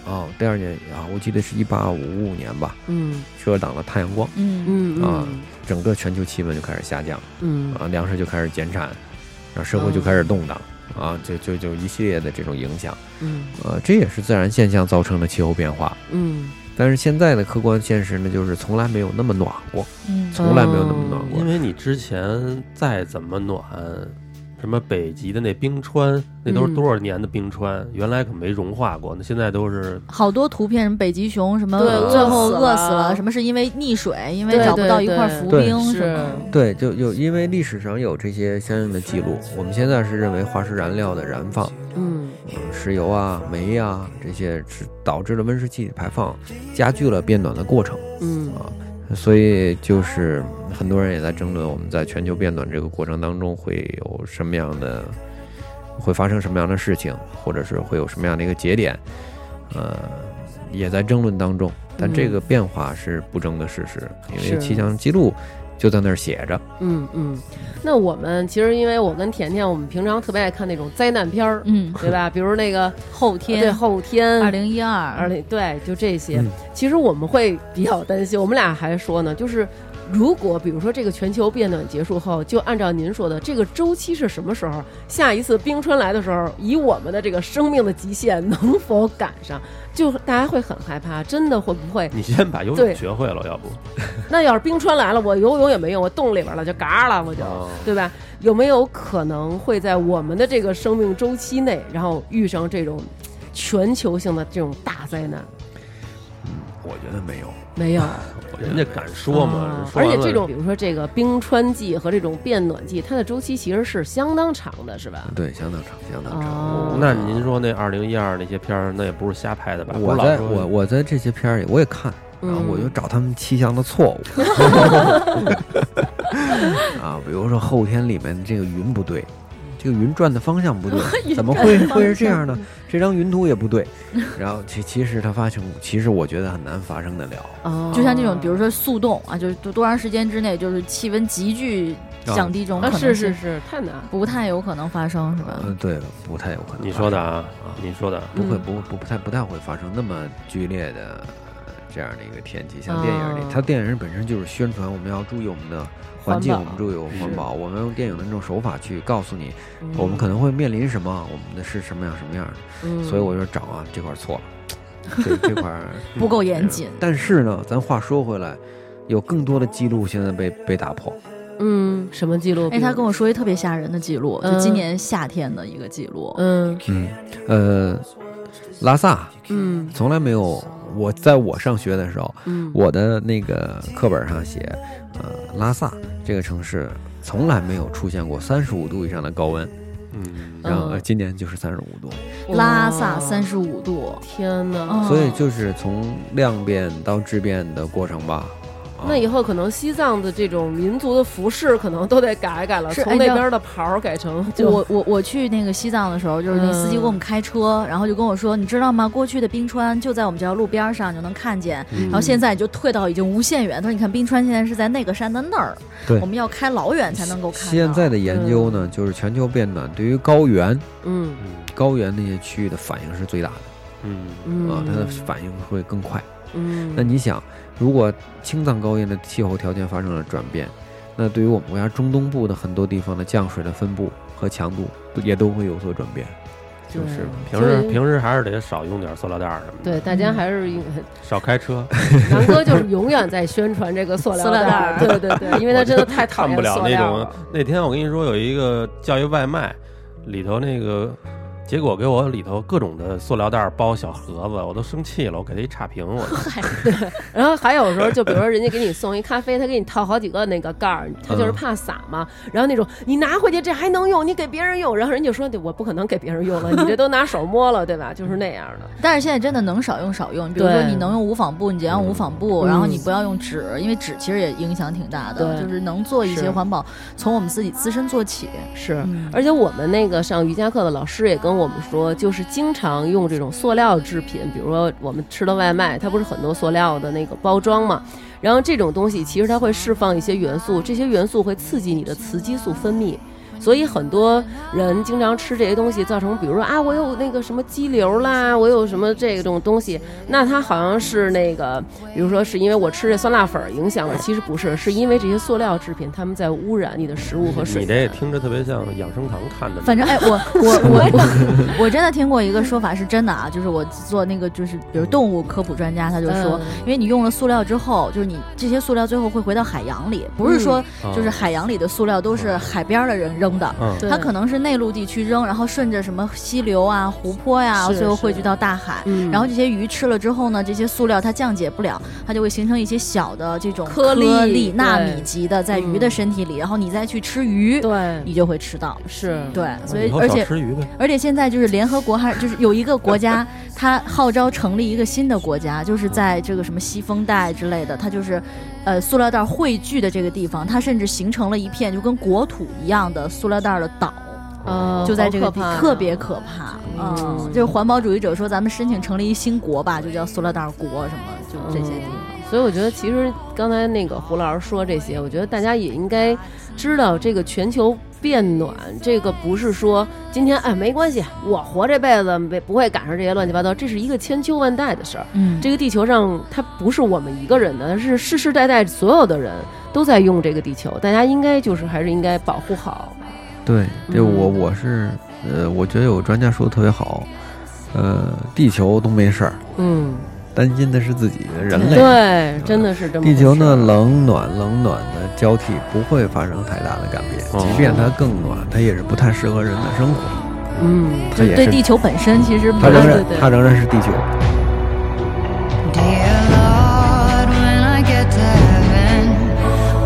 C: 嗯
A: 啊，第二年啊，我记得是一八五五年吧，
B: 嗯
A: 遮挡了太阳光，
D: 嗯
B: 嗯
A: 啊整个全球气温就开始下降
B: 嗯
A: 啊，粮食就开始减产，然后社会就开始动荡啊，就就就一系列的这种影响，
B: 嗯
A: 呃，这也是自然现象造成的气候变化。
B: 嗯，
A: 但是现在的客观现实呢，就是从来没有那么暖过，
D: 嗯
A: 从来没有那么暖过
C: 因。为你之前再怎么暖，什么北极的那冰川，那都是
B: 嗯
C: 多少年的冰川，原来可没融化过，那现在都是
D: 好多图片，什么北极熊，什么
B: 对
A: 饿
D: 最后
B: 死
D: 饿死
B: 了
D: 了，什么是因为溺水，因为
B: 对
D: 找不
B: 对
D: 到一块
B: 对
D: 浮
A: 对
D: 冰，
B: 是
D: 什么
A: 对，就就因为历史上有这些相应的记录，我们现在是认为化石燃料的燃放，
B: 嗯
A: 嗯石油啊、煤啊这些是导致了温室气体排放，加剧了变暖的过程。
B: 嗯
A: 所以就是很多人也在争论，我们在全球变暖这个过程当中会有什么样的，会发生什么样的事情，或者是会有什么样的一个节点，呃，也在争论当中。但这个变化是不争的事实，因
B: 嗯是
A: 为气象记录就在那儿写着。
B: 嗯嗯。那我们其实，因为我跟甜甜，我们平常特别爱看那种灾难片儿，
D: 嗯，
B: 对吧？比如那个
D: 后
B: 对
D: 天
B: 后天
D: 二零一
B: 而
D: 二，
B: 且对，就这些。
A: 嗯
B: 其实我们会比较担心，我们俩还说呢，就是如果比如说这个全球变暖结束后，就按照您说的这个周期是什么时候，下一次冰川来的时候，以我们的这个生命的极限能否赶上，就大家会很害怕，真的会不会？
C: 你先把游
B: 对
C: 泳学会了，要不
B: 那要是冰川来了，我游泳也没用，我冻里边了就嘎了，我就。
C: 哦
B: 对吧？有没有可能会在我们的这个生命周期内，然后遇上这种全球性的这种大灾难？
A: 我觉得没有，
B: 没有，
C: 人家敢说嘛，
B: 啊
C: 人说
B: 而
C: 完
B: 且
C: 了
B: 这种，比如说这个冰川季和这种变暖季，它的周期其实是相当长的，是吧？
A: 对，相当长，相当长。
B: 哦，
C: 那您说那二零一二那些片儿，那也不是瞎拍的吧？不
A: 我
C: 是老
A: 在
C: 说
A: 我我在这些片儿里我也看，然后
B: 嗯
A: 啊我就找他们气象的错误。 啊，比如说后天里面这个云不对，这个云转的方向不 对，怎么会会是这样
B: 嗯
A: 呢？这张云图也不对。然后其其实它发生，其实我觉得很难发生得了。
B: 哦，
D: 就像这种，比如说速冻啊，就是多多长时间之内，就是气温急剧降低这种可
B: 啊，
D: 能
B: 是
D: 性，
B: 是是，太难了。
D: 不太有可能发生，是吧？
A: 嗯，对了，不太有可能。
C: 你说的啊，你说的，
A: 不会
B: 嗯
A: 不会不不太不太会发生那么剧烈的呃这样的一个天气，像电影里
B: 哦，
A: 它电影本身就是宣传我们要注意我们的环境，
B: 环
A: 我
B: 保
A: 们注意我们环
B: 是
A: 保，我们用电影的那种手法去告诉你
B: 嗯
A: 我们可能会面临什么，我们的是什么样什么样的，
B: 嗯
A: 所以我就找啊这块儿错了，这 这块儿
D: 不够严谨。
A: 但是呢，咱话说回来，有更多的记录现在被被打破，
B: 嗯，什么记录？
D: 哎，他
B: 比
D: 跟
B: 如
D: 我说一特别吓人的记录，就
B: 嗯
D: 今年夏天的一个记录，
B: 嗯
A: 嗯，呃，拉萨
B: 嗯
A: 从来没有，我在我上学的时候。
B: 嗯，
A: 我的那个课本上写，呃，拉萨这个城市从来没有出现过三十五度以上的高温，
C: 嗯，
A: 然后呃
B: 嗯
A: 今年就是三十五度，
D: 拉萨
B: 哇
D: 三，十五度，
B: 天哪！
D: 嗯
A: 所以就是从量变到质变的过程吧。啊
B: 那以后可能西藏的这种民族的服饰可能都得改改了，
D: 是
B: 从
D: 哎
B: 那
D: 你知道
B: 边的袍儿改成就
A: 嗯
D: 我我我去那个西藏的时候，就是那司机给我们开车，然后就跟我说，你知道吗？过去的冰川就在我们这条路边上就能看见，
B: 嗯
D: 然后现在就退到已经无限远。他说，你看冰川现在是在那个山的那儿，
A: 对
D: 我们要开老远才能够看到。
A: 现在的研究呢，就是全球变暖对于高原
B: 嗯
C: 嗯
A: 高原那些区域的反应是最大的
C: 嗯
B: 嗯
A: 啊，它的反应会更快。
B: 嗯，
A: 那你想，如果青藏高原的气候条件发生了转变，那对于我们国家中东部的很多地方的降水的分布和强度都也都会有所转变。
B: 对
A: 就是
D: 嗯
C: 平时
B: 所以
C: 平时还是得少用点塑料袋儿什么的，
B: 对大家还是应
A: 嗯
C: 少 开车，
B: 南哥就是永远在宣传这个塑料
D: 塑料
B: 袋
D: 袋
B: 儿，对
D: 儿
B: 对对，因为他真的太讨
C: 看
B: 厌
C: 不了
B: 塑
C: 那
B: 料
C: 种。那天我跟你说，有一个叫一外卖，里头那个结果给我里头各种的塑料袋儿包小盒子，我都生气了，我给他一差评，我
B: 然后还有时候，就比如说人家给你送一咖啡，他给你套好几个那个盖儿，他就是怕洒嘛。然后那种你拿回去这还能用，你给别人用，然后人就说对我不可能给别人用了，你这都拿手摸了，对吧？就是那样的。
D: 但是现在真的能少用少用，比如说
B: 对
D: 你能用无纺布，你就用无纺布，
B: 嗯
D: 然后你不要用纸，因为纸其实也影响挺大的，
B: 对
D: 就是能做一些
B: 是
D: 环保，从我们自己自身做起。
B: 是
D: 嗯
B: 而且我们那个上瑜伽课的老师也跟我们说，就是经常用这种塑料制品，比如说我们吃的外卖，它不是很多塑料的那个包装嘛。然后这种东西其实它会释放一些元素，这些元素会刺激你的雌激素分泌，所以很多人经常吃这些东西，造成比如说啊，我有那个什么肌瘤啦，我有什么这种东西，那它好像是那个，比如说是因为我吃这酸辣粉儿影响了，其实不是，是因为这些塑料制品它们在污染你的食物和水
C: 你
B: 源。
C: 这听着特别像养生堂看的那种，
D: 反正哎，我我我我 我真的听过一个说法是真的啊，就是我做那个就是比如动物科普专家，他就说，
B: 嗯
D: 因为你用了塑料之后，就是你这些塑料最后会回到海洋里，不是说
C: 啊
D: 就是海洋里的塑料都是海边儿的人扔的，
C: 嗯，
B: 对
D: 它可能是内陆地区扔，然后顺着什么溪流啊、湖泊呀、
B: 是
D: 最后
B: 是
D: 汇聚到大海。
B: 嗯
D: 然后这些鱼吃了之后呢，这些塑料它降解不了，它就会形成一些小的这种
B: 颗粒对
D: 纳米级的在鱼的
B: 嗯
D: 身体里，然后你再去吃鱼，
B: 对，
D: 你就会吃到。
B: 是
D: 对，所以
C: 嗯以后
D: 而
C: 少
D: 且
C: 吃鱼呗，
D: 而且现在就是联合国还就是有一个国家，它号召成立一个新的国家，就是在这个什么西风带之类的，它就是，呃，塑料袋汇聚的这个地方，它甚至形成了一片就跟国土一样的塑料袋的岛，
B: 啊，
D: 就在这个
B: 好可
D: 地，
B: 怕
D: 特别可怕。嗯，就是环保主义者说，咱们申请成立一新国吧，就叫塑料袋国什么，就这些地方。
B: 嗯所以我觉得，其实刚才那个胡老师说这些，我觉得大家也应该知道，这个全球变暖，这个不是说今天哎没关系，我活这辈子没不会赶上这些乱七八糟，这是一个千秋万代的事儿。
D: 嗯，
B: 这个地球上它不是我们一个人的，是世世代代所有的人都在用这个地球，大家应该就是还是应该保护好。
G: 对，对我
B: 嗯
G: 我是呃，我觉得有个专家说的特别好，呃，地球都没事儿，
B: 嗯，
G: 担心的是自己的人类。
B: 对，真的是这么回
G: 地
B: 事。
G: 球呢，冷暖冷暖的交替不会发生太大的改变，
C: 哦
G: 即便它更暖，它也是不太适合人的生活。
B: 嗯，
G: 它也
D: 对
G: 是
D: 地，球本身其实不
G: 它仍
D: 是
G: 然
B: 对对
G: 它仍然是地球。
E: Dear Lord, when I get to heaven,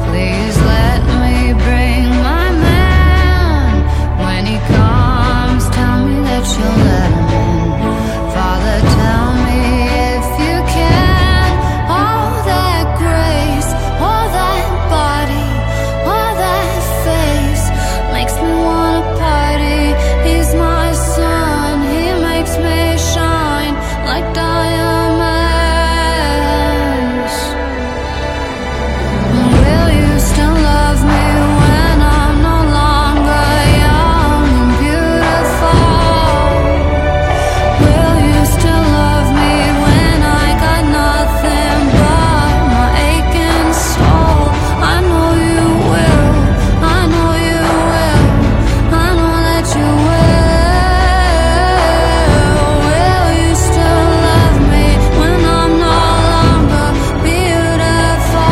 E: please let me bring my man. When he comes, tell me that you'll let him in. Father, tell me if you can. All that grace, all that body, all that face makes me wanna party. He's my son, he makes me shine like diamonds. Will you still love me when I'm no longer young and beautiful? Will you still love me when I got nothing but my aching soul? I know you will, I know you will, I know that you will. Will you still love me when I'm no longer beautiful?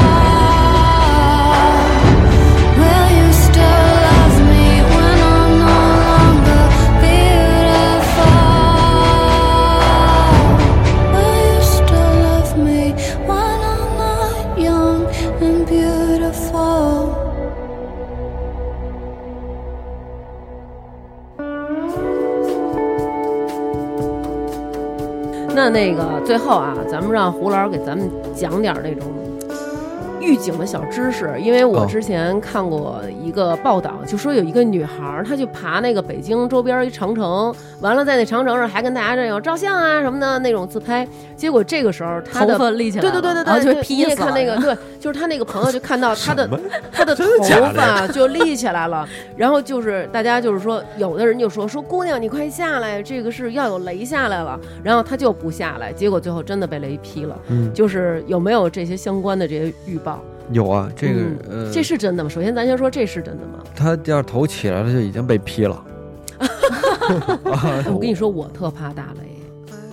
E: Will you still love me when I'm no longer beautiful? Will you still love me when I'm not young and beautiful?
B: 那那个最后啊，咱们让胡老师给咱们讲点儿那种预警的小知识，因为我
G: 哦
B: 之前看过一个报道，就说有一个女孩儿，她去爬那个北京周边一长城，完了在那长城上还跟大家这种照相啊什么的那种自拍，结果这个时候她
D: 头
B: 的。
D: 发立起来
B: 对
D: 了，
B: 对对对
D: 然后
B: 对，
D: 就
B: 对
D: 劈
B: 你也
D: 死了。
B: 看那个，对，就是她那个朋友就看到她的
C: 什么
B: 她的头
C: 真的假的呀
B: 发就立起来了，然后就是大家就是说，有的人就说说姑娘你快下来，这个是要有雷下来了，然后她就不下来，结果最后真的被雷劈了。
G: 嗯，
B: 就是有没有这些相关的这些预报？
G: 有啊，这个、呃，
B: 嗯
A: 嗯
B: 这是真的吗？首先咱先说这是真的吗？
G: 它要是头起 来了就已经被劈了。啊
B: 哎我跟你，说，我特怕打雷。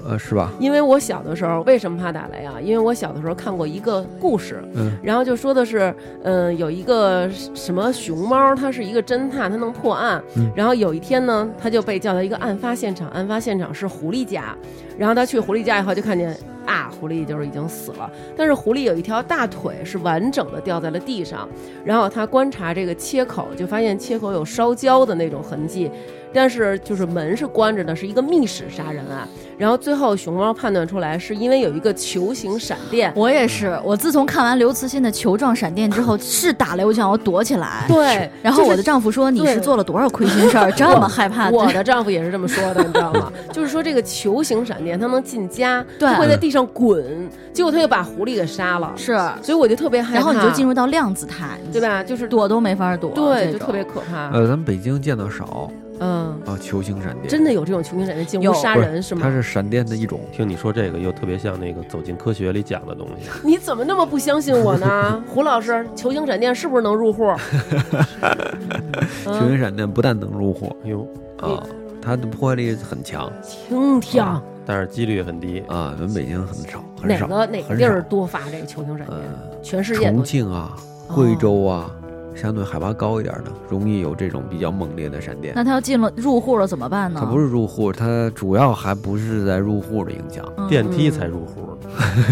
A: 呃，是吧？
B: 因为我小的时候为什么怕打雷啊？因为我小的时候看过一个故事，
A: 嗯，
B: 然后就说的是，嗯、有一个什么熊猫，它是一个侦探，它能破案。
A: 嗯
B: 然后有一天呢，他就被叫到一个案发现场，案发现场是狐狸家，然后他去狐狸家以后就看见啊，狐狸就是已经死了，但是狐狸有一条大腿是完整的掉在了地上，然后他观察这个切口，就发现切口有烧焦的那种痕迹。但是就是门是关着的，是一个密室杀人案。然后最后熊猫判断出来，是因为有一个球形闪电，
D: 我也是，我自从看完刘慈欣的《球状闪电》之 后，是打雷我就想要躲起来。
B: 对，
D: 然后
B: 就是
D: 我的丈夫说：“你
B: 对
D: 是做了多少亏心事 儿，这么害怕？”
B: 我的丈夫也是这么说的，你知道 吗？就是说这个球形闪电它能进家，
D: 对
B: 它会在地上滚，结果他就把狐狸给杀了，
D: 是，
B: 所以我就特别害怕。
D: 然后你就进入到量子态，
B: 对？吧？就是
D: 躲都没法躲，
B: 对，
D: 这
B: 就
D: 种
B: 特别可怕。
A: 呃，咱们北京见的少
B: 嗯，
A: 啊，球形闪电
B: 真的有这种球形闪电进屋
D: 有
B: 杀人是
A: 它
B: 吗？
A: 是闪电的一种。
C: 听你说这个，又特别像那个《走进科学》里讲的东 西。
B: 你怎么那么不相信我 呢？胡老师，球形闪电是不是能入户？
A: 球
B: 嗯，
A: 形闪电不但能入户
C: 哎呦，
A: 啊，它的破坏力很强
B: 听听
C: 但是几率很低。
A: 啊，咱们北京很少啊很
B: 啊哪
A: 少。
B: 个哪个
A: 很
B: 地儿
A: 少
B: 多发这个球形闪电？
A: 呃，
B: 全世界都
A: 重庆啊、贵州啊，相对海拔高一点的，容易有这种比较猛烈的闪电。
D: 那他要进了入户了怎么办呢？
A: 它不是入户，它主要还不是在入户的 影响。
D: 嗯
C: 电梯才入户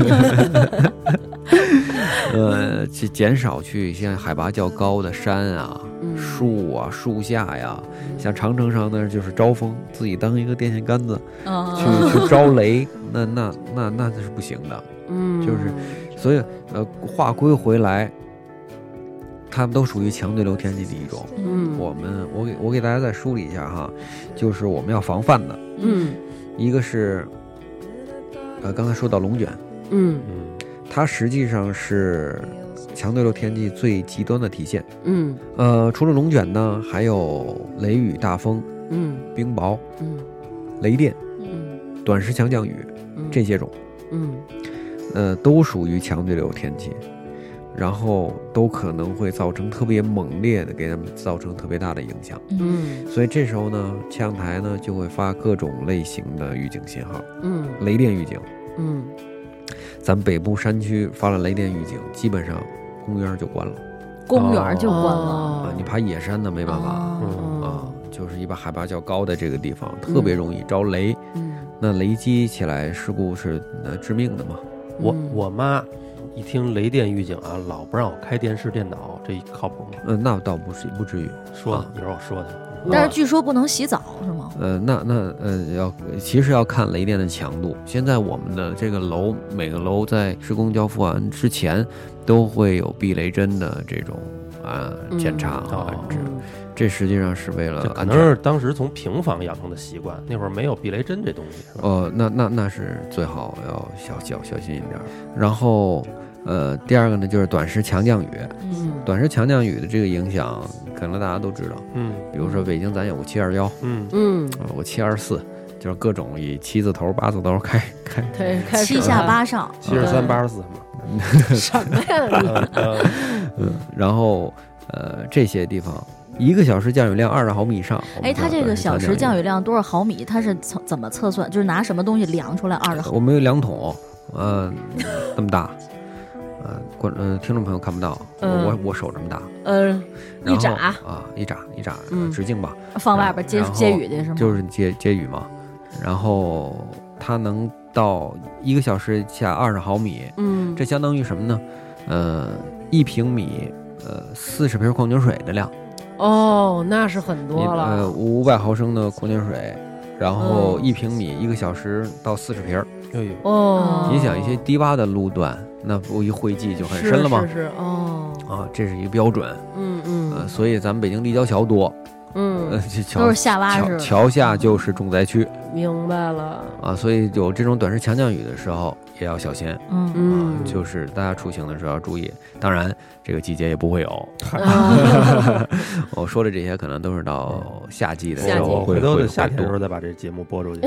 C: 呢，
A: 呃，去减少去现在海拔较高的山啊、
B: 嗯
A: 树啊、树下呀，像长城上那儿就是招风，自己当一个电线杆子去
D: 嗯，
A: 去招雷，那那那那那是不行的。
B: 嗯，
A: 就是所以呃，话归回来，他们都属于强对流天气的一种。
B: 嗯
A: 我们我给我给大家再梳理一下哈，就是我们要防范的，
B: 嗯
A: 一个是呃刚才说到龙卷，
B: 嗯
C: 嗯，
A: 它实际上是强对流天气最极端的体现。
B: 嗯
A: 呃，除了龙卷呢，还有雷雨、大风、
B: 嗯
A: 冰雹、
B: 嗯
A: 雷电、
B: 嗯
A: 短时强降雨
B: 嗯，
A: 这些种，
B: 嗯
A: 呃，都属于强对流天气，然后都可能会造成特别猛烈的，给他们造成特别大的影响。
B: 嗯
A: 所以这时候呢，气象台呢就会发各种类型的预警信号，
B: 嗯
A: 雷电预警。
B: 嗯
A: 咱北部山区发了雷电预警，基本上公园儿就关了
D: 公园儿就关了，
A: 啊
B: 哦，
A: 你爬野山的没办法。
D: 哦
A: 啊，就是一般海拔较高的这个地方，特别容易招雷。
B: 嗯
A: 那雷击起来事故是呃致命的嘛？
C: 我
B: 嗯
C: 我妈一听雷电预警啊，老不让我开电视、电脑，这靠谱吗？
A: 嗯、那倒不是不至于。
C: 说
A: 啊
C: 的，你说我说的，
D: 但
A: 嗯
D: 是据说不能洗澡是吗？
A: 呃，那那呃要其实要看雷电的强度。现在我们的这个楼每个楼在施工交付完之前，都会有避雷针的这种啊
B: 嗯
A: 检查和
C: 哦
A: 安置。这实际上是为了
C: 这可
A: 呃安
C: 能
A: 全。
C: 是当时从平房养成的习惯，那会儿没有避雷针这东西，是吧？
A: 呃，那那那是最好要小小小心一点儿。然后呃，第二个呢就是短时强降雨。
B: 嗯
A: 短时强降雨的这个影响，可能大家都知道。
C: 嗯
A: 比如说北京，咱有七二幺，
C: 嗯，
B: 嗯，
A: 啊，我七二四，就是各种以七字头、八字头开开。
B: 对，开始
D: 七下
B: 了
D: 八上，
C: 七十三、八十四嘛，
B: 什么呀？你
C: 嗯嗯
A: 嗯，然后呃这些地方，一个小时降雨量二十毫米以上。我们
D: 哎，
A: 叫
D: 它这个
A: 短
D: 小时
A: 时
D: 降
A: 雨
D: 雨量多少毫米？它是怎怎么测算？就是拿什么东西量出来二十
A: 量，
D: 毫？
A: 我们有两桶，嗯、这么大，呃，观呃听众朋友看不到，我
B: 嗯
A: 我我手这么大，
B: 嗯，
A: 然后
B: 一闸
A: 啊，一眨一眨
B: 嗯
A: 直径吧，
D: 放外边接
A: 然后
D: 接雨去是吗？
A: 就是接接雨嘛，然后它能到一个小时下二十毫米，
B: 嗯，
A: 这相当于什么呢？呃，一平米，呃，四十瓶矿泉水的量，
B: 哦，那是很
A: 你
B: 多
A: 呃，
B: 了，
A: 五百毫升的矿泉水，然后
B: 嗯
A: 一平米一个小时到四十瓶儿。
C: 哎呦，
B: 哦，
A: 你想一些低洼的路段，那不一汇集就很
B: 是
A: 深了吗？
B: 是是哦，
A: 啊，这是一个标准，
B: 嗯
A: 呃，
B: 嗯
A: 所以咱们北京立交桥多，呃
B: 嗯，，
A: 这
D: 都
A: 桥
D: 是下挖
A: 桥
D: 是
A: 桥下就是重灾区
B: 明白了，
A: 啊，所以有这种短时强降雨的时候也要小心。啊
D: 嗯，
B: 嗯，
A: 就是大家出行的时候要注意，当然这个季节也不会有。 我说的这些可能都是到夏季的时
B: 啊嗯夏季
A: 候
C: 我
A: 会
C: 哎回头
A: 会
C: 在夏天的时
A: 多。
C: 候再把这节目播出去。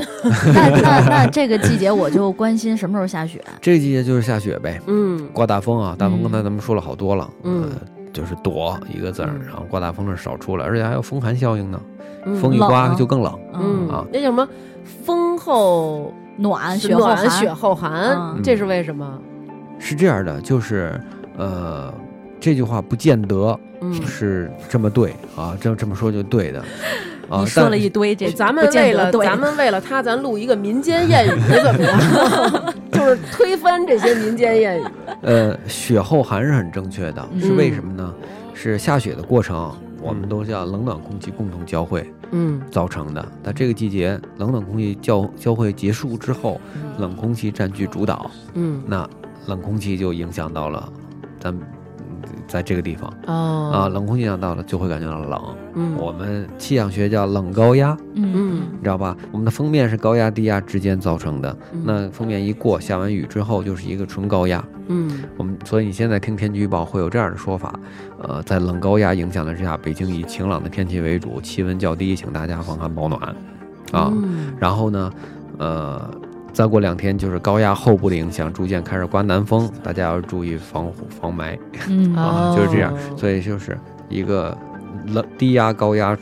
D: 那那那这个季节我就关心什么时候下雪。
A: 这个季节就是下雪呗，
B: 嗯
A: 刮大风啊！大风
D: 嗯
A: 刚才咱们说了好多了，
B: 嗯
A: 呃，就是躲一个字儿
B: 嗯，
A: 然后刮大风是少出来，而且还有风寒效应呢，
B: 嗯
A: 风一
D: 冷
A: 刮
D: 啊
A: 就更冷。
B: 嗯
A: 啊
B: 那叫什么？风后
D: 嗯暖雪后
B: 暖
D: 寒
B: 血后寒
D: 嗯，
B: 这是为什么？
A: 是这样的，就是呃，这句话不见得
B: 嗯，
A: 是这么对啊，这这么说就对 的啊
D: 你。说了
A: 但
D: 一堆这，
B: 哦咱们
D: 不见
B: 为
D: 得
B: 了
D: 对
B: 咱们为了他，咱录一个民间谚语怎么样？ 就是推翻这些民间谚语。
A: 呃，雪后寒是很正确的，是
B: 嗯
A: 为什么呢？是下雪的过程，
D: 嗯
A: 我们都叫冷暖空气共同交汇
B: 嗯
A: 造成的。那这个季节，冷暖空气交交汇结束之后，
D: 嗯
A: 冷空气占据主导，
B: 嗯
A: 那冷空气就影响到了咱们在这个地方啊，
B: 哦
A: 冷空气影响到了就会感觉到冷。
B: 嗯
A: 啊我们气象学叫冷高压，
B: 嗯
A: 你知道吧？我们的封面是高压低压之间造成的。
B: 嗯
A: 那封面一过，下完雨之后就是一个纯高压。
B: 嗯
A: 我们所以你现在听天气预报会有这样的说法，呃，在冷高压影响的之下，北京以晴朗的天气为主，气温较低，请大家防寒保暖啊。
B: 嗯
A: 然后呢，呃，再过两天就是高压后部的影响，逐渐开始刮南风，大家要注意防火防霾
D: 嗯
A: 啊，就是这样。
B: 哦
A: 所以就是一个冷低压高压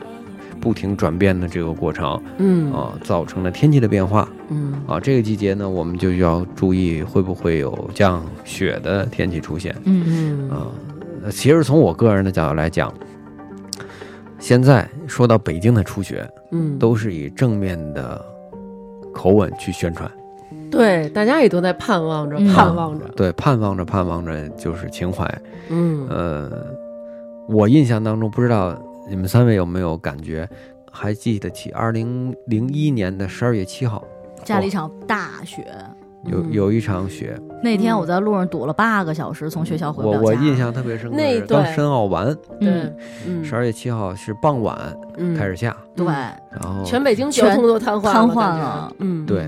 A: 不停转变的这个过程
B: 嗯
A: 啊，造成了天气的变化。
B: 嗯
A: 啊，这个季节呢，我们就要注意会不会有降雪的天气出现
D: 嗯
B: 嗯
A: 啊。呃其实从我个人的角度来讲，现在说到北京的初雪，
B: 嗯，
A: 都是以正面的口吻去宣传，
B: 对，大家也都在盼望着，
D: 嗯
B: 盼望着。
A: 对，盼望着盼望着就是情怀。
B: 嗯
A: 呃，我印象当中，不知道你们三位有没有感觉，还记得起二零零一年的十二月七号
D: 下了一场大雪，
A: 有
B: 嗯
A: 有一场雪，
D: 那天我在路上堵了八个小时，从学校回不
A: 我
D: 了家。
A: 我印象特别深刻，
B: 那
A: 是刚
B: 对
A: 申奥完。
B: 对
D: 嗯，，
B: 嗯
A: 十二月七号是傍晚
B: 嗯
A: 开始下，
D: 对，
A: 然后
B: 全北京交通都瘫痪
D: 瘫
B: 了，感
D: 痪
B: 觉
D: 了。
B: 嗯，
A: 对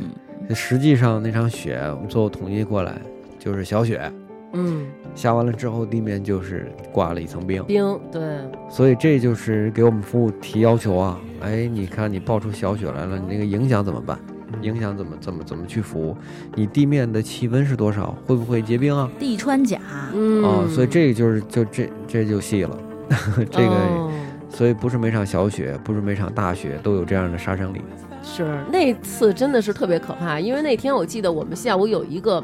A: 实际上那场雪，我们最后统计过来就是小雪，
B: 嗯，
A: 下完了之后地面就是挂了一层冰，
B: 冰，对，
A: 所以这就是给我们服务提要求啊，哎，你看你爆出小雪来了，你那个影响怎么办？影响怎么怎么怎么去服务？你地面的气温是多少？会不会结冰啊？
D: 地穿甲，
B: 嗯，
A: 啊，所以这个就是就这这就细了， 这个、
B: 哦
A: 所以不是每场小雪，不是每场大雪都有这样的杀伤力。
B: 是那次真的是特别可怕，因为那天我记得我们下午有一个，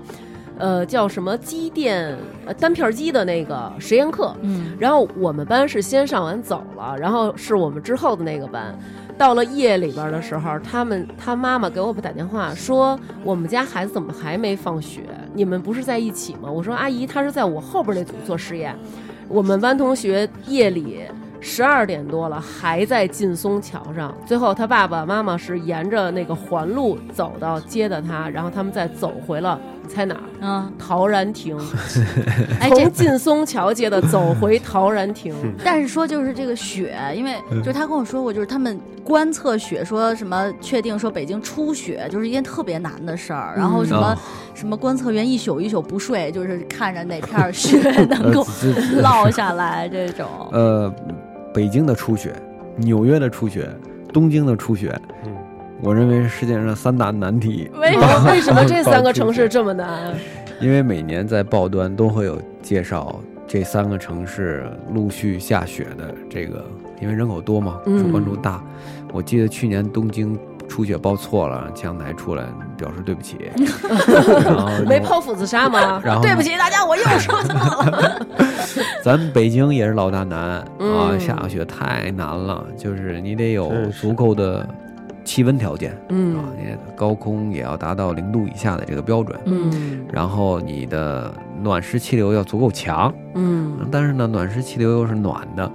B: 呃，叫什么机电呃单片机的那个实验课，
D: 嗯，
B: 然后我们班是先上完走了，然后是我们之后的那个班。到了夜里边的时候，他们他妈妈给我们打电话说，我们家孩子怎么还没放学？你们不是在一起吗？我说阿姨，他是在我后边那组做实验。我们班同学夜里十二点多了，还在劲松桥上。最后他爸爸妈妈是沿着那个环路走到接的他，然后他们再走回了，你猜哪儿？
D: 嗯，
B: 陶 然亭，
D: 哎，这
B: 从劲松桥接的走回陶然亭。
A: 嗯
D: 但是说就是这个雪，因为
B: 嗯
D: 就是他跟我说过，就是他们观测雪，说什么确定说北京初雪，就是一件特别难的事儿。然
B: 嗯
D: 后什么、
A: 哦
D: 什么观测员一宿一宿不睡，就是看着哪片儿雪能够
A: 呃这这
D: 落下来这种。
B: 嗯
A: 呃，北京的初雪，纽约的初雪，东京的初雪，
C: 嗯
A: 我认为是世界上三大难题，
D: 为什
B: 哦
D: 么？
B: 为什么这三个城市这么难？
A: 因为每年在报端都会有介绍这三个城市陆续下雪的这个，因为人口多嘛，
B: 嗯
A: 受关注大。我记得去年东京初雪报错了，气象台出来表示对不 起，然后
B: 没剖腹自杀吗？
A: 嗯然后
D: 对不起大家，我又说错了。
A: 咱们北京也是老大难、啊，
B: 嗯
A: 下雪太难了，就是你得有
C: 真是
A: 足够的气温条件。啊，
B: 嗯
A: 你的高空也要达到零度以下的这个标准，
B: 嗯
A: 然后你的暖湿气流要足够强，
B: 嗯
A: 但是呢，暖湿气流又是暖的，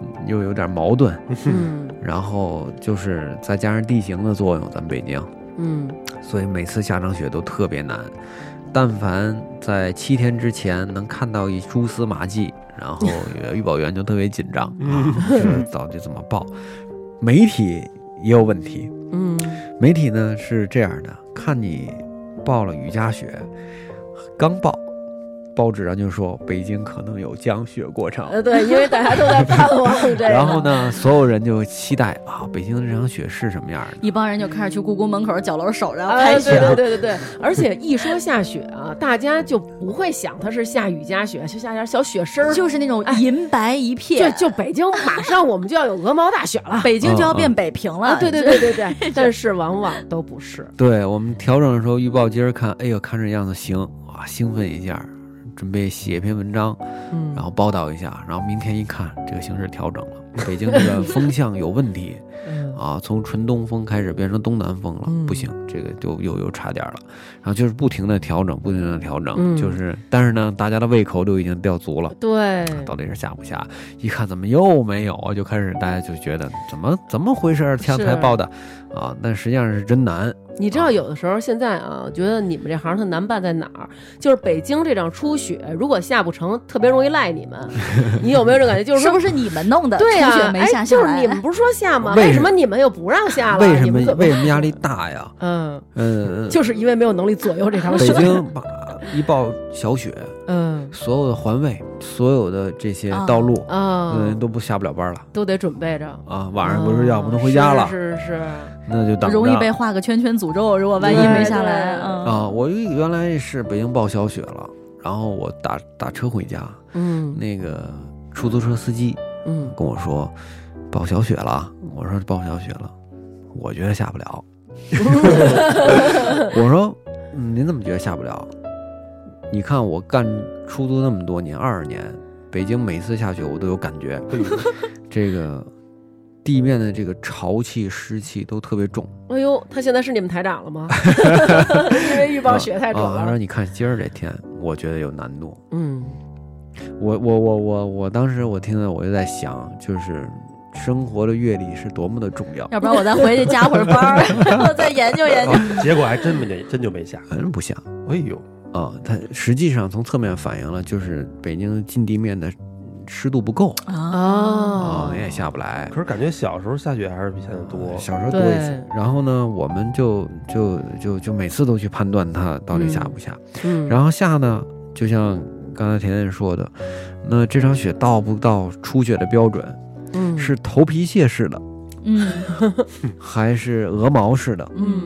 A: 嗯又有点矛盾，
B: 嗯
A: 然后就是再加上地形的作用，咱们北京，
B: 嗯
A: 所以每次下场雪都特别难。但凡在七天之前能看到一蛛丝马迹，然后预报员就特别紧张，啊，这到底怎么报？媒体也有问题，
B: 嗯
A: 媒体呢是这样的，看你报了雨夹雪，刚报，报纸上就说北京可能有降雪过程。
B: 呃，对，因为大家都在盼望这 个。
A: 然后？呢，所有人就期待啊，北京的这场雪是什么样的？
D: 一帮人就开始去故宫门口角楼守着
B: 啊，
D: 拍
B: 对
D: 雪。
B: 对对对对，而且一说下雪啊，大家就不会想它是下雨夹雪，就下点小雪声儿。
D: 就是那种银白一
B: 就
D: 片，。
B: 就北京马上我们就要有鹅毛大雪了
D: 北京就要变北平了。
B: 啊，对对对对 对，但是往往都不是。
A: 对我们调整的时候，预报今儿看，哎呦，看这样子行，哇，兴奋一下，准备写一篇文章，
B: 嗯
A: 然后报道一下，然后明天一看，这个形势调整 了，北京这个风向有问题啊， 从纯东风开始变成东南风了，
B: 嗯
A: 不行，这个就又又差点了，然后就是不停的调整，不停的调整，
B: 嗯
A: 就是，但是呢，大家的胃口都已经吊足了。
B: 对，
A: 到底是下不下？一看怎么又没有啊，就开始大家就觉得怎么怎么回事儿？天才
B: 是
A: 报的啊，但实际上是真难。
B: 你知道有的时候现在啊，觉得你们这行它难办在哪儿？就是北京这场初雪，如果下不成，特别容易赖你们。你有没有这种感觉？就是
D: 是
B: 说
D: 不。是你们弄的？
B: 对呀、
D: 初雪没下
B: 哎，
D: 下
B: 就是
D: 来。
B: 你们不是说下吗？
A: 为什
B: 为什么你们又不让下了？
A: 为什
B: 你
A: 么
B: 们怎
A: 为什么压力？大呀？
B: 嗯，
A: 嗯，
B: 就是因为没有能力左右这场
A: 北
B: 雪。
A: 京把一报小雪，
B: 嗯
A: 所有的环卫，所有的这些
D: 啊
A: 道路，
B: 啊，
A: 嗯，都不下不了班了
B: 都得准备着。
A: 啊。晚上不是要不能回家
B: 嗯
A: 了，
B: 是是是，
A: 那就等着。
D: 容易被画个圈圈诅咒，如果万一没下
B: 对
D: 来，
B: 对
D: 嗯，
A: 啊！我原来是北京报小雪了，然后我打打车回家，
B: 嗯
A: 那个出租车司机
B: 嗯，
A: 跟我说报小雪了，我说报小雪了，我觉得下不 了。我说、嗯您怎么觉得下不了？你看我干出租那么多年，二十年，北京每次下雪我都有感 觉，这个地面的这个潮气、湿气都特别重。
B: 哎呦，他现在是你们台长了吗？因为预报雪太准
A: 啊！然后
B: 了。
A: 你看今儿这天，我觉得有难度。
B: 嗯
A: 我我我我我当时我听了我就在想，就是生活的阅历是多么的重要。
D: 要不然我再回去加会儿班儿， 然 后再研究研究。
C: 哦结果还真没真就没下。
A: 嗯，不像
C: 哎呦，
A: 啊，它实际上从侧面反映了，就是北京近地面的湿度不够啊，
B: 哦
A: 你也下不来呃
C: 可。是感觉小时候下雪还是比现在多。
A: 小时候多一些，然后呢，我们就就就就每次都去判断它到底下不下。
B: 嗯，
A: 然后下呢，就像刚才甜甜说的，那这场雪到不到初雪的标准，
B: 嗯
A: 是头皮屑似的，
D: 嗯
A: 还是鹅毛似的，
D: 嗯，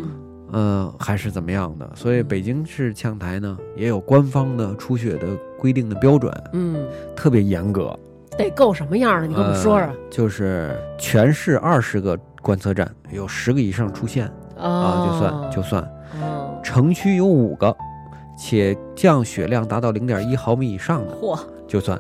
A: 嗯，还是怎么样的？所以北京市气象台呢也有官方的初雪的规定的标准，
B: 嗯，
A: 特别严格。
B: 得够什么样的？你跟我们说说
A: 呃。就是全市二十个观测站，有十个以上出现啊，就算就算。
B: 哦
A: 城区有五个，且降雪量达到零点一毫米以上的
D: 嚯，
A: 就算，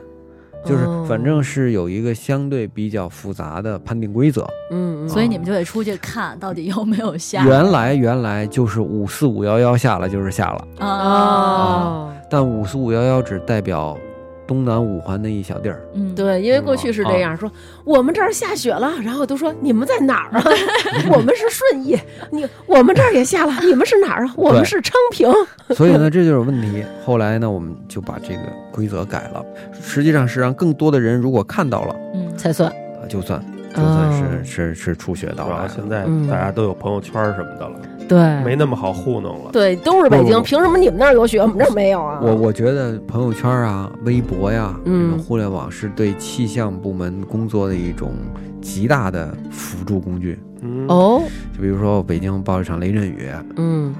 A: 就是
B: 哦
A: 反正是有一个相对比较复杂的判定规则。
B: 嗯，嗯
D: 所以你们就得出去看到底有没有下
A: 原来原来就是五四五幺幺下了就是下了，
D: 啊。
B: 哦，
A: 但五四五幺幺只代表东南五环的一小地 儿。
D: 嗯，
B: 对，因为过去是
A: 啊
B: 这样说，我们这儿下雪了，然后都说你们在哪儿啊？ 我们是顺义，你我们这儿也下了，你们是哪儿啊？我们是昌平。
A: 所以呢，这就是问题。后来呢，我们就把这个规则改了，实际上是让更多的人如果看到了，
D: 嗯，
B: 才算，
A: 呃就算就算是、
B: 哦
A: 是是初学到
C: 主要
A: 了。
C: 现在
B: 嗯
C: 大家都有朋友圈什么的了，
B: 对
C: 没那么好糊弄了。
B: 对，都是北
A: 不不
B: 京，
A: 不
B: 凭什么你们那儿有雪，我们这儿没有啊？
A: 我我觉得朋友圈啊、微博呀、
B: 嗯
A: 这种互联网是对气象部门工作的一种极大的辅助工具。
C: 嗯，
B: 哦，
A: 就比如说北京报一场雷阵雨，
B: 嗯，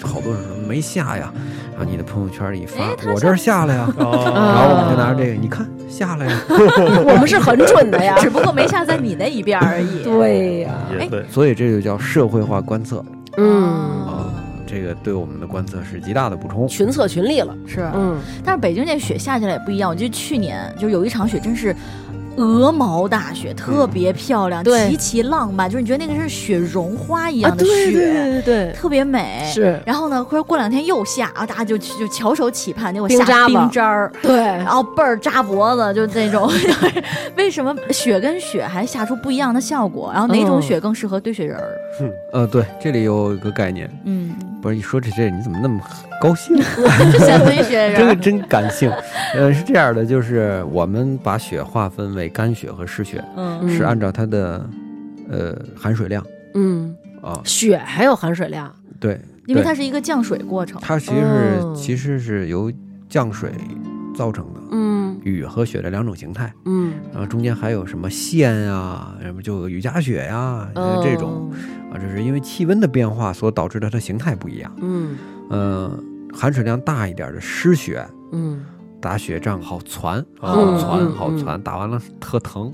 A: 好多人说没下呀，然后你的朋友圈里一发
D: 哎，他
A: 我这儿下了呀，然
C: 哦，
A: 后我们就拿着这个，你看下了呀。
B: 我们是很准的 呀。
D: 只不过没下在你那一边而 已。
B: 对呀，
C: 也对，
A: 所以这就叫社会化观测。
B: 嗯，
D: 哦
A: 这个对我们的观测是极大的补充。
B: 群策群力了。
D: 是，
B: 嗯，
D: 但是北京这雪下起来也不一样。我记得去年就有一场雪，真是鹅毛大雪，特别漂亮，
B: 嗯对
D: 极其浪漫，就是你觉得那个是雪绒花一
B: 啊，
D: 样的
B: 对
D: 雪，
B: 对对对对，
D: 特别美。。
B: 是，
D: 然后呢，或者过两天又下，啊，大家就就翘首企盼，结果
B: 冰
D: 下
B: 渣子
D: 冰渣儿，
B: 对
D: 然，后倍儿扎脖子，就那种。为什么雪跟雪还下出不一样的效果？然后哪种
B: 嗯
D: 雪更适合堆雪人儿？
A: 呃，对，这里有一个概念，
D: 嗯，
A: 不是一说这这你怎么那么高兴？啊
D: 就想堆雪 人
A: 真
D: 儿。
A: 真感性。呃，是这样的，就是我们把雪划分为干雪和湿雪，
D: 嗯
A: 是按照它的呃含水量
B: 嗯，
A: 啊。
B: 雪还有含水量。
A: 对，
D: 因为
A: 对
D: 它是一个降水过程。
A: 它其实是、
B: 哦
A: 其实是由降水造成的，
B: 嗯
A: 雨和雪的两种形态。
B: 嗯，
A: 然后中间还有什么线啊，什么就有雨夹雪呀、呃这
B: 哦
A: 种啊，这是因为气温的变化所导致的它形态不一样
B: 哦，。嗯
A: 嗯，含水量大一点的湿雪，
B: 嗯
A: 打雪仗好攒啊，
B: 嗯
A: 好攒
B: 嗯
A: 好攒，打完了特疼。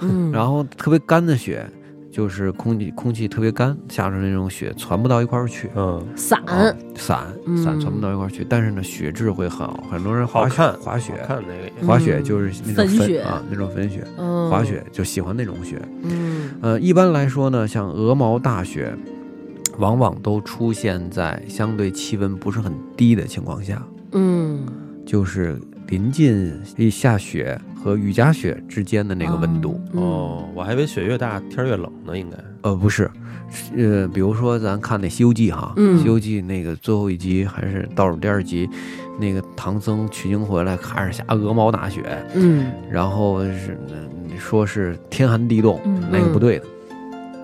B: 嗯，
A: 然后特别干的雪，就是空气空气特别干，下着那种雪攒不到一块儿去。
C: 嗯，
B: 伞
A: 啊，伞
B: 嗯
A: 伞攒不到一块儿去，但是呢，雪质会很好，很多人
C: 好
A: 滑雪
C: 看
A: 滑雪
C: 好看那个也
A: 滑雪就是那种
D: 粉雪
A: 粉啊，那种粉雪，
B: 嗯
A: 滑，雪就喜欢那种雪。
B: 嗯
A: 呃，一般来说呢，像鹅毛大雪，往往都出现在相对气温不是很低的情况下，
B: 嗯
A: 就是临近一下雪和雨夹雪之间的那个温度。
B: 嗯
C: 哦，我还以为雪越大天儿越冷呢，应该
A: 呃，不是，呃，比如说咱看那《西游记》哈，
B: 嗯
A: 西游记》那个最后一集还是倒数第二集，那个唐僧取经回来，看着下鹅毛大雪，
B: 嗯
A: 然后是、嗯说是天寒地冻，
D: 嗯
A: 那个不对的，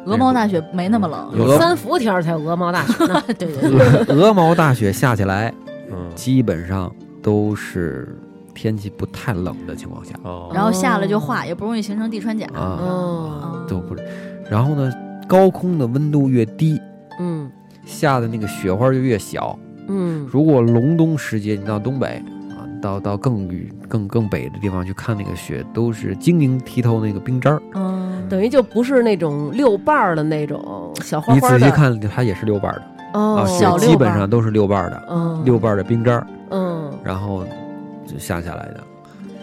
D: 鹅毛大雪没那么冷，
A: 鹅
B: 三伏天儿才有 鹅毛大雪呢，
D: 对对
A: 哦
D: 对，
A: 鹅毛大雪下起来，
C: 嗯
A: 基本上都是天气不太冷的情况下
C: 哦，
D: 然后下了就化，也不容易形成地穿甲。嗯
A: 啊，
B: 哦，
A: 都不是。然后呢，高空的温度越低，
B: 嗯
A: 下的那个雪花就越小。
B: 嗯
A: 如果隆冬时节，你到东北啊，到到更雨更更北的地方去看那个雪，都是晶莹剔透那个冰渣儿。
D: 嗯，
B: 等于就不是那种六瓣儿的那种小花
A: 你
B: 花的，
A: 仔细看，它也是六瓣儿的
B: 哦
A: 啊，，
D: 小
A: 雪
D: 六
A: 基
D: 瓣
A: 本
D: 儿
A: 上都是六瓣儿的，
B: 嗯
A: 六瓣儿的冰渣儿，
B: 嗯，
A: 然后就下下来的。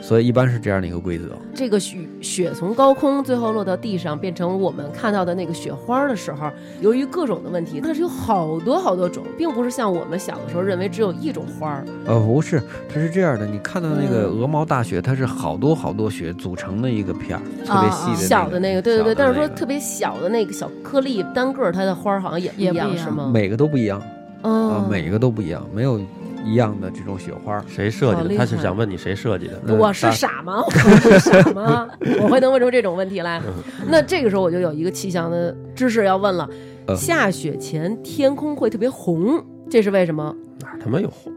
A: 所以一般是这样的一个规则。
B: 这个雪雪从高空最后落到地上，变成我们看到的那个雪花的时候，由于各种的问题，它是有好多好多种，并不是像我们小的时候认为只有一种花儿。
A: 呃，不是，它是这样的，你看到那个
B: 嗯
A: 鹅毛大雪，它是好多好多雪组成的一个片儿，特
D: 啊
A: 别
D: 啊
A: 细的、
B: 小的那个，对
A: 小的
B: 对对，但是
A: 那
B: 说
A: 个
B: 特别小的那个小颗粒，单个儿它的花儿好像也不一
D: 也不一
B: 是
D: 样
B: 吗？
A: 每个都不一样
B: 嗯
A: 啊，，每个都不一样，没有一样的这种雪花儿。
C: 谁设
B: 好
C: 计
B: 厉
C: 的？他是
B: 害
C: 想问你谁设计的？
A: 嗯
B: 我是
A: 大
B: 傻吗？我是傻 吗？我会能问出这种问题来？
A: 嗯
B: 那这个时候我就有一个气象的知识要问了：
A: 呃
B: 下雪前天空会特别红，这是为什么？
C: 哪儿他妈有红？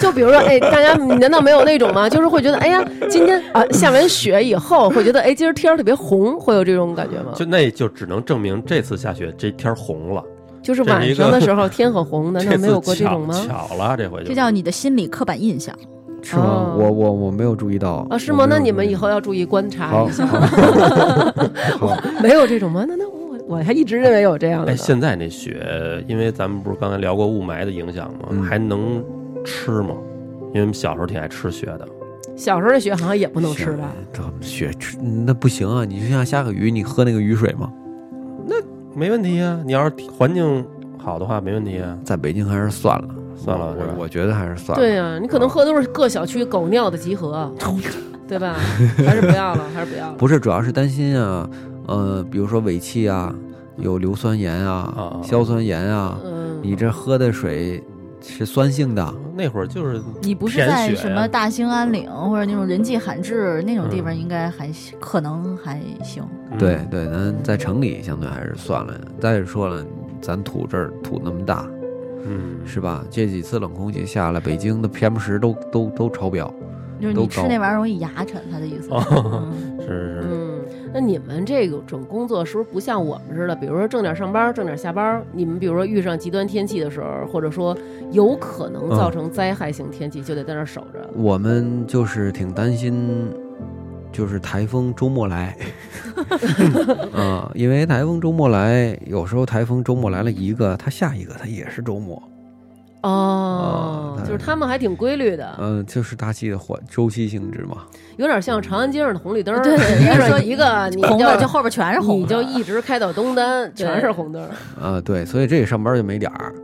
B: 就比如说，哎，大家难道没有那种吗？就是会觉得，哎呀，今天啊下完雪以后，会觉得，哎，今儿天儿特别红，会有这种感觉吗？
C: 就那就只能证明这次下雪这天儿红了，
B: 就是
C: 这是
B: 晚
C: 一
B: 上
C: 个
B: 的时候天很红，难道
C: 这
B: 没有
C: 次
B: 过这种
C: 巧
B: 吗？
C: 巧了，这回就
D: 这叫你的心理刻板印象。
A: 是吗？
B: 哦
A: 我我我没有注意到
B: 啊，是
A: 我
B: 吗？
A: 没
B: 那
A: 有
B: 你
A: 注
B: 们
A: 意
B: 以后要注意观察
A: 好
B: 一下，
A: 好 好
B: 没有这种吗？那那我我还一直认为有这样的
C: 哎，
B: 呢。
C: 现在那雪，因为咱们不是刚才聊过雾霾的影响吗？
A: 嗯
C: 还能吃吗？因为我们小时候挺爱吃雪的，
B: 小时候的雪好像也不能吃吧？？
A: 雪雪吃那不行啊！你就像下个雨，你喝那个雨水吗？
C: 没问题啊。你要是环境好的话，没问题啊。
A: 在北京还是算了，
C: 算了
A: 我
C: 是吧
A: 我我觉得还是算了。
B: 对呀、你可能喝都是各小区狗尿的集合，对吧？还是不要了，还是不要了。
A: 不是，主要是担心啊，呃，比如说尾气啊，有硫酸盐
C: 啊
A: 啊
C: 啊、
A: 硝酸盐啊，
B: 嗯，
A: 你这喝的水是酸性的，
C: 那会儿就是
D: 你不是
C: 舔
D: 在
C: 雪
D: 什么大兴安岭
A: 嗯
D: 或者那种人迹罕至那种地方，
C: 嗯
D: 应该还行可能还行。
A: 对，对，咱在城里相对还是算了。再说了，咱土这儿土那么大，
C: 嗯，嗯
A: 是吧？这几次冷空气下来，北京的 PM 十都都都超标。
D: 就是
A: 都
D: 你吃
A: 高
D: 那玩意儿容易牙碜，他的意思。
C: 哦
D: 嗯
C: 是是是，
B: 嗯，那你们这种工作是不是不像我们似的？比如说正点上班，正点下班。你们比如说遇上极端天气的时候，或者说有可能造成灾害性天气，就得在那儿守着。
A: 我们就是挺担心，就是台风周末来， 啊、因为台风周末来，有时候台风周末来了一个，它下一个它也是周末，
B: 哦
A: 哦，
B: 就是他们还挺规律的，
A: 嗯、就是大气的环周期性质嘛。
B: 有点像长安街上的红绿灯儿。
D: 对
B: 遇
D: 人家说
B: 上一个你
D: 红的
B: 就
D: 就后边全是红
B: 你
D: 的，
B: 就一直开到东单，全是红灯儿。
A: 啊，对，所以这上班就没点儿。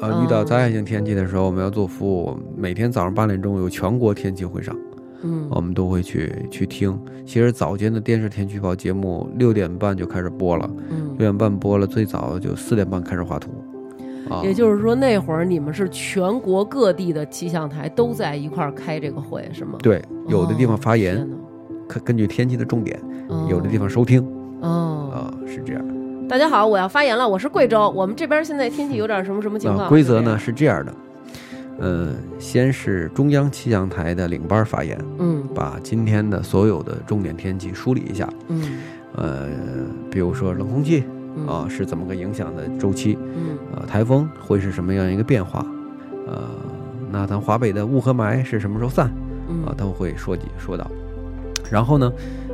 A: 呃，遇到
B: 哦
A: 灾害性天气的时候，我们要做服务。每天早上八点钟有全国天气会上，
B: 嗯
A: 我们都会去去听。其实早间的电视天气预报节目六点半就开始播了，
B: 嗯
A: 六。点半播了，最早就四点半开始画图。啊，
B: 也就是说，那会儿你们是全国各地的气象台都在一块儿开这个会，是吗？
A: 对，有的地
B: 哦
A: 方发言
B: 天，哪，
A: 根根据天气的重点；
B: 哦
A: 有的地方收听
B: 哦。
A: 啊，是这样。
B: 大家好，我要发言了，我是贵州，我们这边现在天气有点什么什么情
A: 那
B: 况？
A: 规则呢？是这样的，呃，先是中央气象台的领班发言，
B: 嗯
A: 把今天的所有的重点天气梳理一下。
B: 嗯
A: 呃，比如说冷空气
B: 嗯
A: 啊、是怎么个影响的周期，
B: 嗯
A: 呃，台风会是什么样一个变化，呃，那咱华北的雾和霾是什么时候散
B: 嗯
A: 啊、都会说几说到。然后呢，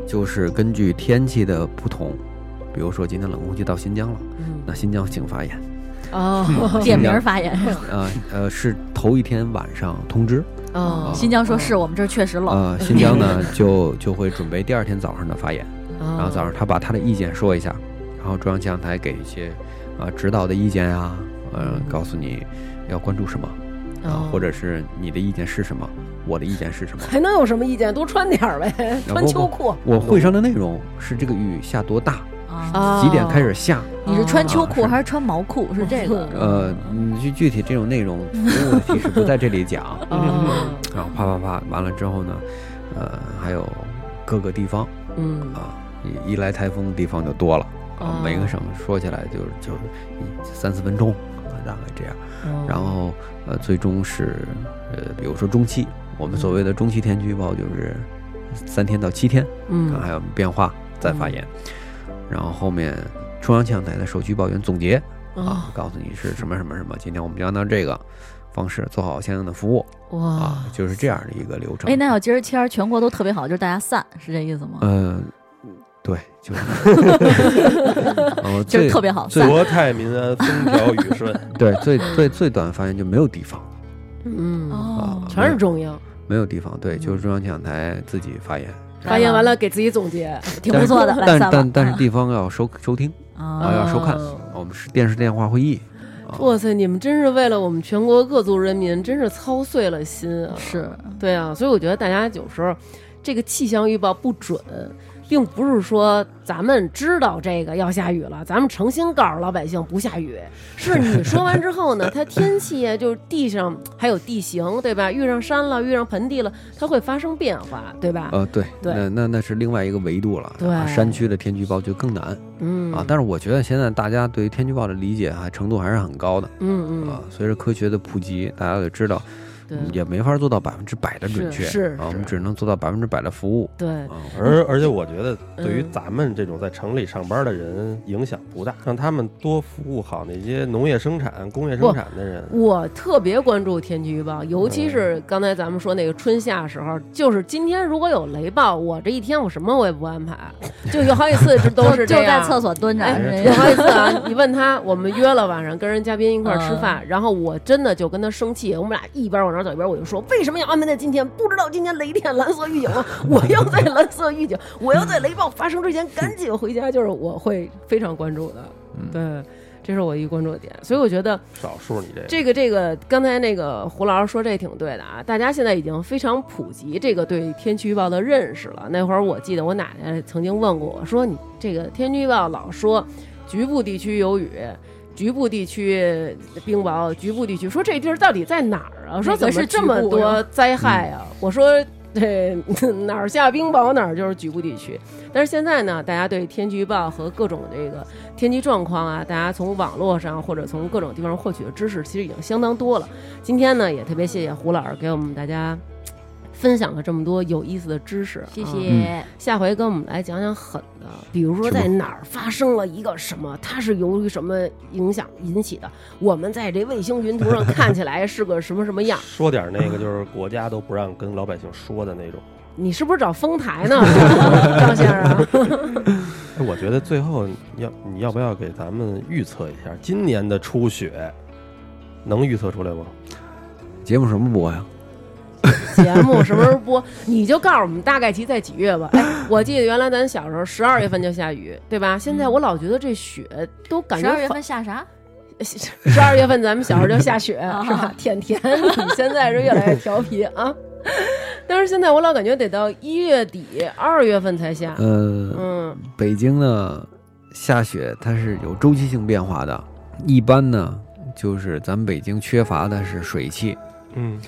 A: 就是根据天气的不同，比如说今天冷空气到新疆了，
B: 嗯
A: 那新疆请发言。
B: 哦
D: 点名儿发言。
A: 啊，呃，是头一天晚上通知，
B: 哦
D: 新疆说是我们这儿确实冷，嗯
A: 呃，新疆呢就就会准备第二天早上的发言，然
B: 然
A: 后早上他把他的意见说一下，然后中央气象台给一些啊、呃指导的意见啊，呃，告诉你要关注什么啊、或者是你的意见是什么，我的意见是 什么。
B: 哦还能有什么意见？多穿 点儿呗，
A: 啊
B: 穿
A: 不
B: 秋裤。
A: 我会上的内容是这个雨下多大，
D: 啊，
B: 啊
A: 几点开始？下，
D: 你是穿秋裤
A: 啊是
D: 还是穿毛裤？是这 个。
A: 呃，你具具体这种内容，服务的提示不在这里讲。
B: 哦，
A: 然后啪啪啪，完了之后呢，呃，还有各个地方
B: 嗯
A: 啊，一一来台风的地方就多了啊
B: 哦，
A: 每个省说起来就是就是一三四分钟啊，大概这样。
B: 哦
A: 然后呃，最终是呃，比如说中期，我们所谓
B: 嗯
A: 的中期天气预报就是三天到七天，看还
B: 嗯
A: 有变化再发言。然后后面中央气象台的首席预报员总结
B: 哦
D: 哦
A: 啊，告诉你是什么什么什么，今天我们就按照这个方式做好相应的服务
B: 哇
A: 啊，就是这样的一个流程。
D: 哎，那要今儿天儿全国都特别好，就是大家散，是这意思吗？
A: 嗯，对， 就是，呃，
D: 今
A: 最
D: 儿特别好，散。
C: 国泰民安，风调雨顺。
A: 对最
D: 嗯
A: 最最短发言就没有地方
B: 嗯，
A: 啊
D: 哦，，
B: 全是中央
A: 没有地方，对，就是
D: 嗯
A: 中央气象台自己发言，
B: 发言完了给自己总结。
D: 挺不错的，来
A: 嗯但
D: 散吧嗯
A: 但但是地方要收收听啊，
D: 啊，
A: 要收看
B: 哦，
A: 我们是电视电话会议，啊
B: 哇塞，你们真是为了我们全国各族人民，真是操碎了心啊！
D: 是
B: 对啊，所以我觉得大家有时候这个气象预报不准，并不是说咱们知道这个要下雨了，咱们诚心告诉老百姓不下雨，是你说完之后呢，它天气啊，就是地上还有地形，对吧？遇上山了，遇上盆地了，它会发生变化，对
D: 啊
B: 吧？
A: 呃，对，
B: 对
A: 那那那是另外一个维度了，
B: 对
A: 啊山区的天气预报就更难
B: 嗯
A: 啊，但是我觉得现在大家对于天气预报的理解还程度还是很高的
B: 嗯嗯，
A: 啊，随着科学的普及，大家也知道
B: 对
A: 也没法做到百分之百的准
B: 是
A: 确，
B: 是
A: 啊，我
B: 是嗯
A: 们只能做到百分之百的服务。
B: 对，
A: 啊，
C: 而而且我觉得，对于
B: 嗯
C: 咱们这种在城里上班的人影响不大，让他们多服务好那些农业生产、工业生产的人。
B: 我特别关注天气预报，尤其是刚才咱们说那个春夏时候，就是今天如果有雷暴，我这一天我什么我也不安排，就有好几次这都
D: 就是
B: 这
D: 就
B: 样。
D: 在厕所蹲着，
B: 哎
D: 是这
B: 有
D: 意思
B: 好几次啊，你问他，我们约了晚上跟人嘉宾一块儿吃饭，然后我真的就跟他生气，我们俩一边往哪儿走一边我就说，为什么要安排在今天？不知道今天雷电蓝色预警吗？我要在蓝色预警，我要在雷暴发生之前赶紧回家，就是我会非常关注的，对，这是我一关注的点，所以我觉得。
C: 少数你这个
B: 这个这个，刚才那个胡老师说这挺对的啊，大家现在已经非常普及这个对天气预报的认识了。那会儿我记得我奶奶曾经问过我说：“你这个天气预报老说局部地区有雨。”局部地区冰雹，局部地区说这地儿到底在哪儿啊？说怎么这么多灾害啊？我说 这哪儿下冰雹哪儿就是局部地区。但是现在呢，大家对天气预报和各种这个天气状况啊，大家从网络上或者从各种地方获取的知识，其实已经相当多了。今天呢，也特别谢谢胡老师给我们大家嘖分享了这么多有意思的知识。
D: 谢
B: 啊
A: 嗯
D: 谢。
B: 下回跟我们来讲讲狠的，比如说在哪儿发生了一个什么，它是由于什么影响引起的，我们在这卫星云图上看起来是个什么什么样。
C: 说点那个，就是国家都不让跟老百姓说的那种。
B: 你是不是找丰台 呢，张先生？
C: 哎我觉得最后你要你要不要给咱们预测一下今年的初雪，能预测出来吗？
A: 节目什么播呀？
B: 节目什么时候播，你就告诉我们大概其在几月 吧。哎，我记得原来咱小时候十二月份就下雨，对吧？现在我老觉得这雪都感
D: 嗯十
B: 觉
D: 二月份下啥？
B: 十二月份咱们小时候就下雪，
D: 啊
B: 是吧？舔甜，你 现在是越来越调皮啊。但是现在我老感觉得到一月底、二月份才下。
A: 呃，
B: 嗯
A: 北京呢，下雪它是有周期性变化的，一般呢就是咱们北京缺乏的是水汽，
C: 嗯，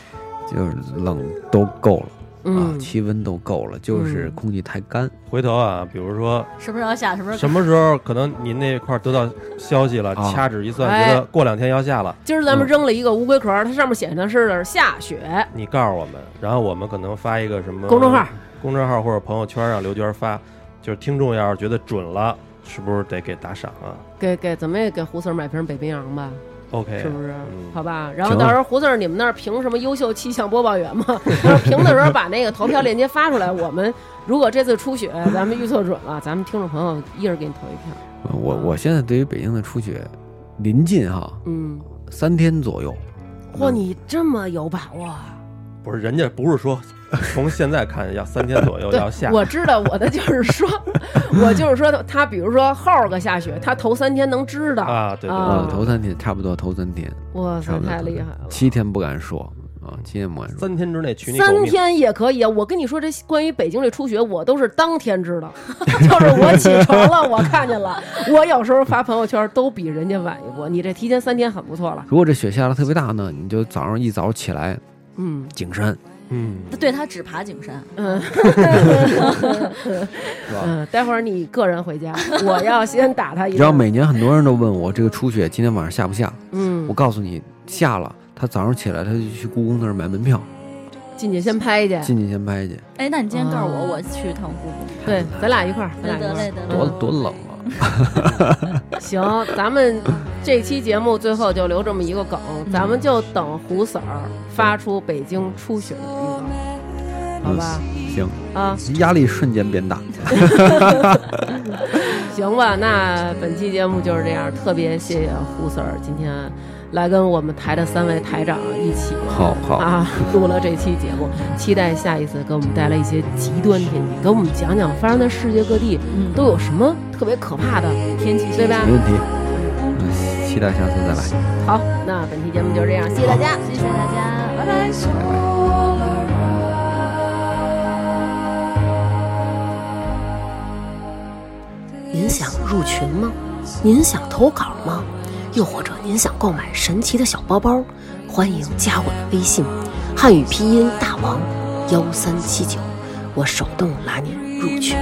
A: 就是冷都够了，
G: 啊，
B: 嗯，
G: 气温都够了，就是
B: 嗯
G: 空气太干。
C: 回头啊，比如说
D: 什么时候下，什么时候
C: 什么时候可能您那块儿得到消息了，
G: 啊
C: 掐指一算，
B: 哎
C: 觉得过两天要下了，
B: 今儿咱们扔了一个乌龟壳，它上面写的是下雪，
C: 你告诉我们，然后我们可能发一个
D: 嗯
C: 什么
B: 公众号、
C: 公众号或者朋友圈让刘娟发，就是听众要是觉得准了，是不是得给打赏啊
B: 给给怎么也给胡四儿买瓶北冰洋吧，
C: ？OK，
B: 是不是？
C: 嗯
B: 好吧，然后到时候胡四儿你们那儿评什么优秀气象播报员吗？ 到时候评的时候把那个投票链接发出来，我们如果这次初雪咱们预测准了，咱们听众朋友一人给你投一票。
A: 啊
G: 我我现在对于北京的初雪，临近哈
B: 嗯，
G: 三天左右，
A: 啊
B: 嚯，你这么有把握啊？
C: 不是，人家不是说从现在看要三天左右
B: 对
C: 要下，，
B: 我知道我的就是说，我就是说他，他比如说后儿个下雪，他头三天能知道，
C: 啊，对对
B: 啊
G: 啊，
C: 对，
G: 头三天差不多，头三天，
B: 哇
G: 差
B: 塞，
G: 不多
B: 太
G: 头
B: 厉
G: 三
B: 害了。
G: 七天不敢说啊，七天不敢说。
C: 三天之内取你狗
B: 三
C: 命。
B: 天也可以啊！我跟你说，这关于北京这初雪，我都是当天知道， 就是我起床了，我看见了。我有时候发朋友圈都比人家晚一步，你这提前三天很不错了。
G: 如果这雪下的特别大呢，你就早上一早起来
B: 嗯
G: 景山，
C: 嗯，
D: 对他只爬景山，
B: 嗯
C: 是 吧？
B: 嗯，待会儿你个人回家，我要先打他一
G: 你知道
B: 顿。
G: 每年很多人都问我这个初雪今天晚上下不下？我
B: 嗯，
G: 告诉你，下了，他早上起来他就去故宫那儿买门票，
B: 进去先拍去。
G: 进去先拍去。
D: 哎，那你今天告诉
A: 啊
D: 我，
B: 哦
D: 我去趟故宫，
B: 对，咱俩一块儿，咱俩
D: 得
B: 一块儿。
D: 得嘞得嘞
G: 多多冷啊！
B: 行，咱们这期节目最后就留这么一个梗，咱们就等胡婶儿发出北京初雪的预告，好吧？
G: 嗯行，
B: 啊，
G: 压力瞬间变大。
B: 行吧，那本期节目就是这样，特别谢谢胡婶儿今天来跟我们台的三位台长一起
G: 好好，
B: 啊录了这期节目，期待下一次给我们带来一些极端天气，给我们讲讲发生在世界各地
D: 嗯
B: 都有什么特别可怕的天气，对吧？
G: 没问题。嗯，期待下次再来。
B: 好，那本期节目就是这样，谢谢大家。
D: 谢谢大家，拜拜。
H: 您想入群吗？您想投稿吗？又或者您想购买神奇的小包包？欢迎加我的微信，汉语拼音大王幺三七九，我手动拉您入群。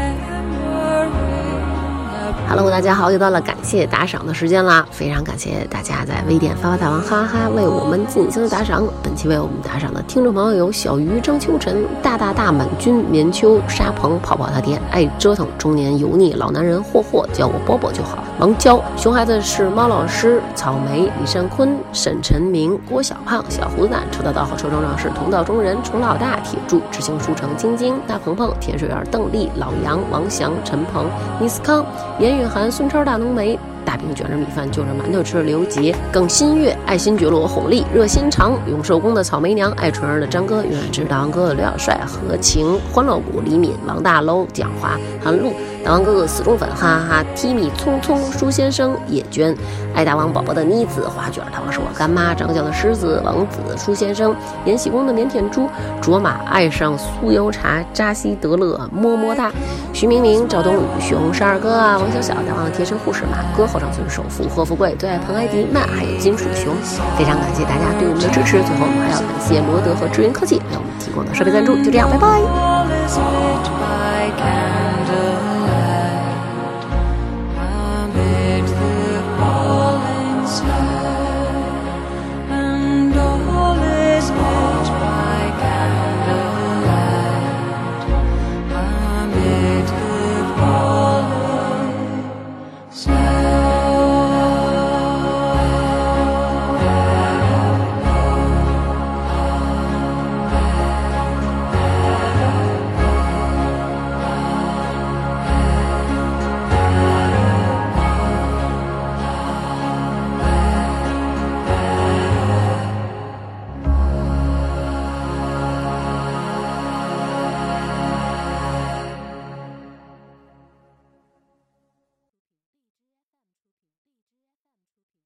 H: Hello，大家好，又到了感谢打赏的时间啦！非常感谢大家在微店发发大王哈哈为我们进行的打赏。本期为我们打赏的听众朋友有小鱼、张秋晨、大大大满军、棉秋、沙鹏、泡泡他爹、爱折腾、中年油腻老男人、霍霍，叫我波波就好。王娇、熊孩子是猫老师、草莓、李善坤、沈晨明、郭小胖、小胡子蛋、臭道道和臭壮壮是同道中人、虫老大、铁柱、执行书城、晶晶、大鹏鹏、甜水园、邓丽、老杨、王翔、陈鹏、尼斯康、严雨涵、孙超、大浓眉。大饼卷着米饭就着馒头吃，刘杰、耿新月、爱新觉罗、弘历、热心肠、永寿宫的草莓娘、爱纯儿的张哥、永远知道昂哥的刘小帅、何晴、欢乐谷、李敏、王大搂、蒋华、韩露、大王哥哥死忠粉，哈哈哈！Timmy、聪聪、舒先生、叶娟、爱大王宝宝的妮子、花卷儿大王是我干妈、张角的狮子、王子、舒先生、延禧宫的腼腆猪、卓玛爱上酥油茶、扎西德勒、么么哒、徐明明、赵冬雨、许红十二哥啊、王小小、大王的贴身护士、马哥、后场村首富、贺富贵、最爱彭艾迪曼，还有金属熊。非常感谢大家对我们的支持，最后我们还要感谢罗德和智云科技为我们提供的设备赞助。就这样，拜拜。
E: all is it